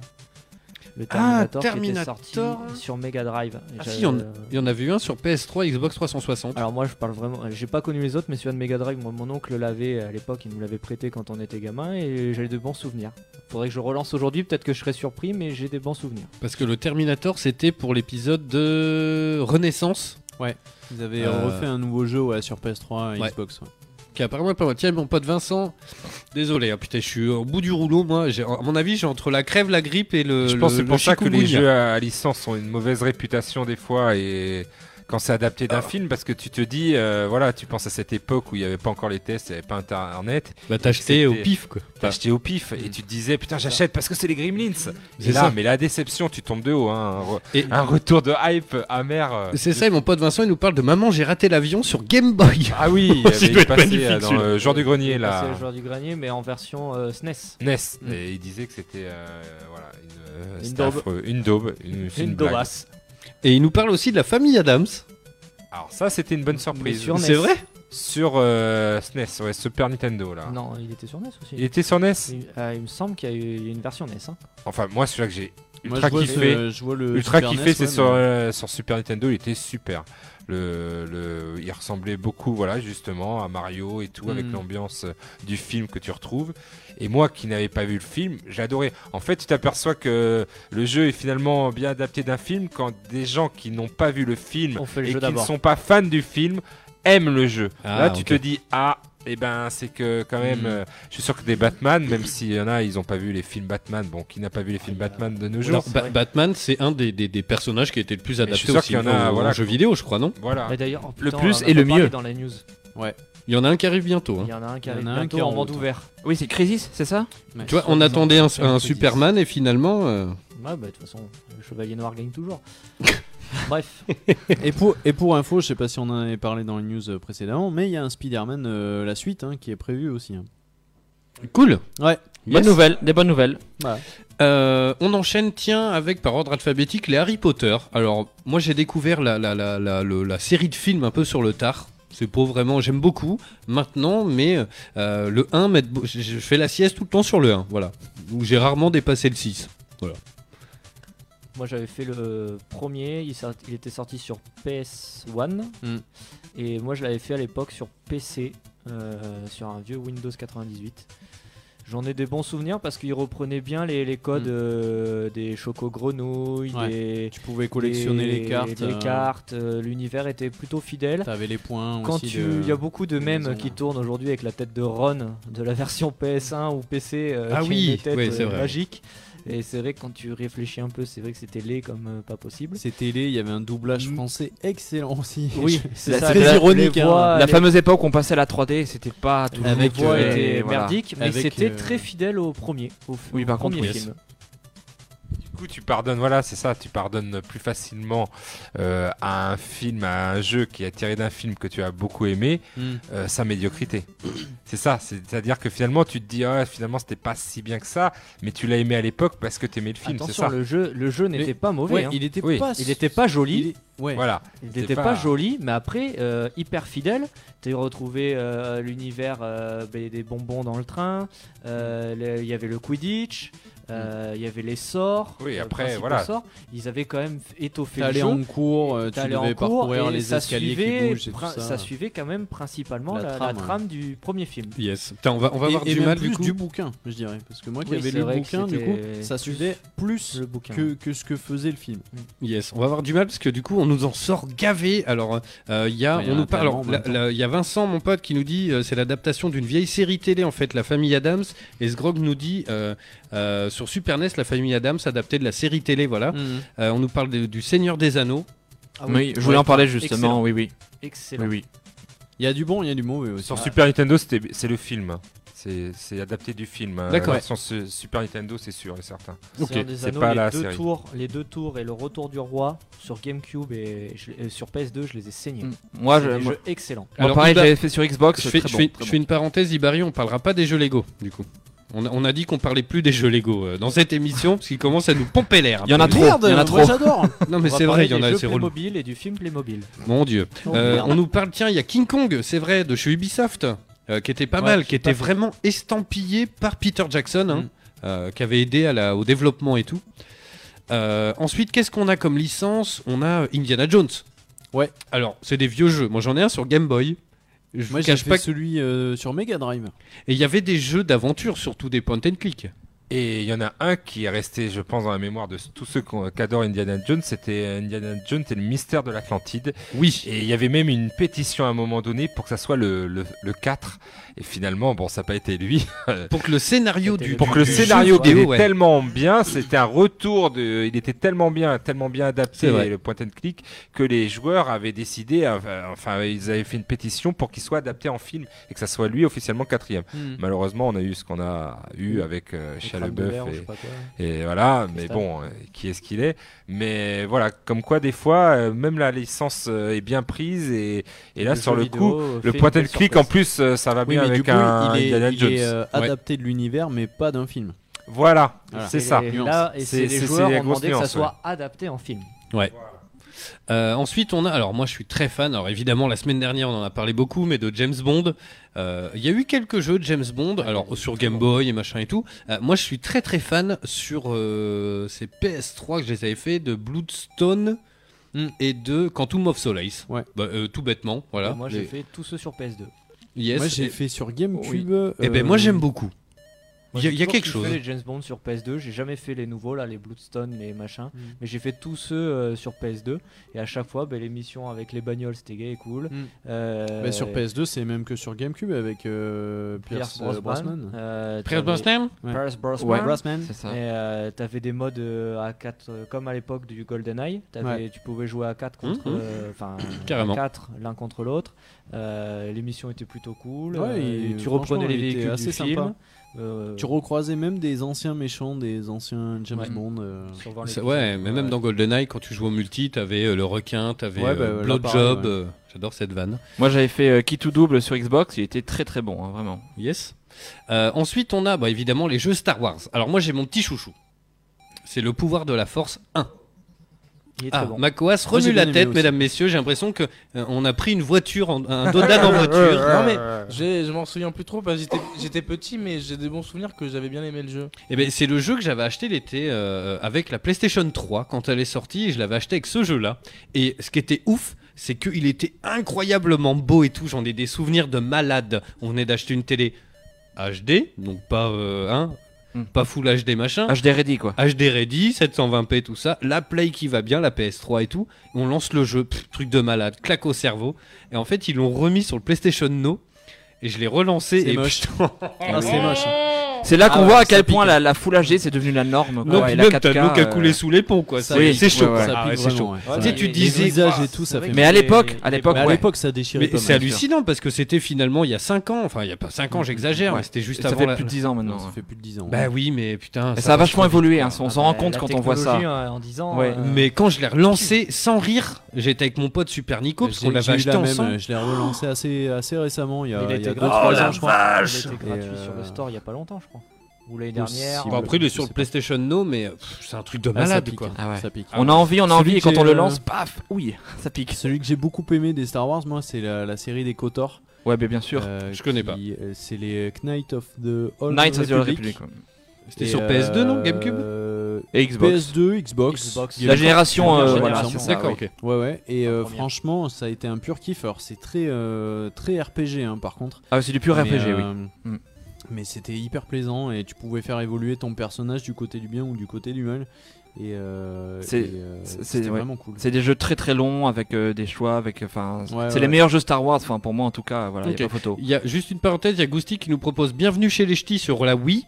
Le Ah, Terminator, qui était Terminator. sorti sur Mega Drive. Et Ah, j'avais- si, on- Il y en a vu un sur PS3, Xbox 360. Ah. Alors moi je parle vraiment, j'ai pas connu les autres, mais celui de Mega Drive, moi, mon oncle l'avait à l'époque, il nous l'avait prêté quand on était gamin et j'ai de bons souvenirs. Faudrait que je relance aujourd'hui, peut-être que je serais surpris, mais j'ai des bons souvenirs. Parce que le Terminator, c'était pour l'épisode de Renaissance, Ils avaient Euh, refait un nouveau jeu ouais, sur PS3 et Ouais. Xbox. ouais. qui apparemment est pas mal. Tiens, mon pote Vincent, désolé, hein, putain, je suis au bout du rouleau, moi. J'ai- À mon avis, j'ai entre la crève, la grippe et le. Je pense que le- c'est pour le ça que les chikungunya. jeux à à licence ont une mauvaise réputation des fois et quand c'est adapté Ah. d'un film parce que tu te dis euh, voilà tu penses à cette époque où il n'y avait pas encore les tests, il n'y avait pas internet, Bah, t'as acheté au pif, quoi. t'as acheté au pif et tu te disais putain j'achète parce que c'est les Gremlins. C'est Et là, ça. mais la déception tu tombes de haut, hein, un, re- Et- un retour de hype amer. euh. C'est ça, et mon pote Vincent, il nous parle de Maman, j'ai raté l'avion sur Game Boy. Ah oui, Ça il doit est être passé magnifique, euh, dans celui-là. le joueur du grenier C'est là. le joueur du grenier, mais en version euh, SNES. NES. Et il disait que c'était euh, voilà, une, euh, Une c'était daube. affreux. une daube. Une, c'est une blague. daubasse. Et il nous parle aussi de la famille Adams. Alors ça, c'était une bonne surprise. sur E Sur, C'est NES. vrai euh, SNES, ouais, Super Nintendo là. Non, il était sur NES aussi. Il était sur NES Il, euh, il me semble qu'il y a eu il y a une version NES. hein. Enfin, moi, celui-là que j'ai Moi, ultra je vois kiffé. ce- je vois le Ultra Super kiffé, NES, c'est ouais, sur, mais- euh, sur Super Nintendo, il était super. Le, le, il ressemblait beaucoup, voilà, justement, à Mario et tout, avec Mm. l'ambiance euh, du film que tu retrouves. Et moi, qui n'avais pas vu le film, j'adorais. En fait, tu t'aperçois que le jeu est finalement bien adapté d'un film quand des gens qui n'ont pas vu le film On fait le et jeu qui ne d'abord. sont pas fans du film aiment le jeu. Ah, Là, tu ok. te dis, ah, et ben, c'est que quand même, Mm. euh, je suis sûr que des Batman, même s'il y en a, ils n'ont pas vu les films Batman. Bon, qui n'a pas vu les films Batman de nos jours Alors, Ba- Batman, c'est un des, des- des personnages qui a été le plus je suis adapté sûr aussi qu'il y en a, aux- aux voilà, jeux vidéo, je crois, non Voilà. Et d'ailleurs, oh, Ah. Le putain, plus on en et le a parlé mieux. Dans la news, Il y en a un qui arrive bientôt. hein. il y en a un qui Il y en arrive a un bientôt qui est en en vente route. ouverte. Oui, c'est Crisis, c'est ça Ouais. Tu vois, on attendait un, un Ils se Superman et finalement. euh, Ouais, bah de toute façon, le chevalier noir gagne toujours. Bref, Et pour, et pour info, je sais pas si on en avait parlé dans les news euh, précédemment, mais il y a un Spider-Man, euh, la suite, hein, qui est prévue aussi. hein. Cool Ouais. Yes. Bonne nouvelle, des bonnes nouvelles. Euh, on enchaîne, tiens, avec par ordre alphabétique les Harry Potter. Alors, moi j'ai découvert la, la, la, la, le- la série de films un peu sur le tard. C'est pas vraiment, j'aime beaucoup maintenant, mais euh, le 1, m'aide beau- je, je fais la sieste tout le temps sur le 1, voilà. Où j'ai rarement dépassé le 6. moi j'avais fait le premier, il, sort- il était sorti sur PS1 Mm. et moi je l'avais fait à l'époque sur PC, euh, sur un vieux Windows 98. Je J'en ai des bons souvenirs parce qu'ils reprenaient bien les, les codes euh, des Choco Grenouilles. Hmm. Ouais. Des, Tu pouvais collectionner des- les cartes, des euh. cartes, euh, L'univers était plutôt fidèle. T'avais les points Quand aussi tu, de- il y a beaucoup de des mèmes maisons, qui tournent aujourd'hui avec la tête de Ron de la version PS1 ou PC. euh, Ah qui a oui, une tête oui, c'est euh, vrai. magique. Et c'est vrai que quand tu réfléchis un peu, c'est vrai que c'était laid comme euh, pas possible. C'était laid, il y avait un doublage français excellent aussi. Mm. Oui, c'est ça. très Les ironique. hein. voix, La les- fameuse époque où on passait à la 3D, et c'était pas tout les Avec, voix euh, étaient voilà. merdiques, mais Avec, c'était euh, très fidèle au premier. Au, f- Oui, au par contre, premier oui. film. Du coup, tu pardonnes, voilà, c'est ça, tu pardonnes plus facilement euh, à un film, à un jeu qui est tiré d'un film que tu as beaucoup aimé, Mm. euh, sa médiocrité. c'est ça, c'est-à-dire que finalement, tu te dis, ah, finalement, c'était pas si bien que ça, mais tu l'as aimé à l'époque parce que t'aimais le film, c'est ça. Attention, le jeu, le jeu n'était Mais- pas mauvais. Ouais, hein. il était Oui. pas. Il était pas joli. il est- Ouais. Voilà. Il C'était n'était pas... pas- joli, mais après, euh, hyper fidèle. T'es retrouvé euh, l'univers euh, ben, des bonbons dans le train. Mm. euh, le- Il y avait le Quidditch. euh, Il y avait les sorts. Oui, euh, après, principaux voilà. sorts. Ils avaient quand même étoffé le T'allais jeu. en cours, euh, tu T'allais en devais cours parcourir et les ça escaliers suivait qui bougent et tout prin- ça. suivait quand même principalement La la, la trame, trame, ouais. du premier film. Yes. Putain, on va, on va et, avoir et du même mal plus du coup. bouquin, je dirais, parce que moi qui Oui, avais c'est lu le vrai que bouquin, du coup, c'était ça plus suivait plus Le bouquin. que, que ce que faisait le film. Yes, on va avoir du mal parce que du coup on nous en sort gavé. Alors euh, il y a, Ouais, il y on en a nous parle, tellement alors, en la- même temps. la- il y a Vincent mon pote qui nous dit euh, c'est l'adaptation d'une vieille série télé en fait, la famille Adams. Et Sgrog nous dit euh, euh, sur Super NES la famille Adams adaptée de la série télé. Mm. Voilà, Euh, on nous parle de- du Seigneur des Anneaux. Ah oui, Oui, je voulais en parler justement, oui, oui. Excellent. Oui, oui. Il y a du bon, il y a du mauvais aussi. Sur Super Nintendo, c'était- c'est le film. hein. C'est c'est adapté du film. euh, D'accord. la version su- Super Nintendo, c'est sûr et certain. Seigneur des c'est Anneaux, pas les, la deux série. tours, les deux tours et le retour du roi sur GameCube et, je- et sur PS2, je les ai saignés. Mm. Moi, C'est je, des moi, jeux excellents. moi, Alors, Ah, pareil, Iba- j'avais fait sur Xbox. Je fais, très je bon, fais- très je bon. fais une parenthèse, Ibarri, on parlera pas des jeux Lego du coup. On a, on a dit qu'on parlait plus des jeux Lego euh, dans cette émission parce qu'ils commencent à nous pomper l'air. Il y en a trop. Merde, Il y en a trop. moi j'adore. Non mais On va c'est vrai, parler il y en des a, jeux c'est relou. Playmobil et du film Playmobil. Mon dieu. Oh, Euh, merde. on nous parle, tiens, il y a King Kong, c'est vrai, de chez Ubisoft, euh, qui était pas Ouais, mal, qui qui est était pas- vraiment estampillé par Peter Jackson, hein, Mm. euh, qui avait aidé à la- au développement et tout. Euh, ensuite, qu'est-ce qu'on a comme licence On a euh, Indiana Jones. Ouais. Alors, c'est des vieux jeux. Moi, j'en ai un sur Game Boy. Je vous Moi j'ai cache fait pas. que- celui euh, sur Mega Drive. Ah Et il y avait des jeux d'aventure, surtout des point and click. Et il y en a un qui est resté, je pense, dans la mémoire de tous ceux qu'on- qu'adore Indiana Jones, c'était euh, Indiana Jones et le mystère de l'Atlantide. Oui. Et il y avait même une pétition à un moment donné pour que ça soit le, le, le 4. Et finalement, bon, ça n'a pas été lui. Pour que le scénario C'était du. le- Pour que le du scénario jeu qui vidéo, était ouais. tellement bien, c'était un retour de, il était tellement bien, tellement bien adapté, C'est vrai. le point and click, que les joueurs avaient décidé, euh, enfin, ils avaient fait une pétition pour qu'il soit adapté en film et que ça soit lui officiellement quatrième. Malheureusement, on a eu ce qu'on a eu avec euh, Shia Crâne de LaBeouf verre ou et- je sais pas quoi. et voilà, mais Cristal. bon, euh, qui est-ce qu'il est Mais voilà, comme quoi des fois, euh, même la licence euh, est bien prise et, et là Le sur jeu le vidéo, coup, euh, le fait point une and belle click en surprise. plus, euh, ça va Oui, bien mais avec du coup, un il est, Indiana il Jones. est, euh, adapté de l'univers, mais pas d'un film. Voilà, Voilà. c'est Et ça. les- Nuance. là, et C'est- c'est c'est- les c'est joueurs la ont grosse demandé que nuance, ça soit adapté en film. Euh, ensuite, on a. Alors, moi, je suis très fan. Alors, évidemment, la semaine dernière, on en a parlé beaucoup, mais de James Bond. Euh, Il y a eu quelques jeux de James Bond, alors sur Game Boy et machin et tout. Euh, moi, je suis très très fan sur euh, ces PS3 que je les avais fait de Bloodstone Mm. et de Quantum of Solace. Ouais. Bah, euh, tout bêtement, voilà. Et moi, j'ai Les- fait tous ceux sur PS2. Yes. moi j'ai et, fait sur GameCube. eh ben, euh, moi, j'aime beaucoup. Moi, Il y a- j'ai il y a toujours quelque chose. kiffé les James Bond sur PS2, j'ai jamais fait les nouveaux là, les Bloodstone, les machins, Mm. mais j'ai fait tous ceux euh, sur PS2 et à chaque fois, ben, les missions avec les bagnoles c'était gay et cool. Mm. Euh, bah, sur PS2, c'est même que sur GameCube avec euh, Pierce, euh, Brosnan. euh, Pierce t'avais- Brosnan Ouais. Pierce Brosnan. Ouais. Brosnan. C'est ça. Et euh, t'avais des modes euh, à 4 euh, comme à l'époque du GoldenEye. T'avais- Tu pouvais jouer à 4 Mm, contre, Mhm. euh, enfin Carrément. à 4 l'un contre l'autre. Euh, les missions étaient plutôt cool. Ouais, Euh, il- tu reprenais franchement, les il était véhicules assez du film. sympa. Euh, Tu recroisais même des anciens méchants, des anciens James Ouais. Bond. euh, sur vingt C'est- l'épisode. Ouais, mais même dans GoldenEye, quand tu joues au multi, t'avais euh, le requin, t'avais Ouais, euh, bah, là, Blowjob. pareil, ouais. euh, J'adore cette vanne. Moi, j'avais fait euh, Key to Double sur Xbox, il était très très bon, hein, vraiment. Yes. Euh, ensuite, on a bah, évidemment les jeux Star Wars. Alors, moi, j'ai mon petit chouchou. C'est le pouvoir de la force 1. Il est Ah, très bon. Macoas Ah, Moi, remue j'ai la bien tête, aimé mesdames, messieurs. J'ai l'impression que euh, on a pris une voiture, en- un dodan en voiture. Euh, Non, mais Euh, J'ai- Je m'en souviens plus trop parce que j'étais- j'étais petit, mais j'ai des bons souvenirs que j'avais bien aimé le jeu. eh ben, c'est le jeu que j'avais acheté l'été euh, avec la PlayStation 3 quand elle est sortie. Et je l'avais acheté avec ce jeu-là. Et ce qui était ouf, c'est qu'il était incroyablement beau et tout. J'en ai des souvenirs de malade. On venait d'acheter une télé HD, donc pas euh, hein, Hmm. pas full HD machin. HD ready quoi. HD ready, 720p tout ça, la Play qui va bien, la PS3 et tout. On lance le jeu, pff, truc de malade, claque au cerveau. Et en fait, ils l'ont remis sur le PlayStation Now. Et je l'ai relancé. C'est et moche. putain. Ah, c'est moche. Oh. C'est là qu'on Ah voit ouais, à quel ça pique. point la, la Full HD c'est devenu la norme. Quoi. Non, et puis la même, t'as 4K, donc à euh, couler sous les ponts, quoi. C'est oui, c'est chaud. ouais, ouais. quoi. Ah ouais, c'est chaud. Tu sais, tu Les disais. visages et tout, ça fait Mais à l'époque, à l'époque, à ouais. l'époque, ça déchirait Mais pas mal. c'est hallucinant parce que c'était finalement il y a 5 ans, enfin il y a pas 5 ans, j'exagère, Ouais. mais c'était juste Ça avant. fait la- plus de 10 ans maintenant. Ça fait plus de 10 ans. Bah oui, mais putain. Et ça a va vachement trop vite. évolué, hein, on s'en Ah rend bah, compte la quand on voit ça. technologie, hein, en 10 ans, Ouais. euh, Mais quand je l'ai relancé sans rire, j'étais avec mon pote Super Nico parce Bah, J'ai- qu'on l'avait j'ai eu acheté la même, ensemble. euh, je l'ai relancé assez, assez récemment, il y a il euh, il y a était deux, gratuit. trois Oh, ans, Ah, je crois. Il était gratuit euh, sur le store il y a pas longtemps, je crois. Ou l'année dernière. possible. Bon, en- après il est sur le PlayStation No, mais pff, c'est un truc de Ah, ça malade pique, quoi. hein, Ah ouais. ça pique. On a envie, on a Celui envie, et que quand on le j'ai, lance, paf, oui, ça pique. Celui que j'ai beaucoup aimé des Star Wars, moi, c'est la, la série des Kotor. Ouais, mais bien sûr. euh, je connais pas. qui, euh, C'est les Knights of the Old Knights of the Old Republic. Republic. ouais. C'était Et, sur PS2 non euh, GameCube Et Xbox. PS2, Xbox. euh, Xbox. Il y La avait- génération, la euh, première voilà, génération. c'est ça, D'accord, oui. ok. Ouais, ouais. Et La euh, première. franchement, ça a été un pur kiff. Alors, c'est très, euh, très RPG, hein, par contre. Ah, c'est du pur Mais, RPG, oui. euh, Mm. Mais c'était hyper plaisant et tu pouvais faire évoluer ton personnage du côté du bien ou du côté du mal. Et, euh, C'est- et, euh, c'est- c'était ouais. vraiment cool. C'est des jeux très très longs avec euh, des choix, avec enfin, c'est Ouais, les ouais. meilleurs jeux Star Wars, enfin pour moi en tout cas, voilà, y a Ok. pas photo. Il y a juste une parenthèse, il y a Gusti qui nous propose Bienvenue chez les Ch'tis sur la Wii.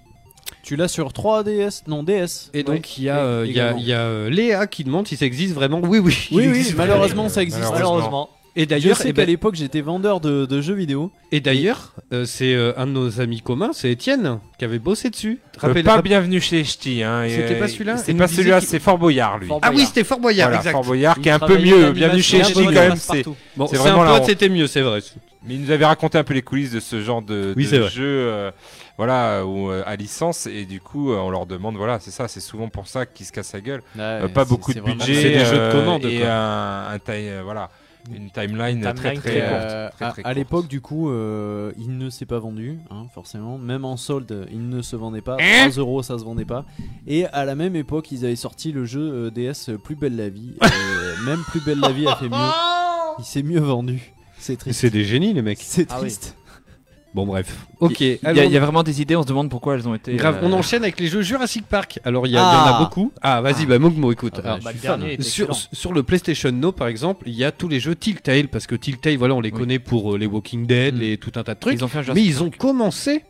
Tu l'as sur 3DS Non, DS. Et donc il y a, oui, euh, il y a- également. il y a, euh, Léa qui demande si ça existe vraiment. Oui, oui. Oui, il oui, existe vraiment. malheureusement, ça existe. Malheureusement. Et D'ailleurs, d'ailleurs, je sais eh ben, qu'à l'époque, j'étais vendeur de, de jeux vidéo. Et d'ailleurs, euh, c'est euh, un de nos amis communs, c'est Étienne, qui avait bossé dessus. Euh, Rappelle- pas rappelle- bienvenu chez les Ch'tis. Hein, et, C'était pas euh, celui-là C'est Il pas nous disait celui-là, qu'il- c'est Fort Boyard, lui. Fort Ah oui, Boyard. c'était Fort Boyard, Voilà, exact. Fort Boyard qui est Il un peu travaillait mieux. l'animation Bienvenue chez les partout, Ch'tis, quand il même. passe c'est- partout. Bon, C'est c'est vraiment un la pote, honte. c'était mieux, c'est vrai. Mais il nous avait raconté un peu les coulisses de ce genre de, Oui, de c'est vrai. jeu euh, voilà, ou euh, à licence. Et du coup, euh, on leur demande, voilà, c'est ça, c'est souvent pour ça qu'ils se cassent la gueule. Euh, pas beaucoup de budget. C'est des jeux de euh, commande, Et quoi. un, un taille- euh, voilà, une timeline, Une très timeline très très, courte. Euh, très, à- très à courte. l'époque, du coup, euh, il ne s'est pas vendu, hein, forcément. Même en solde, il ne se vendait pas. Hein 3 euros, ça se vendait pas. Et à la même époque, ils avaient sorti le jeu euh, DS Plus Belle la Vie. Euh, même Plus Belle la Vie a fait mieux. Il s'est mieux vendu. C'est triste. C'est des génies, les mecs. C'est Ah oui. triste. Bon, bref. Ok, Il y, a- allons- il y a vraiment des idées, on se demande pourquoi elles ont été. Grave, euh, on enchaîne avec les jeux Jurassic Park. Alors, il y, a- il y en a Ah. beaucoup. Ah, vas-y, bah, Mogmo, écoute. Ah bah, Alors, je suis le dernier fan. était sur, excellent. sur le PlayStation Now, par exemple, il y a tous les jeux Telltale parce que Telltale voilà, on les Oui. connaît pour euh, les Walking Dead, Mm. les tout un tas de trucs. Ils ont fait un jeu. Mais ils ont commencé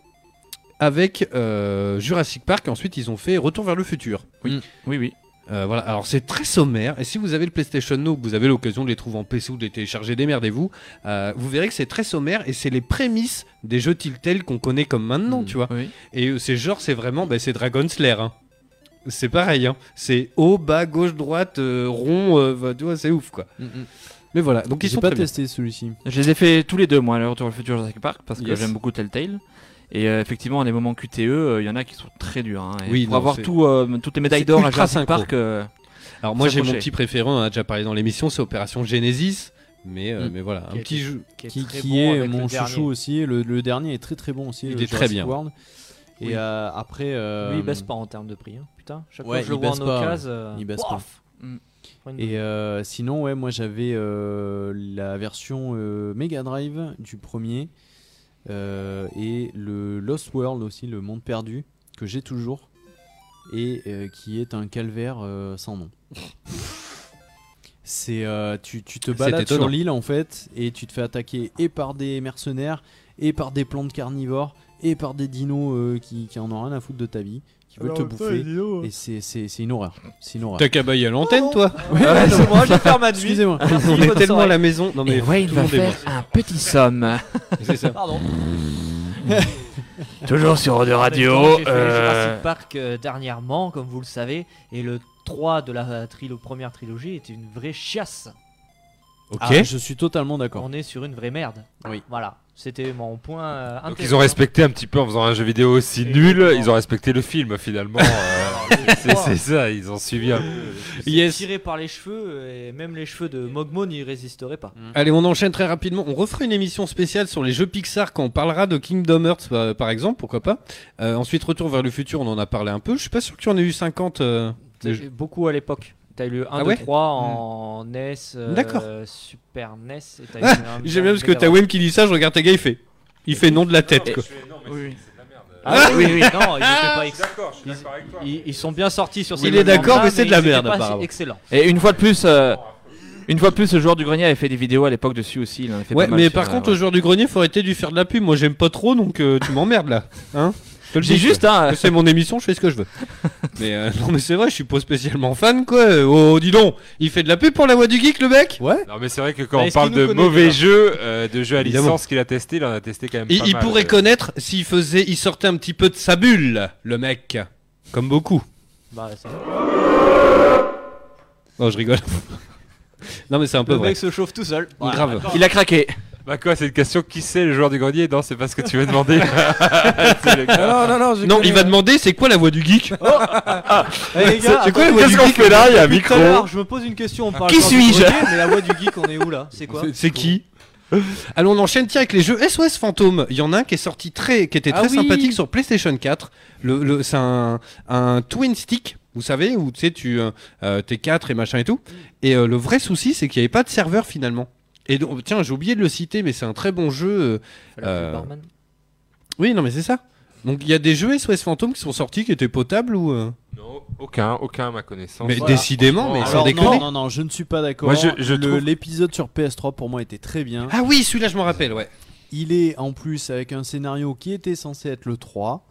avec euh, Jurassic Park, ensuite ils ont fait Retour vers le futur. Oui, oui. Euh, voilà, alors c'est très sommaire, et si vous avez le PlayStation Now, que vous avez l'occasion de les trouver en PC ou de les télécharger, démerdez-vous, euh, vous verrez que c'est très sommaire, et c'est les prémices des jeux Telltale qu'on connaît comme maintenant, Mm. tu vois. Mmh, Oui. Et euh, c'est genre, c'est vraiment, bah, c'est Dragon Slayer, hein. C'est pareil, hein. c'est haut, bas, gauche, droite, euh, rond, euh, bah, tu vois, c'est ouf quoi. Mm, mm. Mais voilà, donc ils J'ai sont pas très bien. testé celui-ci. Je les ai fait tous les deux, moi, le Retour vers le futur Jurassic Park, parce que Yes. j'aime beaucoup Telltale. Et euh, effectivement, les moments QTE, euh, il y en a qui sont très durs. hein. Et Oui, pour non, avoir c'est- tout, euh, toutes les médailles c'est d'or à ultra Jurassic synchro. Park, euh, Alors moi j'ai mon S'accrocher. petit préféré, on en a déjà parlé dans l'émission, c'est Opération Genesis, mais, euh, Mm. Mmh. mais voilà, un Qui petit était- jeu. qui, très qui bon est avec le mon dernier. chouchou aussi. Le, le dernier est très très bon aussi. Il le est très Jurassic bien. World. Et Oui. euh, après, euh, Lui, il baisse pas en termes de prix. hein. Putain, chaque Ouais, fois que je le il vois baisse en pas, occasion. euh, il baisse pas. wouah Mm. Et euh, sinon, ouais, moi j'avais euh, la version euh, Mega Drive du premier euh, et le Lost World aussi, le monde perdu, que j'ai toujours et euh, qui est un calvaire euh, sans nom. C'est euh, tu, tu te C'est balades étonnant. sur l'île en fait et tu te fais attaquer et par des mercenaires et par des plantes carnivores et par des dinos euh, qui, qui en ont rien à foutre de ta vie, qui veulent te bouffer. Et c'est- c'est c'est une horreur. C'est une horreur. T'as qu'à bailler à l'antenne toi Ouais, c'est moi, je vais faire ma nuit. Excusez-moi. On est bonne tellement à soirée. la maison. Non mais Et Wayne tout le va monde est faire mort. un petit somme. C'est ça. Pardon. Toujours sur En Eau de même temps, Radio. J'ai fait Jurassic Park euh, dernièrement, comme vous le savez, et le 3 de la euh, trilo- première trilogie était une vraie chiasse. Ok. Ah, je suis totalement d'accord. On est sur une vraie merde. Oui. Voilà, c'était mon point. euh, Donc ils intéressant. ont respecté un petit peu en faisant un jeu vidéo aussi nul, Exactement. ils ont respecté le film finalement. euh, c'est c'est ça, ils ont suivi un peu. C'est Yes. tiré par les cheveux, et même les cheveux de Mogmo n'y résisteraient pas. Allez, on enchaîne très rapidement. On refera une émission spéciale sur les jeux Pixar quand on parlera de Kingdom Hearts, euh, par exemple, pourquoi pas. Euh, ensuite, Retour vers le futur, on en a parlé un peu. Je suis pas sûr qu'il y en ait eu 50. euh, T'as je- eu Beaucoup à l'époque. T'as eu le 1, Ah 2, ouais 3 en NES, euh, D'accord. Super NES. et t'as eu Ah, un- J'aime bien parce que Mega Ah, Tawem qui dit ça, je regarde ta gars, il fait. Il fait non de la tête, quoi. Oui. Ah oui, oui, non, ils Ah étaient pas Je suis ex- d'accord, je suis ils- d'accord avec toi, Ils, ils sont bien sortis sur ces Il est d'accord, moments-là, mais c'est de la ils étaient merde, pas apparemment. Excellent. Et une fois de plus, euh, une fois de plus, le joueur du grenier avait fait des vidéos à l'époque dessus aussi. Il en a fait Ouais, pas mal mais sur, par euh, contre, au jour du grenier, faut arrêter de lui faire de la pub. Moi, j'aime pas trop, donc euh, tu m'emmerdes là. Hein Je te le J'ai dis juste, que- hein. que C'est mon émission, je fais ce que je veux. mais euh, non, mais c'est vrai, je suis pas spécialement fan, quoi. Oh, dis donc, il fait de la pub pour la voix du geek, le mec Ouais. Non mais c'est vrai que quand Mais on est-ce parle qu'il nous de connaît, mauvais déjà jeux, euh, de jeux à Évidemment. licence qu'il a testé, il en a testé quand même Il, pas il mal, pourrait euh. connaître s'il faisait, il sortait un petit peu de sa bulle, le mec. Comme beaucoup. Bah, c'est- Non, je rigole. non, mais c'est un peu le vrai. mec se chauffe tout seul. Voilà, Grave. d'accord. Il a craqué. Bah quoi, c'est une question qui c'est le joueur du grenier Non, c'est pas ce que tu veux demander. C'est le gars. Non, non, non, je Non, il connais, va demander c'est quoi la voix du geek Eh, les gars, C'est quoi la voix Qu'est-ce du qu'on geek fait là Il y a un depuis tout à micro. l'heure, je me pose une question. On parle Qui encore du suis-je grenier, Mais la voix du geek, on est où là C'est quoi C'est- C'est qui Allons, on enchaîne tiens, avec les jeux SOS Fantôme. Il y en a un qui est sorti très, qui était Ah très oui. sympathique sur PlayStation 4. Le, le- c'est un, un twin stick, vous savez, où tu sais, tu euh, euh, t'es 4 et machin et tout. Et euh, le vrai souci, c'est qu'il n'y avait pas de serveur finalement. Et donc, tiens, j'ai oublié de le citer, mais c'est un très bon jeu. euh, euh, Oui, non, mais c'est ça. Donc il y a des jeux SOS Fantôme qui sont sortis, qui étaient potables ou. euh, Non, aucun, aucun à ma connaissance. Mais Voilà. décidément, mais Alors, sans Alors, déconner. non, non, non, je ne suis pas d'accord. Moi, je- je Le- trouve- L'épisode sur PS3 pour moi était très bien. Ah oui, celui-là, je m'en rappelle, ouais. Il est en plus avec un scénario qui était censé être le 3,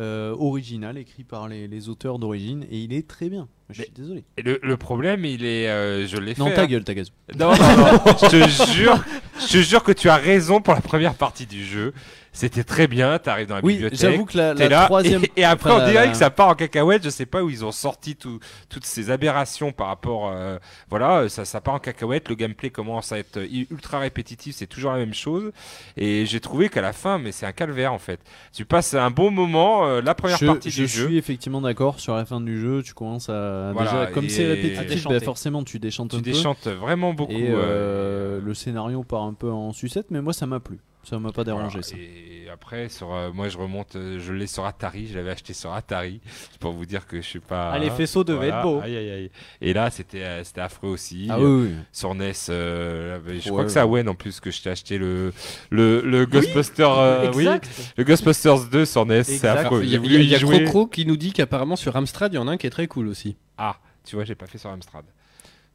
euh, original, écrit par les, les auteurs d'origine, et il est très bien. Je suis désolé. Et Le, le problème, il est, euh, je l'ai fait. Non, ta hein. gueule, ta gueule. Non, non, non, je te jure, je te jure que tu as raison pour la première partie du jeu. C'était très bien, t'arrives dans la Oui, bibliothèque. j'avoue que la, T'es la là, troisième. et, et après enfin, on la- dirait la- que ça part en cacahuète. Je sais pas où ils ont sorti tout- toutes ces aberrations par rapport, euh, voilà, euh, ça, ça part en cacahuète. Le gameplay commence à être euh, ultra répétitif, c'est toujours la même chose. Et j'ai trouvé qu'à la fin, mais c'est un calvaire en fait. Tu passes un bon moment, euh, la première je, partie je du suis jeu. effectivement d'accord sur la fin du jeu. Tu commences à Voilà, déjà comme et- c'est à répétitif, déchanter. bah, forcément tu déchantes Tu un peu. déchantes vraiment beaucoup. et euh, euh, le scénario part un peu en sucette, mais moi ça m'a plu. Ça Ah m'a pas dérangé. Voilà, Et après, sur, euh, moi je remonte, euh, je l'ai sur Atari, je l'avais acheté sur Atari, C'est pour vous dire que je suis pas. Ah, les faisceaux devaient Voilà, être beaux. aïe, aïe, aïe. Et là, c'était euh, c'était affreux aussi. ça. Ah oui, oui. Sur NES, euh, je crois Ouais. que c'est à Wen en plus que je t'ai acheté le, le, le Ghostbuster, euh, oui, exact. le Ghostbusters 2 sur NES, c'est Exact. affreux. Il y J'ai a, voulu il y a y jouer. Crocro qui nous dit qu'apparemment sur Amstrad, il y en a un qui est très cool aussi. Ah, tu vois, j'ai pas fait sur Amstrad.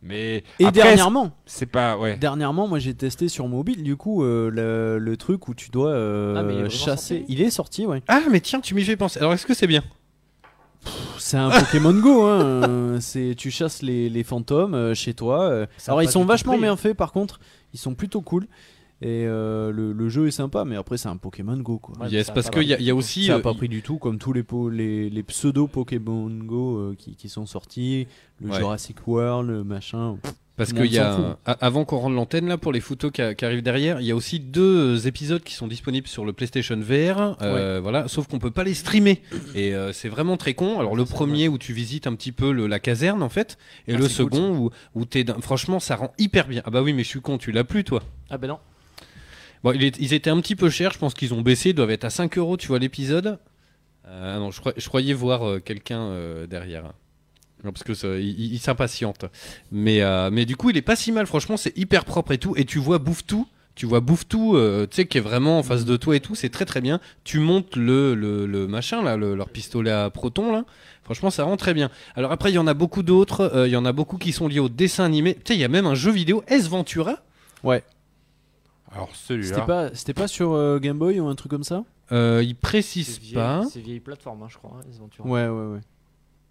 Mais Et après, dernièrement, c'est pas, ouais. dernièrement, moi j'ai testé sur mobile. Du coup, euh, le, le truc où tu dois euh, Ah, mais il est vraiment chasser, sorti il est sorti, ouais. Ah, mais tiens, tu m'y fais penser. Alors, est-ce que c'est bien C'est un Pokémon Go, hein. euh, C'est tu chasses les, les fantômes euh, chez toi. euh. Ça a Alors ils pas sont du tout vachement pris, bien hein. faits, par contre, ils sont plutôt cool. Et euh, le, le jeu est sympa, mais après c'est un Pokémon Go quoi. Ouais, Yes, ça a parce pas qu'il y, a- pris il y a du aussi. ça euh, n'a pas pris du tout, comme tous les, po- les, les pseudo Pokémon Go euh, qui, qui sont sortis, le Ouais. Jurassic World, le machin. pff, Parce Tout qu'il le y a, monde s'en fout. a- avant qu'on rende l'antenne là pour les photos qui, a- qui arrivent derrière, il y a aussi deux euh, épisodes qui sont disponibles sur le PlayStation VR. euh, Voilà, sauf qu'on peut pas les streamer et euh, c'est vraiment très con. Alors le premier où tu visites un petit peu le- la caserne en fait, et Ah, le c'est cool, second où, où t'es, d'un- franchement, ça rend hyper bien. Ah bah oui, mais je suis con, tu l'as plus toi. Ah ben non. Bon, il est- ils étaient un petit peu chers, je pense qu'ils ont baissé, ils doivent être à 5 euros, tu vois, l'épisode. Euh, non, je, crois- je croyais voir euh, quelqu'un euh, derrière. Non, parce que ça, il, il- il s'impatiente. Mais, euh, mais du coup, il est pas si mal, franchement, c'est hyper propre et tout. Et tu vois Bouffe tout, tu vois Bouffe tout, euh, tu sais, qui est vraiment en face de toi et tout, c'est très très bien. Tu montes le, le, le machin, là, le- leur pistolet à proton, là. Franchement, ça rend très bien. Alors après, il y en a beaucoup d'autres, euh, il y en a beaucoup qui sont liés au dessin animé. Tu sais, il y a même un jeu vidéo, S Ventura. Alors C'était celui-là. pas, c'était pas sur euh, Game Boy ou un truc comme ça Euh, il précise C'est vieille, pas. c'est vieille plateforme, hein, je crois. hein, les aventures. Ouais, ouais, ouais.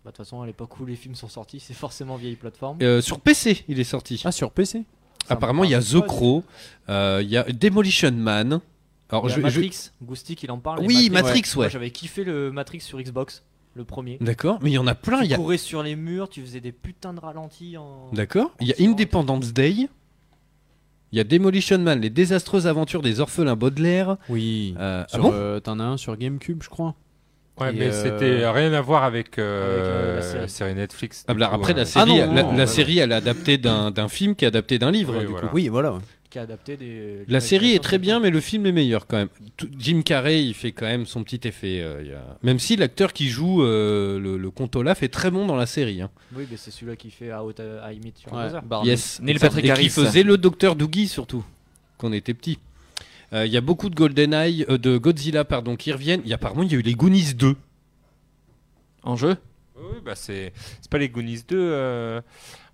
Bah, de toute façon, à l'époque où les films sont sortis, c'est forcément vieille plateforme. Euh, sur PC, il est sorti. Ah, sur PC Ça me Apparemment, il y a parle The pas, Crow, euh, il y a Demolition Man. Il Alors, y je, a je- Matrix, Goustic, il en parle. et Oui, Matrix, Moi, ouais. J'avais kiffé le Matrix sur Xbox, le premier. D'accord, mais il y en a plein. il y tu a- courais sur les murs, tu faisais des putains de ralentis en. D'accord. Il y a Independence Day. Il y a Demolition Man, les désastreuses aventures des orphelins Baudelaire. Oui. Euh, ah Sur, bon euh, T'en as un sur GameCube, je crois. Ouais, Et, mais euh, c'était rien à voir avec, euh, avec, euh, la la série. série Netflix. Ah, du bah, coup, Après, euh, la série, Ah non, la, non, la ouais. série, elle est adaptée d'un d'un film qui est adapté d'un livre. Oui, du coup. voilà. Oui, voilà. ouais. Qui a adapté des. La des série est réalisations très de- bien, mais le film est meilleur quand même. Tout- Jim Carrey, il fait quand même son petit effet. euh, il y a- Même si l'acteur qui joue euh, le, le comte Olaf est très bon dans la série. hein. Oui, mais c'est celui-là qui fait à haute à limite sur Ouais, bah, Bowser. Barney. Yes. Neil Patrick Et qui Harris. faisait le docteur Doogie surtout, quand on était petit. Euh, Il y a beaucoup de GoldenEye, euh, de Godzilla, pardon, qui reviennent. Il y a, apparemment, il y a eu les Goonies 2. En jeu Oui, bah c'est c'est pas les Goonies 2 euh,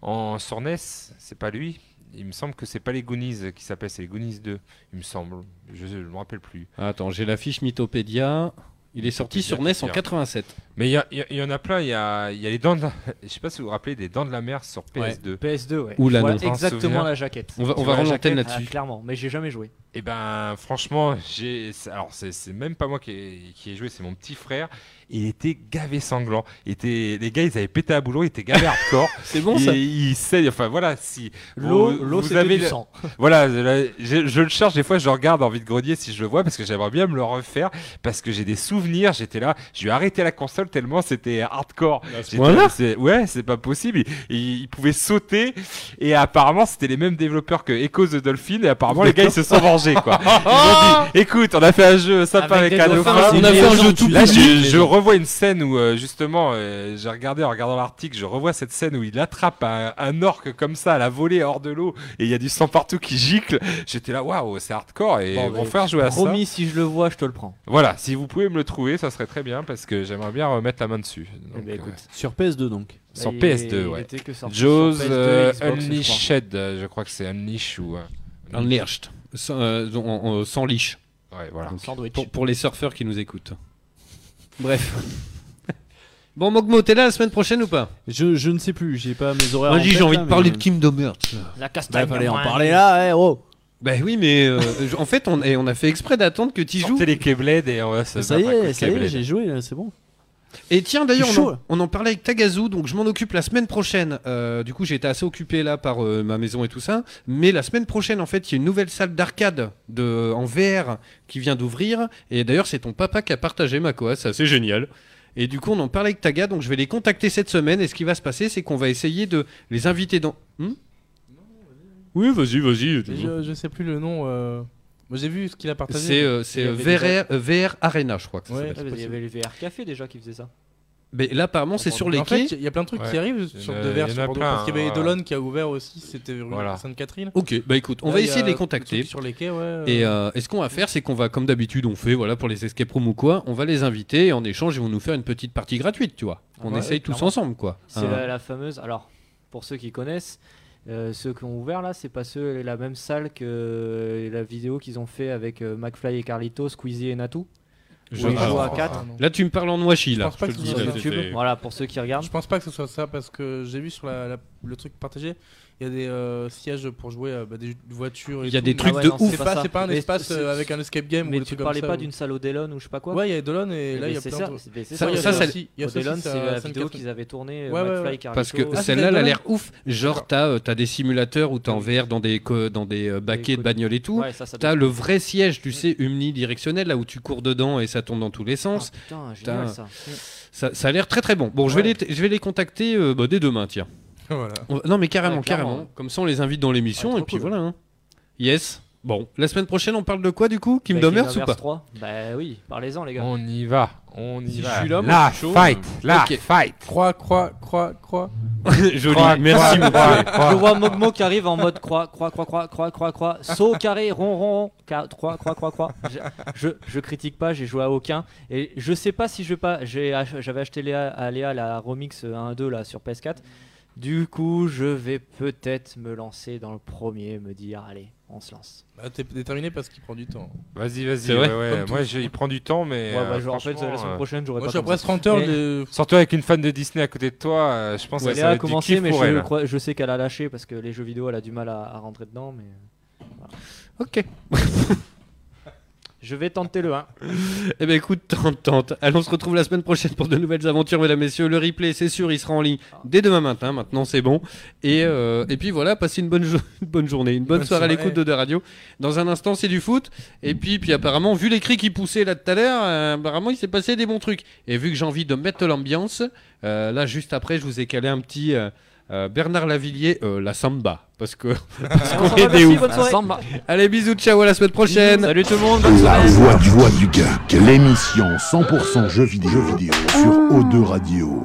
en sur NES, c'est pas lui. Il me semble que c'est pas les Goonies qui s'appellent, c'est les Goonies 2, il me semble. Je ne me rappelle plus. Attends, j'ai la fiche Mythopédia. Il est sorti sur NES en 87. Mais il y, a- il y a- il y en a plein, il y a, il y a les dents de la... Je sais pas si vous vous rappelez des dents de la mer sur PS2. PS2, ouais. Ouh là, Je vois non. exactement la jaquette. On va- Tu on va vois la rendre l'antenne jaquette là-dessus. Ah, clairement, mais j'ai jamais joué. Et ben franchement, j'ai c'est- alors c'est c'est même pas moi qui ai, qui ai joué, c'est mon petit frère. Il était gavé sanglant. Il était les gars, ils avaient pété à boulot, ils étaient gavés hardcore. c'est bon, ça. Il, il saigne. Enfin voilà, si L'eau- vous- l'eau, vous c'était avez du le- sang. Voilà, là, je, je le cherche des fois, je le regarde envie de grogner si je le vois parce que j'aimerais bien me le refaire parce que j'ai des souvenirs. J'étais là, j'ai arrêté la console tellement c'était hardcore. J'étais- moment-là c'est- Ouais, c'est pas possible. Il, il- il pouvait sauter et apparemment c'était les mêmes développeurs que Echo the Dolphin et apparemment les gars ils se sont vengés quoi. Ils ont dit, écoute, on a fait un jeu sympa Avec avec, des un dauphins, dauphin. c'est une On a fait un légende, jeu tout Là, je, public, je légende. revois une scène où euh, justement, euh, j'ai regardé en regardant l'article, je revois cette scène où il attrape un, un orque comme ça à la volée hors de l'eau et il y a du sang partout qui gicle. J'étais là, waouh, c'est hardcore et Bon, mon mais frère jouait à ça. Promis, si je le vois, je te le prends. Voilà, si vous pouvez me le trouver, ça serait très bien parce que j'aimerais bien remettre la main dessus. Eh Donc, ben, écoute. euh, Sur PS2 donc. sur Il- PS2, il ouais. était que sorti sur Jaws PS2, euh, Xbox, je crois. Unleashed, euh, je crois que c'est Unleashed ou. euh, Unleashed. Sans, euh, en- en- sans leash. Ouais, voilà. Donc, Sandwich. pour, pour les surfeurs qui nous écoutent. Bref. bon, Mogmo, t'es là la semaine prochaine ou pas Je, je ne sais plus, j'ai pas mes horaires. Bah, en Vas-y, tête, j'ai envie là, de mais- parler de Kim Domertz. La Bah, castagne. fallait en moins. parler là, eh, oh. Ben oui, mais euh, je- en fait, on, et on a fait exprès d'attendre que tu joues. Sortez les Keyblade et on va se Ça y battre à coups de est, ça y est, Keyblade. j'ai joué là, c'est bon. Et tiens, d'ailleurs, Je suis on, en- chaud. on en parlait avec Tagazu, donc je m'en occupe la semaine prochaine. Euh, du coup, j'ai été assez occupé là par euh, ma maison et tout ça. Mais la semaine prochaine, en fait, il y a une nouvelle salle d'arcade de- en VR qui vient d'ouvrir. Et d'ailleurs, c'est ton papa qui a partagé ma quoi, c'est assez génial. Et du coup, on en parlait avec Taga, donc je vais les contacter cette semaine. Et ce qui va se passer, c'est qu'on va essayer de les inviter dans. Hmm oui, vas-y, vas-y. Mais Je, je sais plus le nom. euh, Moi j'ai vu ce qu'il a partagé. C'est euh, c'est, Il y euh, VR, avait euh, VR Arena, je crois que ça Ouais. s'appelle. Ah, mais Il y avait le VR Café déjà qui faisait ça. Mais là, apparemment, c'est sur les en quais. fait, il y a plein de trucs Ouais. qui arrivent Il y sur en a- de il y verre en sur a Bordeaux. plein, parce qu'il y avait hein, Dolon qui a ouvert aussi, c'était rue Voilà. Sainte-Catherine. Ok, bah écoute, on Là, va il y essayer de a les des contacter. trucs Sur les quais, ouais. Et, euh, euh, et ce qu'on va faire, c'est qu'on va, comme d'habitude, on fait, voilà, pour les escape rooms ou quoi, on va les inviter et en échange, ils vont nous faire une petite partie gratuite, tu vois. On Ah bah ouais, essaye ouais, tous clairement. ensemble, quoi. C'est Ah. Hein. la, la fameuse. Alors, pour ceux qui connaissent, euh, ceux qui ont ouvert là, c'est pas ceux la même salle que euh, la vidéo qu'ils ont fait avec euh, McFly et Carlito, Squeezie et Natu. Je- où ils alors, jouent à ah, 4 non. Là, tu me parles en washi, là. pense pas Je te que le ce dis, soit là, sur YouTube. c'était- Voilà, pour ceux qui regardent. Je pense pas que ce soit ça parce que j'ai vu sur la- la- le truc partagé, il y a des euh, sièges pour jouer à bah, des voitures et Il y a tout, des mais- trucs Ah ouais, de non, ouf. C'est pas pas, ça. c'est pas un Mais espace c'est- euh, avec un escape game ou Mais des tu trucs comme parlais ça, pas ou- d'une salle Odellon ou je sais pas quoi Ouais, il y a Dolon et Eh là ben, il y a c'est plein ça, de c'est- c'est Ça, ça, il y a ça, Odellon. c'est- aussi- il y a ça aussi, Odellon, c'est à la Sainte-Catherine. vidéo qu'ils avaient tournée, euh, Ouais, ouais, McFly ouais. et Carlito. Parce que Ah, c'est celle-là, elle a Dollar. l'air ouf. Genre, t'as euh, t'as des simulateurs où t'es en VR dans des, co- dans des euh, baquets de côtes. bagnoles et tout. Ouais, ça, ça doit- T'as le vrai siège, tu sais, omnidirectionnel, là où tu cours dedans et ça tombe dans tous les Ah, sens. putain, génial ça. Ça, ça a l'air très très bon. Bon, je vais, Ouais. les, je vais les contacter euh, bah, dès demain, tiens. Voilà. On- Non, mais carrément, Ouais, clairement. carrément. hein. Comme ça, on les invite dans l'émission Ouais, et trop puis cool. voilà. hein. Yes. Bon, la semaine prochaine, on parle de quoi du coup Kim Bah, Domers ou Kingdom pas Hearts 3. Bah oui, parlez-en les gars. On y va, on y Si va. je suis là, moi, la je suis chaud. fight, la Ok. fight. Croix, croix, croix, croix. Joli, Croix, merci croix, beaucoup. croix, croix. Ah. Je vois Mogmo qui arrive en mode croix, croix, croix, croix, croix, croix, croix, saut carré, rond, rond, rond, ca- croix, croix, croix, croix. Je, je, je critique pas, j'ai joué à aucun. Et je sais pas si je vais pas. j'ai ach- J'avais acheté Léa, à Léa la remix 1-2 là sur PS4. Du coup, je vais peut-être me lancer dans le premier, me dire, allez, on se lance. Bah, T'es déterminé parce qu'il prend du temps. Vas-y, vas-y. C'est vrai ouais, ouais. Comme tout. Moi, je- il prend du temps, mais. Ouais, bah, euh, je- en fait, franchement, la semaine euh, prochaine, j'aurai Moi pas je suis à comme presque 30 heures Mais- de. Surtout avec une fan de Disney à côté de toi, euh, je pense ça. que Léa ça va a être du commencé, kiff mais pour je, elle. crois- je sais qu'elle a lâché parce que les jeux vidéo, elle a du mal à, à rentrer dedans. Mais Ok. je vais tenter le 1. Eh ben écoute, tente, tente. Allez, on se retrouve la semaine prochaine pour de nouvelles aventures, mesdames, messieurs. Le replay, c'est sûr, il sera en ligne dès demain matin. Maintenant, c'est bon. Et, euh, et puis voilà, passez une bonne, jo- une bonne journée, une bonne, Bonne soirée à soirée. l'écoute de, de radio. Dans un instant, c'est du foot. Et puis, puis apparemment, vu les cris qui poussaient là tout à l'heure, euh, apparemment, il s'est passé des bons trucs. Et vu que j'ai envie de mettre l'ambiance, euh, là, juste après, je vous ai calé un petit euh, euh, Bernard Lavillier, euh, la samba. Parce que. Ah, qu'on est des ouf. bonne soirée. Allez, bisous, ciao, à la semaine prochaine. Salut tout le monde. La voix du, voix du geek, l'émission 100% jeux vidéo, jeux vidéo sur O2 Radio.